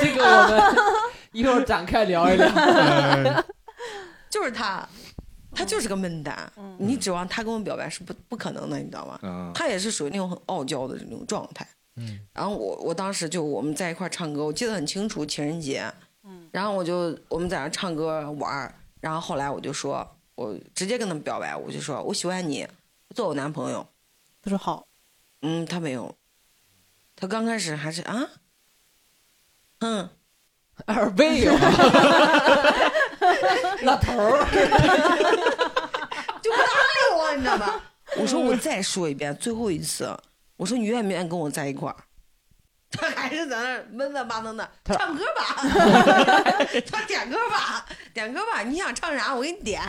Speaker 4: 这个我们 一会儿展开聊一聊。
Speaker 2: 就是他，他就是个闷蛋。你指望他跟我表白是不不可能的，你知道吗？
Speaker 3: 啊，
Speaker 2: 他也是属于那种很傲娇的那种状态。
Speaker 4: 嗯，
Speaker 2: 然后我我当时就我们在一块儿唱歌，我记得很清楚，情人节。嗯，然后我就我们在那儿唱歌玩儿，然后后来我就说，我直接跟他们表白，我就说我喜欢你，做我男朋友。
Speaker 5: 他说好，
Speaker 2: 嗯，他没有，他刚开始还是啊，嗯，
Speaker 4: 耳背啊有， 老头儿，
Speaker 2: 就不搭理我，你知道吧？ 我说我再说一遍，最后一次，我说你愿不愿意跟我在一块儿？ 他还是在那儿闷闷巴登的唱歌吧，他点歌吧，点歌吧，你想唱啥我给你点。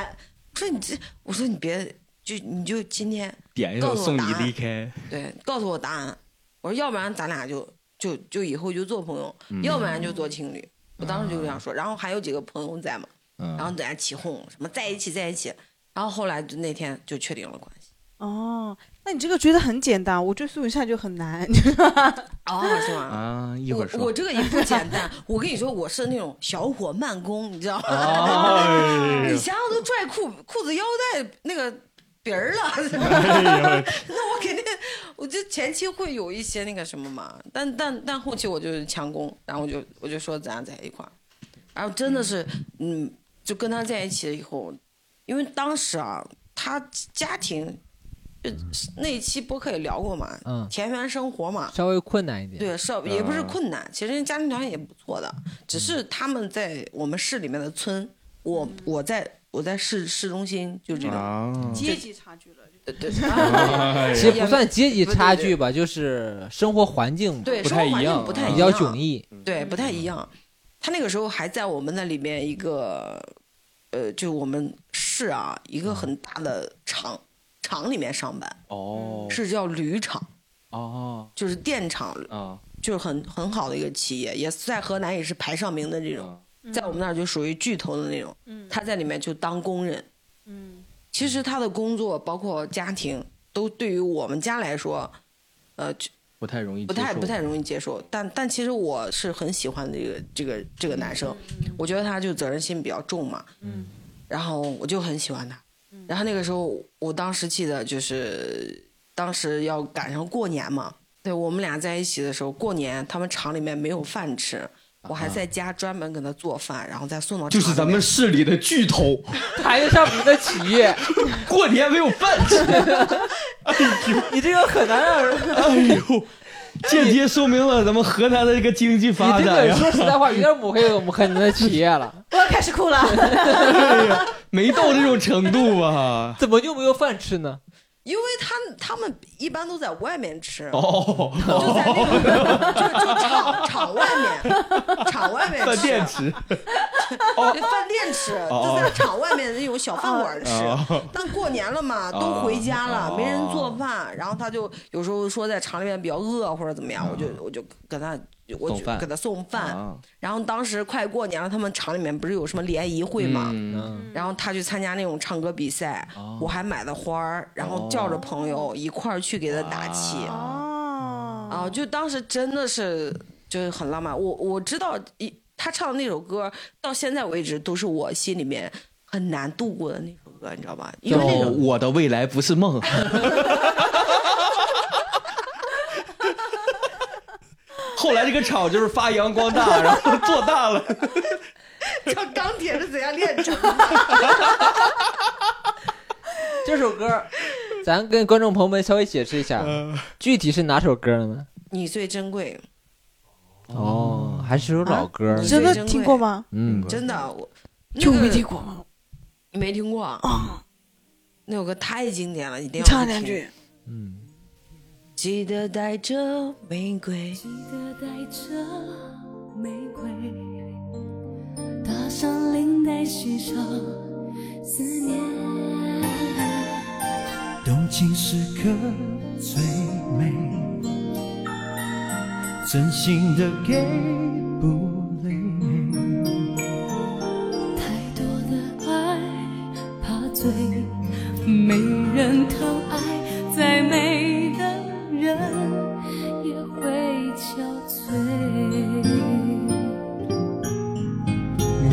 Speaker 2: 我说你这，我说你别，就你就今天
Speaker 3: 点一
Speaker 2: 告
Speaker 3: 首
Speaker 2: 诉我
Speaker 3: 送你
Speaker 2: 答案
Speaker 3: 离开，
Speaker 2: 对，告诉我答案。我说要不然咱俩就就就以后就做朋友，要不然就做情侣。我当时就这样说，然后还有几个朋友在嘛，然后
Speaker 3: 嗯，
Speaker 2: 在那起哄，什么在一起在一起，然后后来就那天就确定了关系。
Speaker 5: 哦，那你这个追的很简单，我追苏永夏就很难。
Speaker 2: 哦，是吗？
Speaker 3: 啊，一会
Speaker 2: 我
Speaker 3: 儿
Speaker 2: 我
Speaker 3: 说。
Speaker 2: 这个也不简单，我跟你说，我是那种小火慢工，你知道吗？
Speaker 3: 哎
Speaker 2: 你
Speaker 3: 呦
Speaker 2: 想想都拽裤裤子腰带那个别儿了，
Speaker 3: 哎呦，
Speaker 2: 那我肯定，我就前期会有一些那个什么嘛，但但但后期我就是强攻，然后我就我就说咱俩在一块儿，然后真的是，嗯，就跟他在一起了以后，因为当时啊，他家庭，就那一期播客也聊过嘛，
Speaker 4: 嗯，
Speaker 2: 田园生活嘛，
Speaker 4: 稍微困难一点。
Speaker 2: 对，少也不是
Speaker 3: 嗯
Speaker 2: 困难，其实人家家庭条件也不错的，只是他们在我们市里面的村，我我在我在市市中心，就这种，
Speaker 3: 嗯啊，
Speaker 5: 阶级差距了，
Speaker 2: 对对，啊
Speaker 4: 其实不算阶级差距吧，就是生活环境
Speaker 2: 对，
Speaker 3: 不
Speaker 2: 生
Speaker 3: 太
Speaker 2: 活环
Speaker 3: 一
Speaker 2: 境
Speaker 3: 样
Speaker 2: 不
Speaker 3: 啊
Speaker 2: 太
Speaker 4: 比
Speaker 2: 一
Speaker 4: 较
Speaker 2: 样，
Speaker 4: 迥异。
Speaker 2: 对，不太一样。他那个时候还在我们那里面一个，呃，就我们市啊一个很大的厂厂里面上班，
Speaker 3: 哦，
Speaker 2: 是叫铝厂，
Speaker 3: 哦，
Speaker 2: 就是电厂，
Speaker 3: 啊，
Speaker 2: 就是很很好的一个企业，也在河南也是排上名的这
Speaker 3: 啊
Speaker 2: 种，在我们那儿就属于巨头的那种。
Speaker 5: 嗯
Speaker 2: 他在里面就当工人，
Speaker 5: 嗯
Speaker 2: 其实他的工作包括家庭都对于我们家来说，呃，
Speaker 3: 不太容易接
Speaker 2: 不
Speaker 3: 受，
Speaker 2: 太不太容易接受，但但其实我是很喜欢这个这个这个男生，我觉得他就责任心比较重嘛，
Speaker 5: 嗯，
Speaker 2: 然后我就很喜欢他，然后那个时候我当时记得就是当时要赶上过年嘛，对我们俩在一起的时候，过年他们厂里面没有饭吃，我还在家专门给他做饭，然后再送到
Speaker 3: 啊就是
Speaker 2: 厂里
Speaker 3: 咱们
Speaker 2: 面
Speaker 3: 市里的巨头，
Speaker 4: 谈得上你的企业，
Speaker 3: 过年没有饭吃。
Speaker 4: 你这个很难让人。
Speaker 3: 哎呦，
Speaker 1: 间接说明了咱们河南的这个经济发
Speaker 4: 你这
Speaker 1: 展
Speaker 4: 个
Speaker 1: 呀。
Speaker 4: 说实在话，有点抹黑我们河南的企业了。
Speaker 5: 我要开始哭了。
Speaker 1: 对呀没到这种程度
Speaker 3: 啊
Speaker 1: 吧？
Speaker 4: 怎么就没有饭吃呢？
Speaker 2: 因为他他们一般都在外面吃，
Speaker 1: 哦，
Speaker 2: 就在那个就就厂厂外面，厂外面吃
Speaker 1: 饭店吃，
Speaker 2: 对饭店吃，
Speaker 1: 哦
Speaker 2: 就在厂外面的那种小饭馆吃
Speaker 1: 哦。
Speaker 2: 但过年了嘛，都回家了，没人做饭，然后他就有时候说在厂里面比较饿或者怎么样，我就我就给他。我
Speaker 1: 哦送
Speaker 2: 就
Speaker 1: 饭
Speaker 2: 给他送饭，
Speaker 1: 啊
Speaker 2: 然后当时快过年了，他们厂里面不是有什么联谊会嘛，
Speaker 1: 嗯
Speaker 4: 嗯，
Speaker 2: 然后他去参加那种唱歌比赛，我还买的花儿，然后叫着朋友一块儿去给他打气
Speaker 1: 哇
Speaker 5: 哦，
Speaker 2: 啊！就当时真的是就是很浪漫。我我知道一他唱的那首歌到现在为止都是我心里面很难度过的那首歌，你知道吧？因
Speaker 1: 叫
Speaker 2: 为那种
Speaker 1: 我的未来不是 梦。后来这个厂就是发扬光 大，然后做大了。
Speaker 2: 唱钢铁是怎样炼成的。
Speaker 4: 这首歌，咱跟观众朋友们稍微解释一下，具体是哪首歌呢？
Speaker 2: 你最珍贵，
Speaker 4: 哦，还是首老歌儿
Speaker 5: 你
Speaker 2: 啊。
Speaker 5: 真的听过吗？
Speaker 4: 嗯，
Speaker 2: 真的我
Speaker 5: 就没
Speaker 2: 听
Speaker 5: 听过吗？
Speaker 2: 没听过啊
Speaker 5: 啊，
Speaker 2: 那首歌太经典了，一定
Speaker 5: 你
Speaker 2: 要
Speaker 5: 唱
Speaker 2: 去
Speaker 5: 两
Speaker 2: 听。
Speaker 5: 句。
Speaker 2: 记得带着玫瑰，
Speaker 8: 记得带着玫瑰，搭上领带，系上思念。
Speaker 7: 动情时刻最美，真心的给不累，
Speaker 8: 太多的爱怕醉，没人疼爱，再美的人也会憔悴。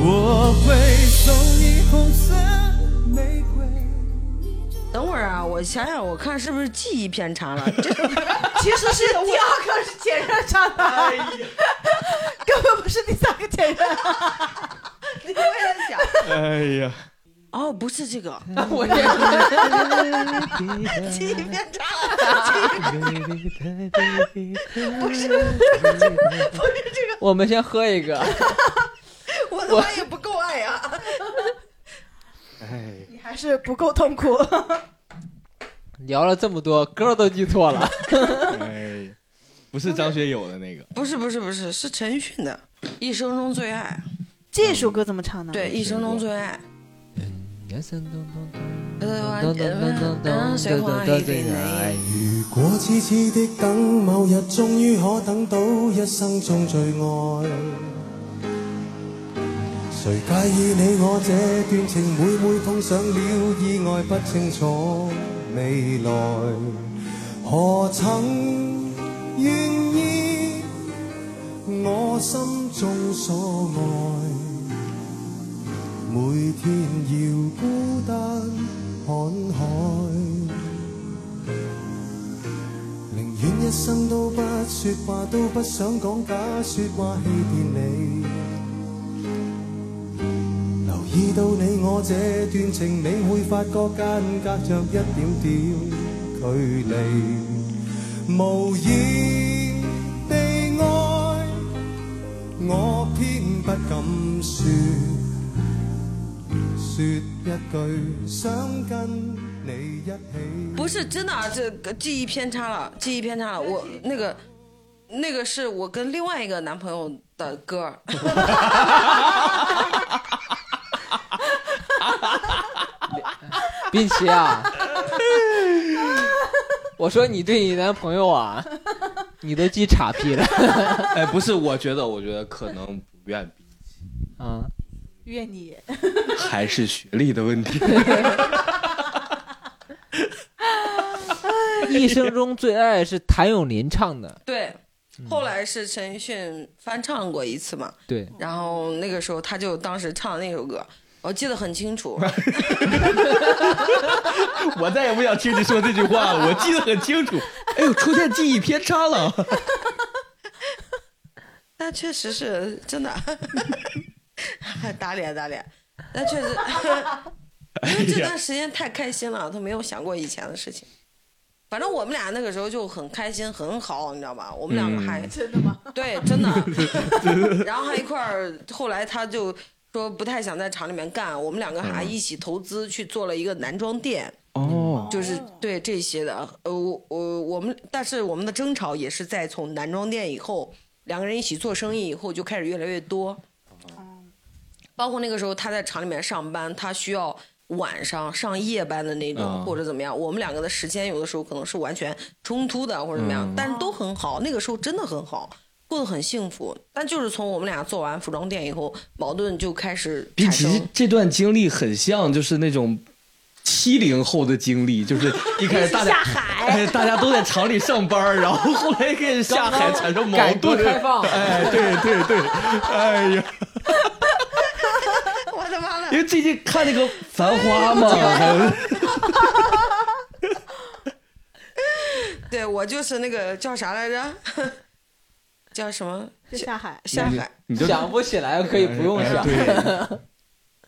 Speaker 7: 我会送你红色玫瑰。
Speaker 2: 等会儿啊，我想想，我看是不是记忆偏差了？这
Speaker 5: 其实是 哎第二个是前任唱的， 根本不是第三个前任。
Speaker 2: 我也在想，
Speaker 1: 哎呀，
Speaker 2: 哦，不是这个，
Speaker 4: 我也是
Speaker 2: 记忆偏差了，
Speaker 4: 我们先喝一个。
Speaker 2: 我的爱也不够爱呀。
Speaker 5: 你还是不够痛苦。
Speaker 4: 聊了这么多，歌儿都记错了。
Speaker 1: 哎，不是张学友的那个，
Speaker 2: 不是不是不是，是陈奕迅的《一生中最爱
Speaker 5: 这首歌怎么唱呢？》，
Speaker 2: 对，《一生中最爱》。
Speaker 4: 哎
Speaker 7: 如果痴痴的等，某日終於可等到一生中最愛，誰介意你我這段情？每每碰上了意外，不清楚未來，何曾願意我心中所愛？每天要孤單看海。寧願一生都不說話，都不想講假說話欺騙你。留意到你我這段情，你會發覺間隔着一點點距離。無言地愛，我偏不敢説，説一句想跟你一起。
Speaker 2: 不是真的啊，这个记忆偏差了，记忆偏差了。我那个那个是我跟另外一个男朋友的歌儿，
Speaker 4: 并且啊，我说你对你男朋友啊，你都记岔劈了
Speaker 1: 哎，不是，我觉得，我觉得可能不愿比，
Speaker 4: 啊！
Speaker 5: 愿你
Speaker 1: 还是学历的问题。
Speaker 4: 一生中最爱是谭咏麟唱的，
Speaker 2: 对。后来是陈奕迅翻唱过一次嘛，
Speaker 4: 对，
Speaker 2: 然后那个时候他就当时唱的那首歌，我记得很清楚。
Speaker 1: 我再也不想听你说这句话了，我记得很清楚。哎呦，出现记忆偏差了。
Speaker 2: 那确实是真的，打脸打脸，那确实，因为这段时间太开心了，他没有想过以前的事情。反正我们俩那个时候就很开心，很好，你知道吧？我们两个还、
Speaker 5: 嗯真的吗？
Speaker 2: 对，真 的，然后还一块儿。后来他就说不太想在厂里面干，我们两个还
Speaker 5: 嗯
Speaker 2: 一起投资去做了一个男装店，
Speaker 1: 哦，
Speaker 2: 就是对这些的。呃，我我我们，但是我们的争吵也是在从男装店以后，两个人一起做生意以后就开始越来越多。包括那个时候他在厂里面上班，他需要晚上上夜班的那种，
Speaker 1: 啊
Speaker 2: 或者怎么样。我们两个的时间有的时候可能是完全冲突的，或者怎么样，但是都很好。那个时候真的很好，过得很幸福。但就是从我们俩做完服装店以后，矛盾就开始
Speaker 1: 比
Speaker 2: 产
Speaker 1: 起
Speaker 2: 生。
Speaker 1: 这段经历很像，就是那种七零后的经历，就是一 开始大家
Speaker 5: 下海，
Speaker 1: 哎大家都在厂里上班，然后后来开始下海产生矛
Speaker 4: 改革
Speaker 1: 盾。
Speaker 4: 开放，
Speaker 1: 哎，对对对，哎呀，
Speaker 2: 我的妈了！
Speaker 1: 因为最近看那个《繁
Speaker 2: 哎
Speaker 1: 花》嘛，还
Speaker 2: 对我就是那个叫啥来着？ 叫什么？
Speaker 5: 就下海。
Speaker 2: 下海。
Speaker 1: 你就
Speaker 4: 想不起来可以不用
Speaker 1: 哎
Speaker 4: 想。
Speaker 1: 对，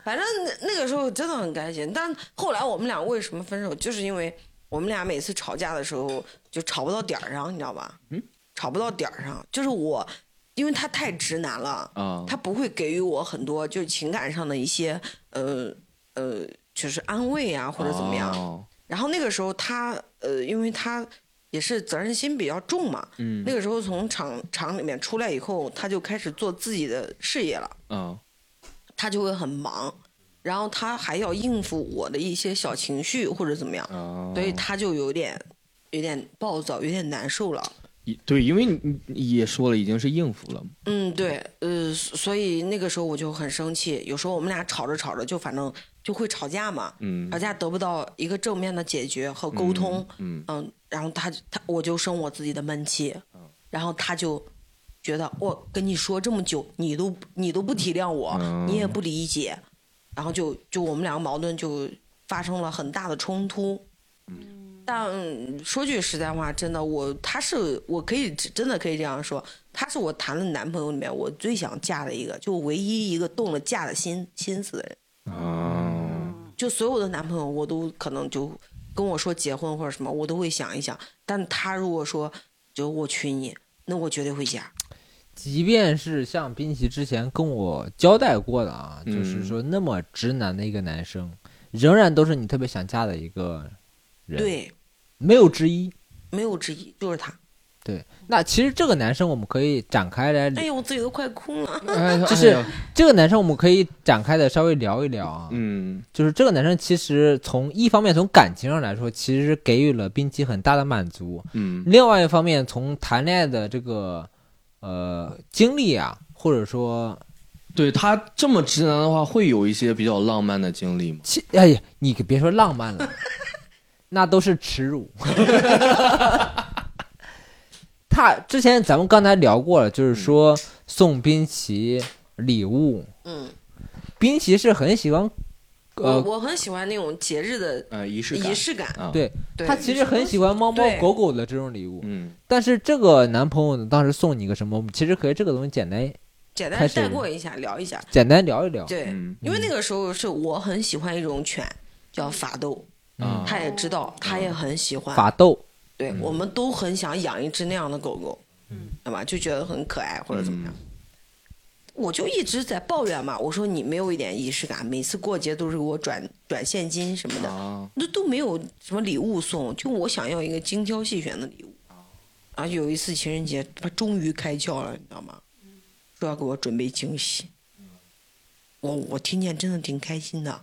Speaker 2: 反正那那个时候真的很开心，但后来我们俩为什么分手，就是因为我们俩每次吵架的时候就吵不到点儿上，你知道吧？嗯，吵不到点儿上，就是我，因为他太直男了，
Speaker 1: 啊
Speaker 2: 他不会给予我很多就是情感上的一些呃呃，就是安慰啊或者怎么样。
Speaker 1: 哦
Speaker 2: 然后那个时候他呃，因为他也是责任心比较重嘛，
Speaker 1: 嗯
Speaker 2: 那个时候从厂厂里面出来以后，他就开始做自己的事业了。
Speaker 1: 啊
Speaker 2: 他就会很忙，然后他还要应付我的一些小情绪或者怎么样，
Speaker 1: 啊！
Speaker 2: 所以他就有点有点暴躁，有点难受了。
Speaker 1: 对，因为你你也说了，已经是应付了嘛。
Speaker 2: 嗯，对，呃，所以那个时候我就很生气，有时候我们俩吵着吵着就反正就会吵架嘛，
Speaker 1: 嗯
Speaker 2: 吵架得不到一个正面的解决和呃沟通，
Speaker 1: 嗯
Speaker 2: 嗯，然后他他我就生我自己的闷气，然后他就觉得我跟你说这么久，你都你都不体谅我，
Speaker 1: 嗯
Speaker 2: 你也不理解，然后就就我们两个矛盾就发生了很大的冲突。
Speaker 1: 嗯
Speaker 2: 但说句实在话，真的我他是我可以真的可以这样说，他是我谈的男朋友里面我最想嫁的一个，就唯一一个动了嫁的心心思的人。
Speaker 1: 啊，
Speaker 2: 就所有的男朋友，我都可能就跟我说结婚或者什么，我都会想一想。但他如果说就我娶你，那我绝对会嫁。
Speaker 4: 即便是像滨崎之前跟我交代过的啊，
Speaker 1: 嗯
Speaker 4: 就是说那么直男的一个男生，仍然都是你特别想嫁的一个人，，
Speaker 2: 对，
Speaker 4: 没有之一。
Speaker 2: 没有之一，就是他。
Speaker 4: 对，那其实这个男生我们可以展开来理
Speaker 2: 哎呀，我嘴都快空了。
Speaker 1: 哎呀
Speaker 4: 就是这个男生我们可以展开的稍微聊一聊啊，
Speaker 1: 嗯
Speaker 4: 就是这个男生其实从一方面从感情上来说，其实给予了滨崎很大的满足，
Speaker 1: 嗯
Speaker 4: 另外一方面从谈恋爱的这个呃经历啊，或者说
Speaker 1: 对他这么直男的话，会有一些比较浪漫的经历吗？
Speaker 4: 其哎呀，你可别说浪漫 了，那都是耻辱。 他之前咱们刚才聊过了，就是说送滨崎礼物，
Speaker 2: 嗯，
Speaker 4: 滨崎是很喜欢，
Speaker 2: 我
Speaker 4: 呃，
Speaker 2: 我很喜欢那种节日的
Speaker 1: 呃，仪式感
Speaker 2: 仪，式感。
Speaker 1: 啊
Speaker 4: 对
Speaker 2: 对，
Speaker 4: 他其实很喜欢猫猫
Speaker 2: 对
Speaker 4: 狗狗的这种礼物，
Speaker 1: 嗯
Speaker 4: 但是这个男朋友呢，当时送你个什么，我们其实可以这个东西简单
Speaker 2: 简
Speaker 4: 开
Speaker 2: 单
Speaker 4: 始
Speaker 2: 带过一下，聊一下。
Speaker 4: 简单聊一聊。
Speaker 2: 对，
Speaker 1: 嗯
Speaker 2: 因为那个时候是我很喜欢一种犬，叫法斗，
Speaker 1: 啊，
Speaker 4: 嗯
Speaker 2: 他也知道，他也很喜欢。
Speaker 4: 法斗，
Speaker 2: 对，我们都很想养一只那样的狗狗，嗯，对吧？就觉得很可爱或者怎么样。我就一直在抱怨嘛，我说你没有一点仪式感，每次过节都是给我转转现金什么的，
Speaker 1: 啊，
Speaker 2: 那都没有什么礼物送，就我想要一个精挑细选的礼物。而且有一次情人节，他终于开窍了，你知道吗？说要给我准备惊喜。我我听见真的挺开心的，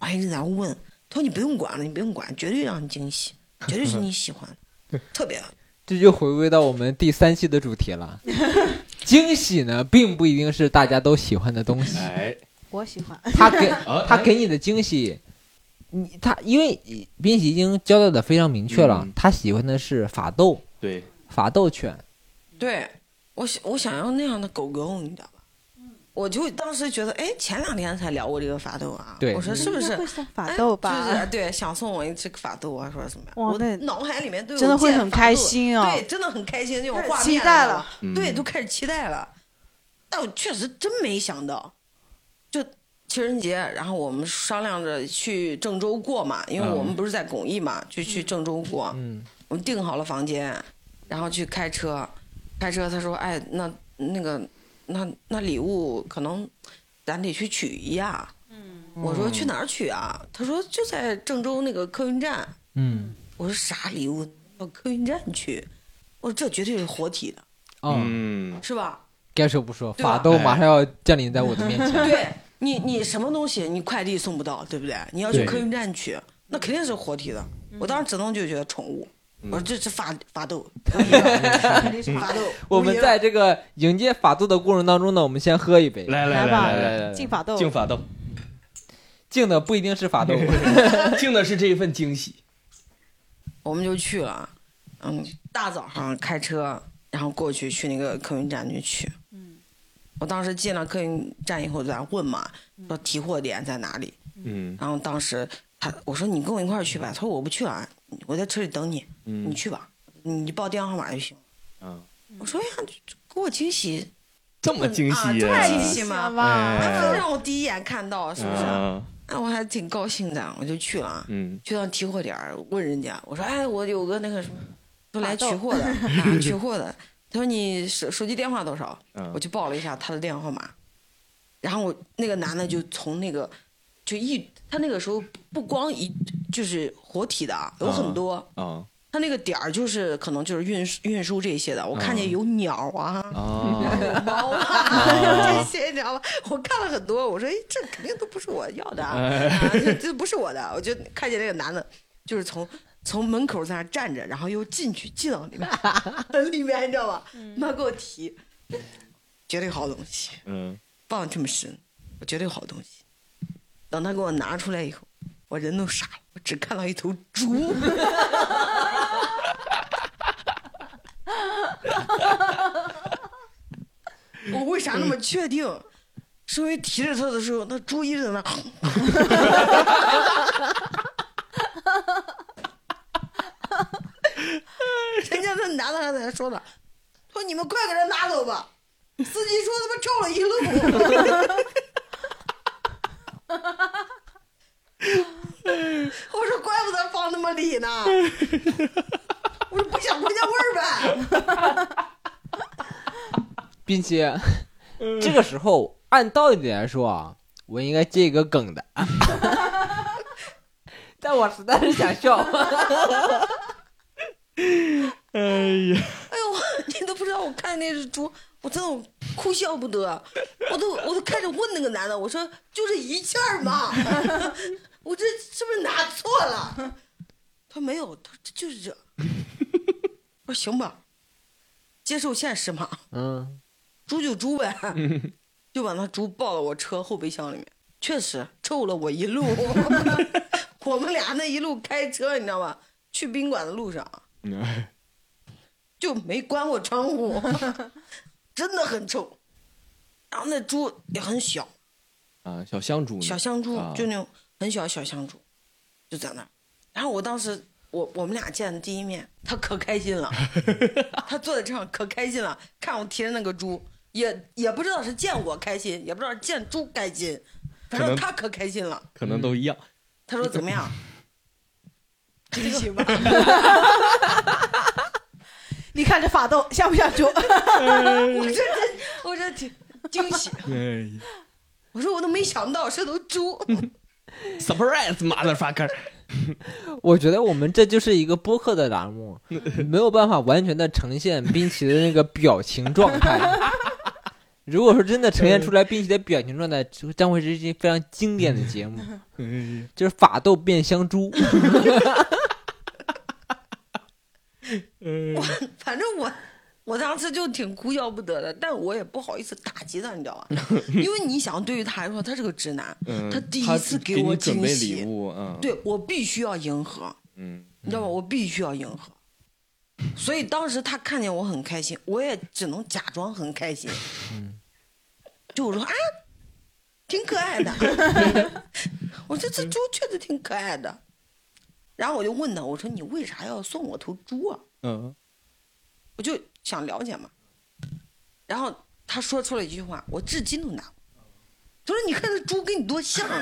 Speaker 2: 我还一直在那问，他说你不用管了，你不用管，绝对让你惊喜，绝对是你喜欢的，特别
Speaker 4: 这就回归到我们第三期的主 题了。惊喜呢，并不一定是大家都喜欢 的东西。
Speaker 1: 哎，
Speaker 5: 我喜欢。
Speaker 4: 他给
Speaker 3: 哦
Speaker 1: 啊
Speaker 3: 哎
Speaker 4: 他给你的惊喜，你他因为冰喜已经交代的非常明确了
Speaker 1: 嗯，
Speaker 4: 他喜欢的是法斗
Speaker 1: 对，
Speaker 4: 法斗犬，
Speaker 2: 对我想我想要那样的狗狗，你知道吧？我就当时觉得，哎，前两天才聊过这个法斗啊，
Speaker 4: 对
Speaker 2: 我说是不
Speaker 5: 应
Speaker 2: 是
Speaker 5: 该会送法斗吧？
Speaker 2: 哎就是对，想送我一只法斗啊，说什么呀？
Speaker 5: 哇
Speaker 2: 我
Speaker 5: 那
Speaker 2: 脑海里面都有
Speaker 5: 真的会
Speaker 2: 见
Speaker 5: 很
Speaker 2: 法
Speaker 5: 开
Speaker 2: 斗
Speaker 5: 心啊
Speaker 2: 对，真的很开心那种
Speaker 5: 开始
Speaker 2: 画面，你
Speaker 5: 期待
Speaker 2: 知道
Speaker 5: 了
Speaker 2: 吧
Speaker 1: 嗯
Speaker 2: 对，都开始期待了。但我确实真没想到，就情人节，然后我们商量着去郑州过嘛，因为
Speaker 1: 嗯
Speaker 2: 我们不是在巩义嘛，就去郑州过。
Speaker 4: 嗯，
Speaker 2: 我们订好了房间，然后去开车，开车他说，哎，那那个那那礼物可能咱得去取一下。
Speaker 1: 嗯
Speaker 2: 我说去哪儿取啊？他说就在郑州那个客运站。
Speaker 4: 嗯，
Speaker 2: 我说啥礼物到客运站去？我说这绝对是活体的，
Speaker 4: 哦，
Speaker 1: 嗯，
Speaker 2: 是吧？
Speaker 4: 该说不说，
Speaker 2: 对吧
Speaker 4: 法斗马上要降临在我的面前。
Speaker 2: 对你，你什么东西你快递送不到，对不对？你要去
Speaker 4: 对
Speaker 2: 客运站取，那肯定是活体的。我当时只能就觉得宠物，我说这是法法斗，肯定
Speaker 5: 嗯
Speaker 2: 是法斗。
Speaker 4: 我们在这个迎接法度的过程当中呢，我们先喝一杯。
Speaker 1: 来来
Speaker 5: 来
Speaker 1: 来来
Speaker 4: 来
Speaker 5: 吧，进法斗，
Speaker 1: 敬法斗，
Speaker 4: 敬的不一定是法 斗，
Speaker 1: 敬的是这一份惊喜。
Speaker 2: 我们就去了，嗯，大早上开车，然后过去去那个客运站去取。嗯，我当时进了客运站以后，咱问嘛，说提货点在哪里？
Speaker 1: 嗯
Speaker 2: 然后当时他我说你跟我一块儿去吧，他说我不去了，我在车里等你，你
Speaker 1: 嗯
Speaker 2: 去吧，你报电话号码就行。
Speaker 1: 啊，
Speaker 2: 我说哎呀，这给我惊喜，
Speaker 1: 这么惊
Speaker 2: 啊
Speaker 1: 喜
Speaker 2: 这
Speaker 1: 呀，
Speaker 2: 么惊
Speaker 5: 喜
Speaker 2: 喜吗？
Speaker 5: 吧，
Speaker 2: 啊
Speaker 1: 哎，
Speaker 2: 让我第一眼看到，是不是？
Speaker 1: 啊
Speaker 2: 哎，我还挺高兴的，我就去了。啊。
Speaker 1: 嗯
Speaker 2: 去到提货点儿问人家，我说哎，我有个那个什么，说来
Speaker 5: 打
Speaker 2: 取
Speaker 5: 斗
Speaker 2: 货的， 啊，取货的。他说你手手机电话多少？
Speaker 1: 嗯
Speaker 2: 我去报了一下他的电话号码，然后我那个男的就从那个就一他那个时候不光一就是活体的啊有很多，
Speaker 3: 哦
Speaker 1: 啊
Speaker 2: 他那个点儿就是可能就是运输运输这些的，我
Speaker 1: 嗯
Speaker 2: 看见有鸟啊。
Speaker 1: 啊，
Speaker 2: 有猫啊，这些你知道吧？我看了很多，我说，哎，这肯定都不是我要的啊，啊这这不是我的。我就看见那个男的，就是从 从门口在那站着，然后又进去进到里面， 很里面，你知道吧？妈给我提，绝对好东西，
Speaker 1: 嗯，
Speaker 2: 放得这么深，我绝对好东西。等他给我拿出来以后，我人都傻了，我只看到一头猪。 我为啥那么确定？是因为提着它的时候，那猪一直在那。 人家那男的还在那说呢，说你们快给他拿走吧。司机说他妈臭了一路。 我说怪不得放那么里呢，我说不想闻见味儿呗。
Speaker 4: 并且这个时候按道理来说啊，我应该接一个梗的， 但我实在是想笑。
Speaker 2: 哎呦，我你都不知道，我看那只猪，我真的我哭笑不得，我都我都开始问那个男的，我说就这一件儿嘛， 我这是不是拿错了？他没有，他这就是这。我说行吧，接受现实嘛，
Speaker 4: 嗯，
Speaker 2: 猪就猪呗，就把那猪抱到我车后备箱里面，确实臭了我一路。我们俩那一路开车，你知道吧？去宾馆的路上，就没关过窗户，真的很臭。然后那猪也很小，
Speaker 1: 啊，小香猪呢，
Speaker 2: 小香猪
Speaker 1: 啊，
Speaker 2: 就那种很小的小香猪，就在那儿。然后我当时，我我们俩见的第一面，他可开心 了，他坐在车上可开心了，看我提着那个猪，也也不知道是见我开心，也不知道是见猪开心，
Speaker 1: 可
Speaker 2: 反正
Speaker 1: 能
Speaker 2: 他可开心了。
Speaker 1: 可能都一样。
Speaker 2: 他说怎么 样？
Speaker 5: 惊喜吧。你看这法斗像不像猪？
Speaker 2: 我这这我这挺惊喜， 我说我都没想到是头猪，
Speaker 1: Surprise motherfucker！
Speaker 4: 我觉得我们这就是一个播客的栏目，没有办法完全的呈现冰淇淋的那个表情状态。 如果说真的呈现出来冰淇淋的表情状态，将会是一期非常经典的节目，
Speaker 3: 嗯
Speaker 4: 就是法斗变香猪。
Speaker 2: 反正我我当时就挺哭笑不得的，但我也不好意思打击他，你知道 吧？因为你想，对于他来说，他是个直男，
Speaker 1: 嗯，
Speaker 2: 他第
Speaker 1: 他
Speaker 2: 一次
Speaker 1: 给
Speaker 2: 我
Speaker 1: 你准
Speaker 2: 惊
Speaker 1: 备礼
Speaker 2: 喜，
Speaker 1: 物啊，嗯，
Speaker 2: 对我必须要迎合，
Speaker 1: 嗯，
Speaker 2: 你知道吧？我必须要迎合。所以当时他看见我很开心，我也只能假装很开心，
Speaker 1: 嗯
Speaker 2: 就我说啊，挺可 爱的，我说这猪确实挺可爱的。然后我就问他，我说你为啥要送我头猪啊？
Speaker 1: 嗯
Speaker 2: 我就想了解嘛。然后他说出了一句话，我至今都难忘。他说：“你看这猪跟你多像 啊！”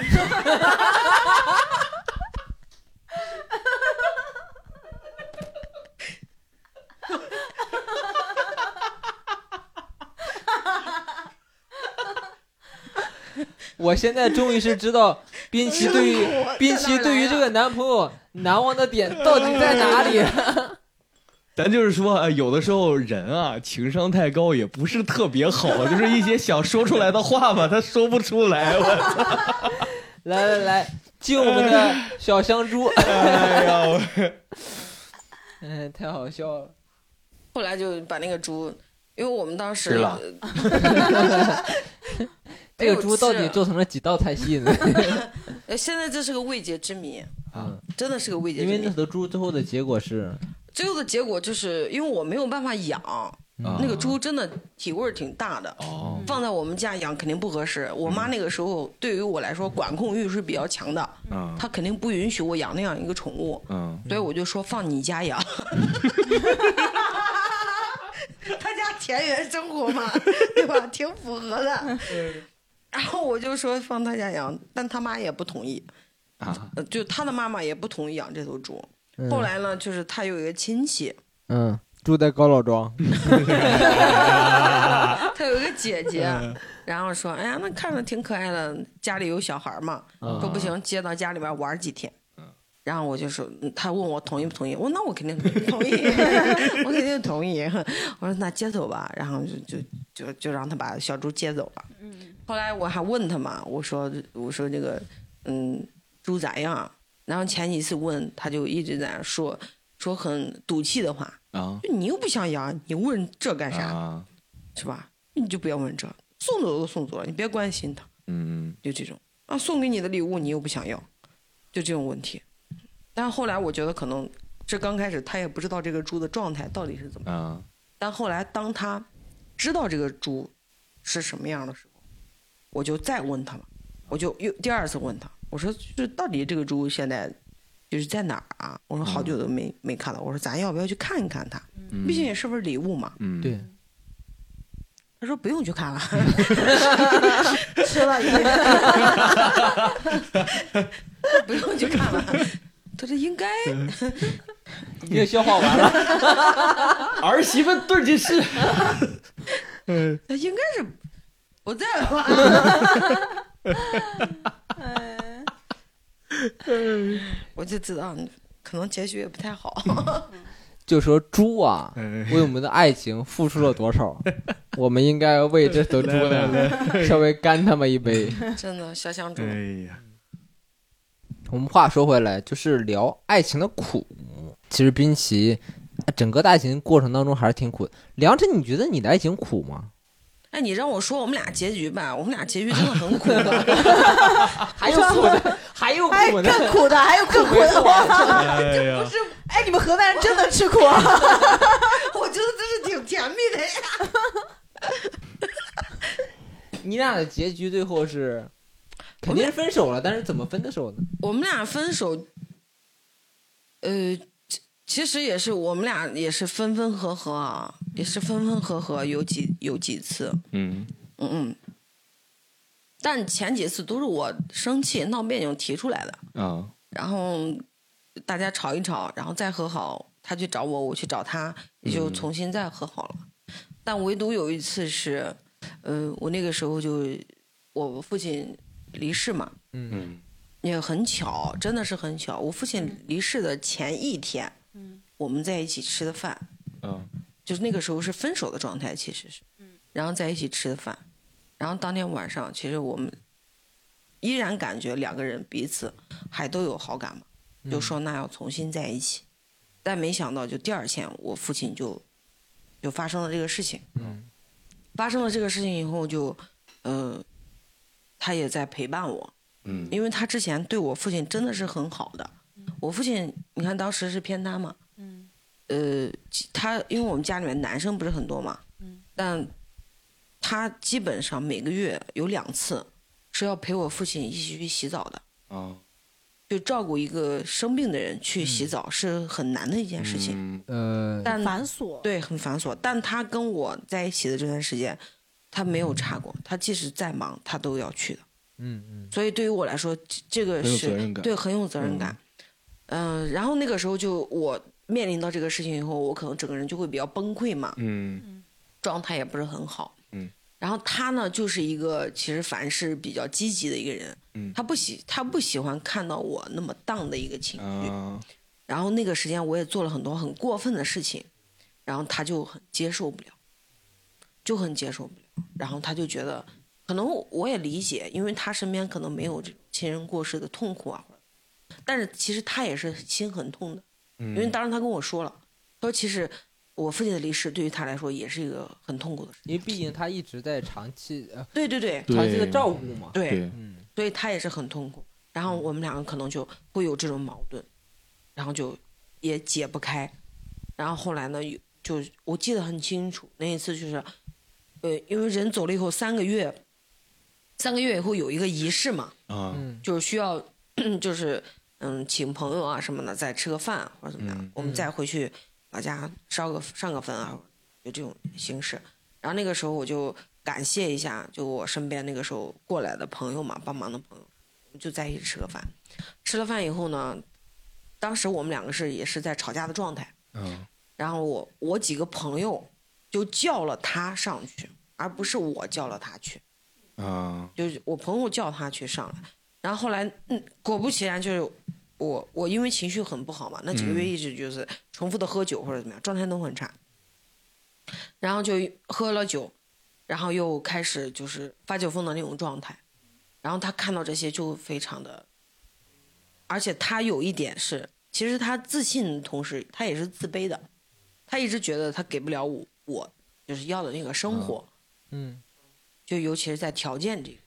Speaker 4: 我现在终于是知道滨崎对于滨崎对于这个男朋友难忘的点到底在哪里。
Speaker 3: 咱就是说，呃有的时候人啊，情商太高也不是特别好，就是一些想说出来的话吧，他说不出来。我，
Speaker 4: 来来来，敬我们的小香猪。
Speaker 1: 呃
Speaker 3: 哎呀，我
Speaker 4: 嗯，太好笑了。
Speaker 2: 后来就把那个猪，因为我们当时
Speaker 1: 吃 了
Speaker 2: 没
Speaker 4: 这
Speaker 2: 有
Speaker 4: 个猪到底
Speaker 2: 吃
Speaker 4: 做成了几道菜吸引人？
Speaker 2: 呃现在这是个未解之谜，
Speaker 4: 啊，
Speaker 2: 真的是个未解
Speaker 4: 因
Speaker 2: 之
Speaker 4: 为那
Speaker 2: 谜。
Speaker 4: 头猪最后的结果是，
Speaker 2: 最后的结果就是因为我没有办法养，那个猪真的体味儿挺大的，
Speaker 3: 啊哦，
Speaker 2: 放在我们家养肯定不合适。我妈那个时候对于我来说管控欲是比较强的，
Speaker 3: 嗯
Speaker 2: 她肯定不允许我养那样一个宠物，
Speaker 3: 嗯，
Speaker 2: 所以我就说放你 家养。他家田园生活嘛，对吧？挺符合的。然后我就说放他家养，但他妈也不同意，
Speaker 3: 啊，
Speaker 2: 呃就他的妈妈也不同意养这头猪。
Speaker 4: 嗯
Speaker 2: 后来呢，就是他有一个亲戚，
Speaker 4: 嗯，住在高老 庄，
Speaker 2: 他有一个姐姐，
Speaker 3: 嗯
Speaker 2: 然后说：“哎呀，那看着挺可爱的，家里有小孩嘛，
Speaker 3: 嗯
Speaker 2: 说不行，接到家里边玩几天。”然后我就说，嗯他问我同意不同意，我说那我肯定 同意， 我肯定同意。我说那接走吧，然后就就就就让他把小猪接走了。后来我还问他嘛，我说我说这个嗯猪咋样？然后前几次问他就一直在那说说很赌气的话，
Speaker 3: 啊
Speaker 2: 就你又不想养，你问这干啥？
Speaker 3: 啊，
Speaker 2: 是吧？你就不要问这，送走都送走了，你别关心他，
Speaker 3: 嗯
Speaker 2: 就这种啊，送给你的礼物你又不想要，就这种问题。但是后来我觉得可能这刚开始他也不知道这个猪的状态到底是怎么，
Speaker 3: 啊，
Speaker 2: 但后来当他知道这个猪是什么样的时候，我就再问他嘛，我就又第二次问他，我说就是到底这个猪现在就是在哪儿啊？我说好久都没、没看到，我说咱要不要去看一看它？
Speaker 3: 嗯
Speaker 2: 毕竟也是份礼物嘛。
Speaker 3: 嗯，
Speaker 4: 对，
Speaker 2: 他说不用去看了。
Speaker 5: 吃了 一个，
Speaker 2: 不用去看了。他说应该，
Speaker 4: 你也消化完了。
Speaker 3: 儿媳妇对这是，
Speaker 2: 他应该是不在了吧？我就知道，可能结局也不太好。
Speaker 4: 就说猪 啊，
Speaker 3: 哎
Speaker 4: 为我们的爱情付出了多少？我们应该为这头猪呢，稍微干他们一杯。
Speaker 2: 真的，小香猪，
Speaker 3: 哎呀，
Speaker 4: 我们话说回来，就是聊爱情的苦。其实滨崎呃整个的爱情过程当中还是挺苦的。梁晨，你觉得你的爱情苦吗？
Speaker 2: 哎，你让我说我们俩结局吧，我们俩结局真的很苦的，
Speaker 4: 还有苦 的，还有
Speaker 5: 还
Speaker 4: 哎苦的。
Speaker 5: 哎更苦的，还有更苦的话。
Speaker 3: 哎呀，
Speaker 5: 哎，你们河南人真能吃苦 啊！
Speaker 2: 我觉得这是挺甜蜜的呀。
Speaker 4: 你俩的结局最后是肯定是分手了，但是怎么分的手呢？
Speaker 2: 我们俩分手，呃，其其实也是我们俩也是分分合合啊，也是分分合合，有几有几次，
Speaker 3: 嗯
Speaker 2: 嗯嗯。但前几次都是我生气闹别扭提出来的，
Speaker 3: 啊，
Speaker 2: 然后大家吵一吵，然后再和好。他去找我，我去找他，也就重新再和好了。但唯独有一次是，呃，我那个时候就我父亲离世嘛，
Speaker 4: 嗯
Speaker 3: 嗯
Speaker 2: 也很巧，真的是很巧。我父亲离世的前一天，我们在一起吃的饭，
Speaker 3: 啊，
Speaker 2: 就是那个时候是分手的状态，其实是，然后在一起吃的饭，然后当天晚上，其实我们依然感觉两个人彼此还都有好感嘛，就说那要重新在一起，但没想到就第二天我父亲就就发生了这个事情，
Speaker 4: 嗯
Speaker 2: 发生了这个事情以后就，呃，他也在陪伴我，
Speaker 3: 嗯
Speaker 2: 因为他之前对我父亲真的是很好的。我父亲，你看当时是偏瘫嘛，嗯，呃，其他因为我们家里面男生不是很多嘛，嗯，但他基本上每个月有两次是要陪我父亲一起去洗澡的，
Speaker 7: 嗯
Speaker 3: 啊，
Speaker 2: 就照顾一个生病的人去洗澡是很难的一件事情，
Speaker 3: 嗯
Speaker 4: 呃，
Speaker 2: 但
Speaker 5: 繁琐，
Speaker 2: 对很繁琐。但他跟我在一起的这段时间，他没有差过，他即使再忙，他都要去的。
Speaker 4: 嗯嗯，
Speaker 2: 所以对于我来说，这这个
Speaker 3: 很有
Speaker 2: 是
Speaker 3: 责任感
Speaker 2: 对很有责任感。嗯、然后那个时候就我面临到这个事情以后，我可能整个人就会比较崩溃嘛，
Speaker 3: 嗯
Speaker 2: 状态也不是很好。
Speaker 3: 嗯，
Speaker 2: 然后他呢，就是一个其实凡事比较积极的一个人，
Speaker 3: 嗯
Speaker 2: 他不喜他不喜欢看到我那么荡的一个情绪，
Speaker 3: 啊，
Speaker 2: 然后那个时间我也做了很多很过分的事情，然后他就很接受不了，就很接受不了。然后他就觉得，可能我也理解，因为他身边可能没有这种亲人过世的痛苦啊，或者但是其实他也是心很痛的，因为
Speaker 3: 嗯
Speaker 2: 当时他跟我说了，他说其实我父亲的离世对于他来说也是一个很痛苦的事。
Speaker 4: 因为毕竟他一直在长期呃
Speaker 2: 对对对
Speaker 1: 对
Speaker 4: 长期的照顾嘛。
Speaker 2: 对，
Speaker 1: 对，
Speaker 4: 嗯，
Speaker 2: 所以他也是很痛苦。然
Speaker 3: 嗯
Speaker 2: 后我们两个可能就会有这种矛盾，然后就也解不开。然后后来呢，有就我记得很清楚，那一次就是，呃，因为人走了以后三个月，三个月以后有一个仪式嘛，
Speaker 3: 啊，
Speaker 4: 嗯
Speaker 2: 就是需要 就是嗯请朋友啊什么的再吃个饭或者怎么样，
Speaker 3: 嗯
Speaker 2: 我们再回去老家烧个上个坟啊，有这种形式。然后那个时候我就感谢一下，就我身边那个时候过来的朋友嘛，帮忙的朋友，我们就在一起吃个饭。吃了饭以后呢，当时我们两个是也是在吵架的状态，
Speaker 3: 嗯
Speaker 2: 然后我我几个朋友就叫了他上去，而不是我叫了他去。
Speaker 7: 嗯
Speaker 3: 啊，
Speaker 2: 就是我朋友叫他去上来，然后后来，嗯，果不其然就是我我因为情绪很不好嘛，那几
Speaker 4: 嗯
Speaker 2: 个月一直就是重复的喝酒或者怎么样，状态都很差，然后就喝了酒，然后又开始就是发酒疯的那种状态，然后他看到这些就非常的，而且他有一点是，其实他自信的同时，他也是自卑的，他一直觉得他给不了我我就是要的那个生活，
Speaker 4: 嗯，
Speaker 2: 就尤其是在条件这个，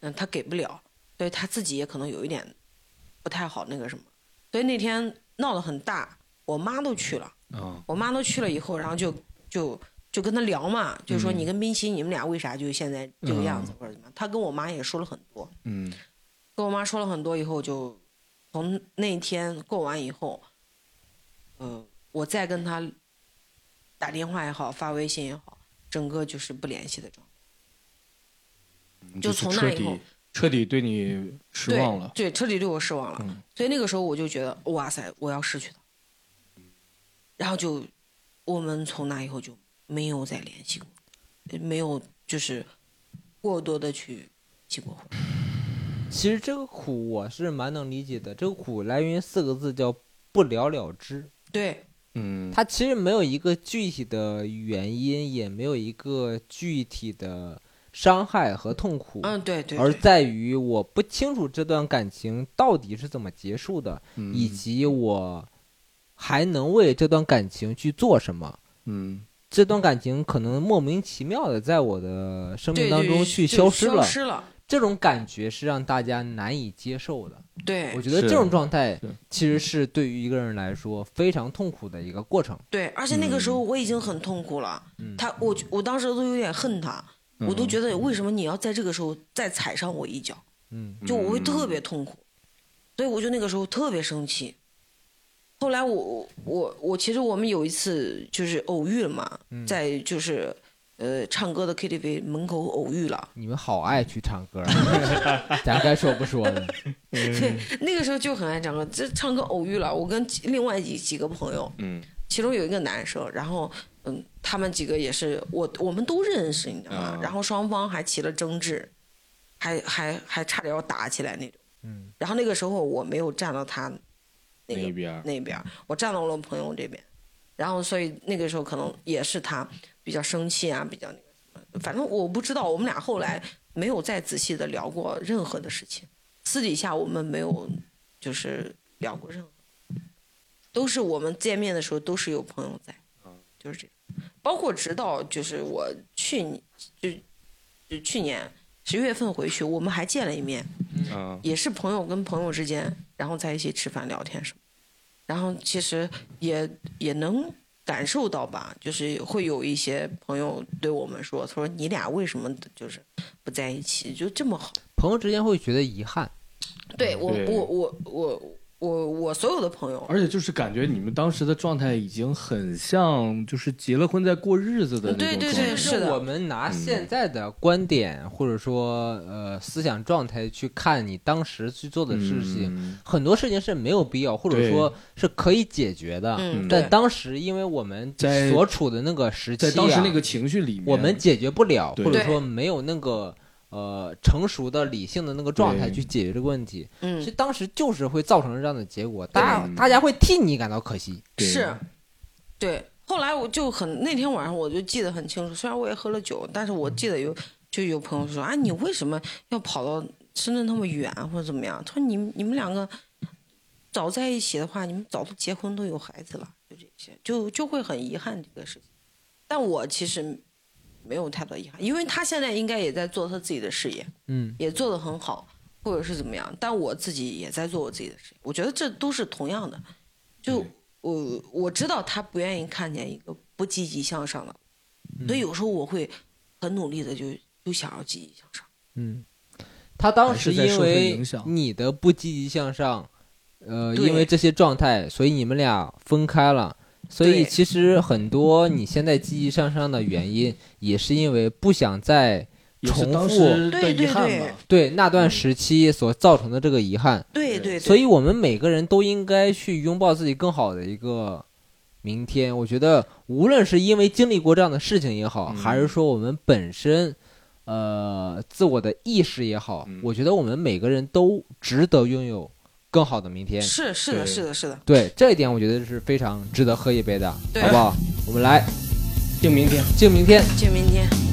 Speaker 2: 嗯，他给不了，所以他自己也可能有一点不太好那个什么，所以那天闹得很大，我妈都去了，
Speaker 1: 嗯
Speaker 3: 啊，
Speaker 2: 我妈都去了以后，然后就就就跟他聊嘛，就说
Speaker 3: 嗯
Speaker 2: 你跟冰淇淋你们俩为啥就现在这个样子、或者怎么样，他跟我妈也说了很多，
Speaker 3: 嗯
Speaker 2: 跟我妈说了很多以后，就从那天过完以后，呃，我再跟他打电话也好，发微信也好，整个就是不联系的状态。就是从
Speaker 3: 彻
Speaker 2: 那以
Speaker 3: 底
Speaker 2: 后
Speaker 3: 彻底对你失
Speaker 2: 对
Speaker 3: 望了，
Speaker 2: 对，彻底对我失望了。
Speaker 3: 嗯
Speaker 2: 所以那个时候我就觉得，哇塞，我要失去他。然后就，我们从那以后就没有再联系过，呃没有就是过多的去结过婚。
Speaker 4: 其实这个苦我是蛮能理解的，这个苦来源于四个字叫不了了之。
Speaker 2: 对，
Speaker 3: 嗯，
Speaker 4: 它其实没有一个具体的原因，也没有一个具体的伤害和痛苦，
Speaker 2: 嗯，对对
Speaker 4: 而
Speaker 2: 对，
Speaker 4: 在于我不清楚这段感情到底是怎么结束的，
Speaker 3: 嗯
Speaker 4: 以及我还能为这段感情去做什么。
Speaker 3: 嗯
Speaker 4: 这段感情可能莫名其妙的在我的生
Speaker 2: 对
Speaker 4: 命当
Speaker 2: 对
Speaker 4: 中
Speaker 2: 就
Speaker 4: 去
Speaker 2: 就
Speaker 4: 消
Speaker 2: 消
Speaker 4: 失了，
Speaker 2: 失了。
Speaker 4: 这种感觉是让大家难以接受的。我
Speaker 2: 对
Speaker 4: 觉得
Speaker 3: 是
Speaker 4: 这种状态
Speaker 3: 是
Speaker 4: 其实是对于一个人来说非常痛苦的一个过程。
Speaker 2: 对，而且那个时候我已经很痛苦了。
Speaker 4: 嗯
Speaker 2: 他，我我当时都有点恨他，我都觉得为什么你要在这个时候再踩上我一脚？
Speaker 4: 嗯，
Speaker 2: 就我会特别痛苦，所以我就那个时候特别生气。后来我我我我其实我们有一次就是偶遇了嘛，在就是呃唱歌的 KTV 门口偶遇了，
Speaker 4: 你们好爱去唱歌 啊，咱该说不说的。
Speaker 2: 那个时候就很爱唱歌，这唱歌偶遇了，我跟几另外几几个朋友，
Speaker 3: 嗯
Speaker 2: 其中有一个男生，然后嗯他们几个也是我我们都认识，你知道吗？
Speaker 3: 啊
Speaker 2: 然后双方还起了争执，还还还差点要打起来那种。
Speaker 4: 嗯，
Speaker 2: 然后那个时候我没有站到他那个
Speaker 1: 那边儿
Speaker 2: 那边儿，我站到了我朋友这边，然后所以那个时候可能也是他比较生气啊，比较那个什么，反正我不知道，我们俩后来没有再仔细的聊过任何的事情，私底下我们没有就是聊过任何，都是我们见面的时候都是有朋友在，就是这样，包括直到就是我去年就就去年十月份回去，我们还见了一面，
Speaker 7: 嗯
Speaker 3: 啊
Speaker 2: 也是朋友跟朋友之间，然后在一起吃饭聊天什么，然后其实也也能感受到吧，就是会有一些朋友对我们说，他说你俩为什么就是不在一起，就这么好？
Speaker 4: 朋友之间会觉得遗憾，
Speaker 2: 对我
Speaker 1: 对
Speaker 2: 我我我我我所有的朋友，
Speaker 1: 而且就是感觉你们当时的状态已经很像，就是结了婚在过日子的那种状态。嗯
Speaker 2: 对对是的
Speaker 4: 我们拿现在的观点或者说呃思想状态去看你当时去做的事情，
Speaker 1: 嗯
Speaker 4: 很多事情是没有必要，或者
Speaker 1: 对
Speaker 4: 说是可以解决的。
Speaker 2: 嗯，
Speaker 1: 嗯
Speaker 2: 对
Speaker 4: 但当时因为我们
Speaker 1: 在
Speaker 4: 所处的那个时期、啊，
Speaker 1: 在当时那个情绪里面，
Speaker 4: 我们解决不了，
Speaker 1: 对
Speaker 4: 或者说没有那个呃成熟的理性的那个状态
Speaker 1: 对
Speaker 4: 去解决这个问题，
Speaker 2: 嗯
Speaker 4: 其实当时就是会造成这样的结果，大
Speaker 1: 对
Speaker 4: 大家会替你感到可惜。
Speaker 1: 对
Speaker 2: 是，对。后来我就很那天晚上我就记得很清楚，虽然我也喝了酒，但是我记得有就有朋友说啊，你为什么要跑到深圳那么远啊或者怎么样？他说你你们两个早在一起的话，你们早都结婚都有孩子了，就这些，就就会很遗憾这个事情。但我其实没有太多遗憾，因为他现在应该也在做他自己的事业，
Speaker 4: 嗯，
Speaker 2: 也做得很好，或者是怎么样。但我自己也在做我自己的事，我觉得这都是同样的。就我我知道他不愿意看见一个不积极向上的，所以有时候我会很努力的就就想要积极向上。
Speaker 4: 嗯，他当时
Speaker 1: 还是在
Speaker 4: 因
Speaker 1: 受这
Speaker 4: 为
Speaker 1: 影响
Speaker 4: 你的不积极向上，呃，
Speaker 2: 对
Speaker 4: 因为这些状态，所以你们俩分开了。所以
Speaker 2: 对
Speaker 4: 其实很多你现在积极向上的原因，也是因为不想再
Speaker 1: 也是
Speaker 4: 重
Speaker 1: 当
Speaker 4: 复
Speaker 1: 时的
Speaker 2: 对
Speaker 1: 遗
Speaker 2: 对
Speaker 1: 憾
Speaker 2: 对
Speaker 1: 嘛。
Speaker 4: 对那
Speaker 2: 嗯
Speaker 4: 段时期所造成的这个遗憾。
Speaker 2: 对对对，
Speaker 4: 所以我们每个人都应该去拥抱自己更好的一个明天。我觉得，无论是因为经历过这样的事情也好，
Speaker 1: 嗯
Speaker 4: 还是说我们本身呃自我的意识也好，
Speaker 1: 嗯
Speaker 4: 我觉得我们每个人都值得拥有更好的明天。
Speaker 2: 是是
Speaker 1: 对
Speaker 2: 的，是的，是的，
Speaker 4: 对这一点，我觉得是非常值得喝一杯的，
Speaker 2: 对
Speaker 4: 好不好？我们来
Speaker 1: 定明天。
Speaker 4: 敬明天。
Speaker 2: 敬明天。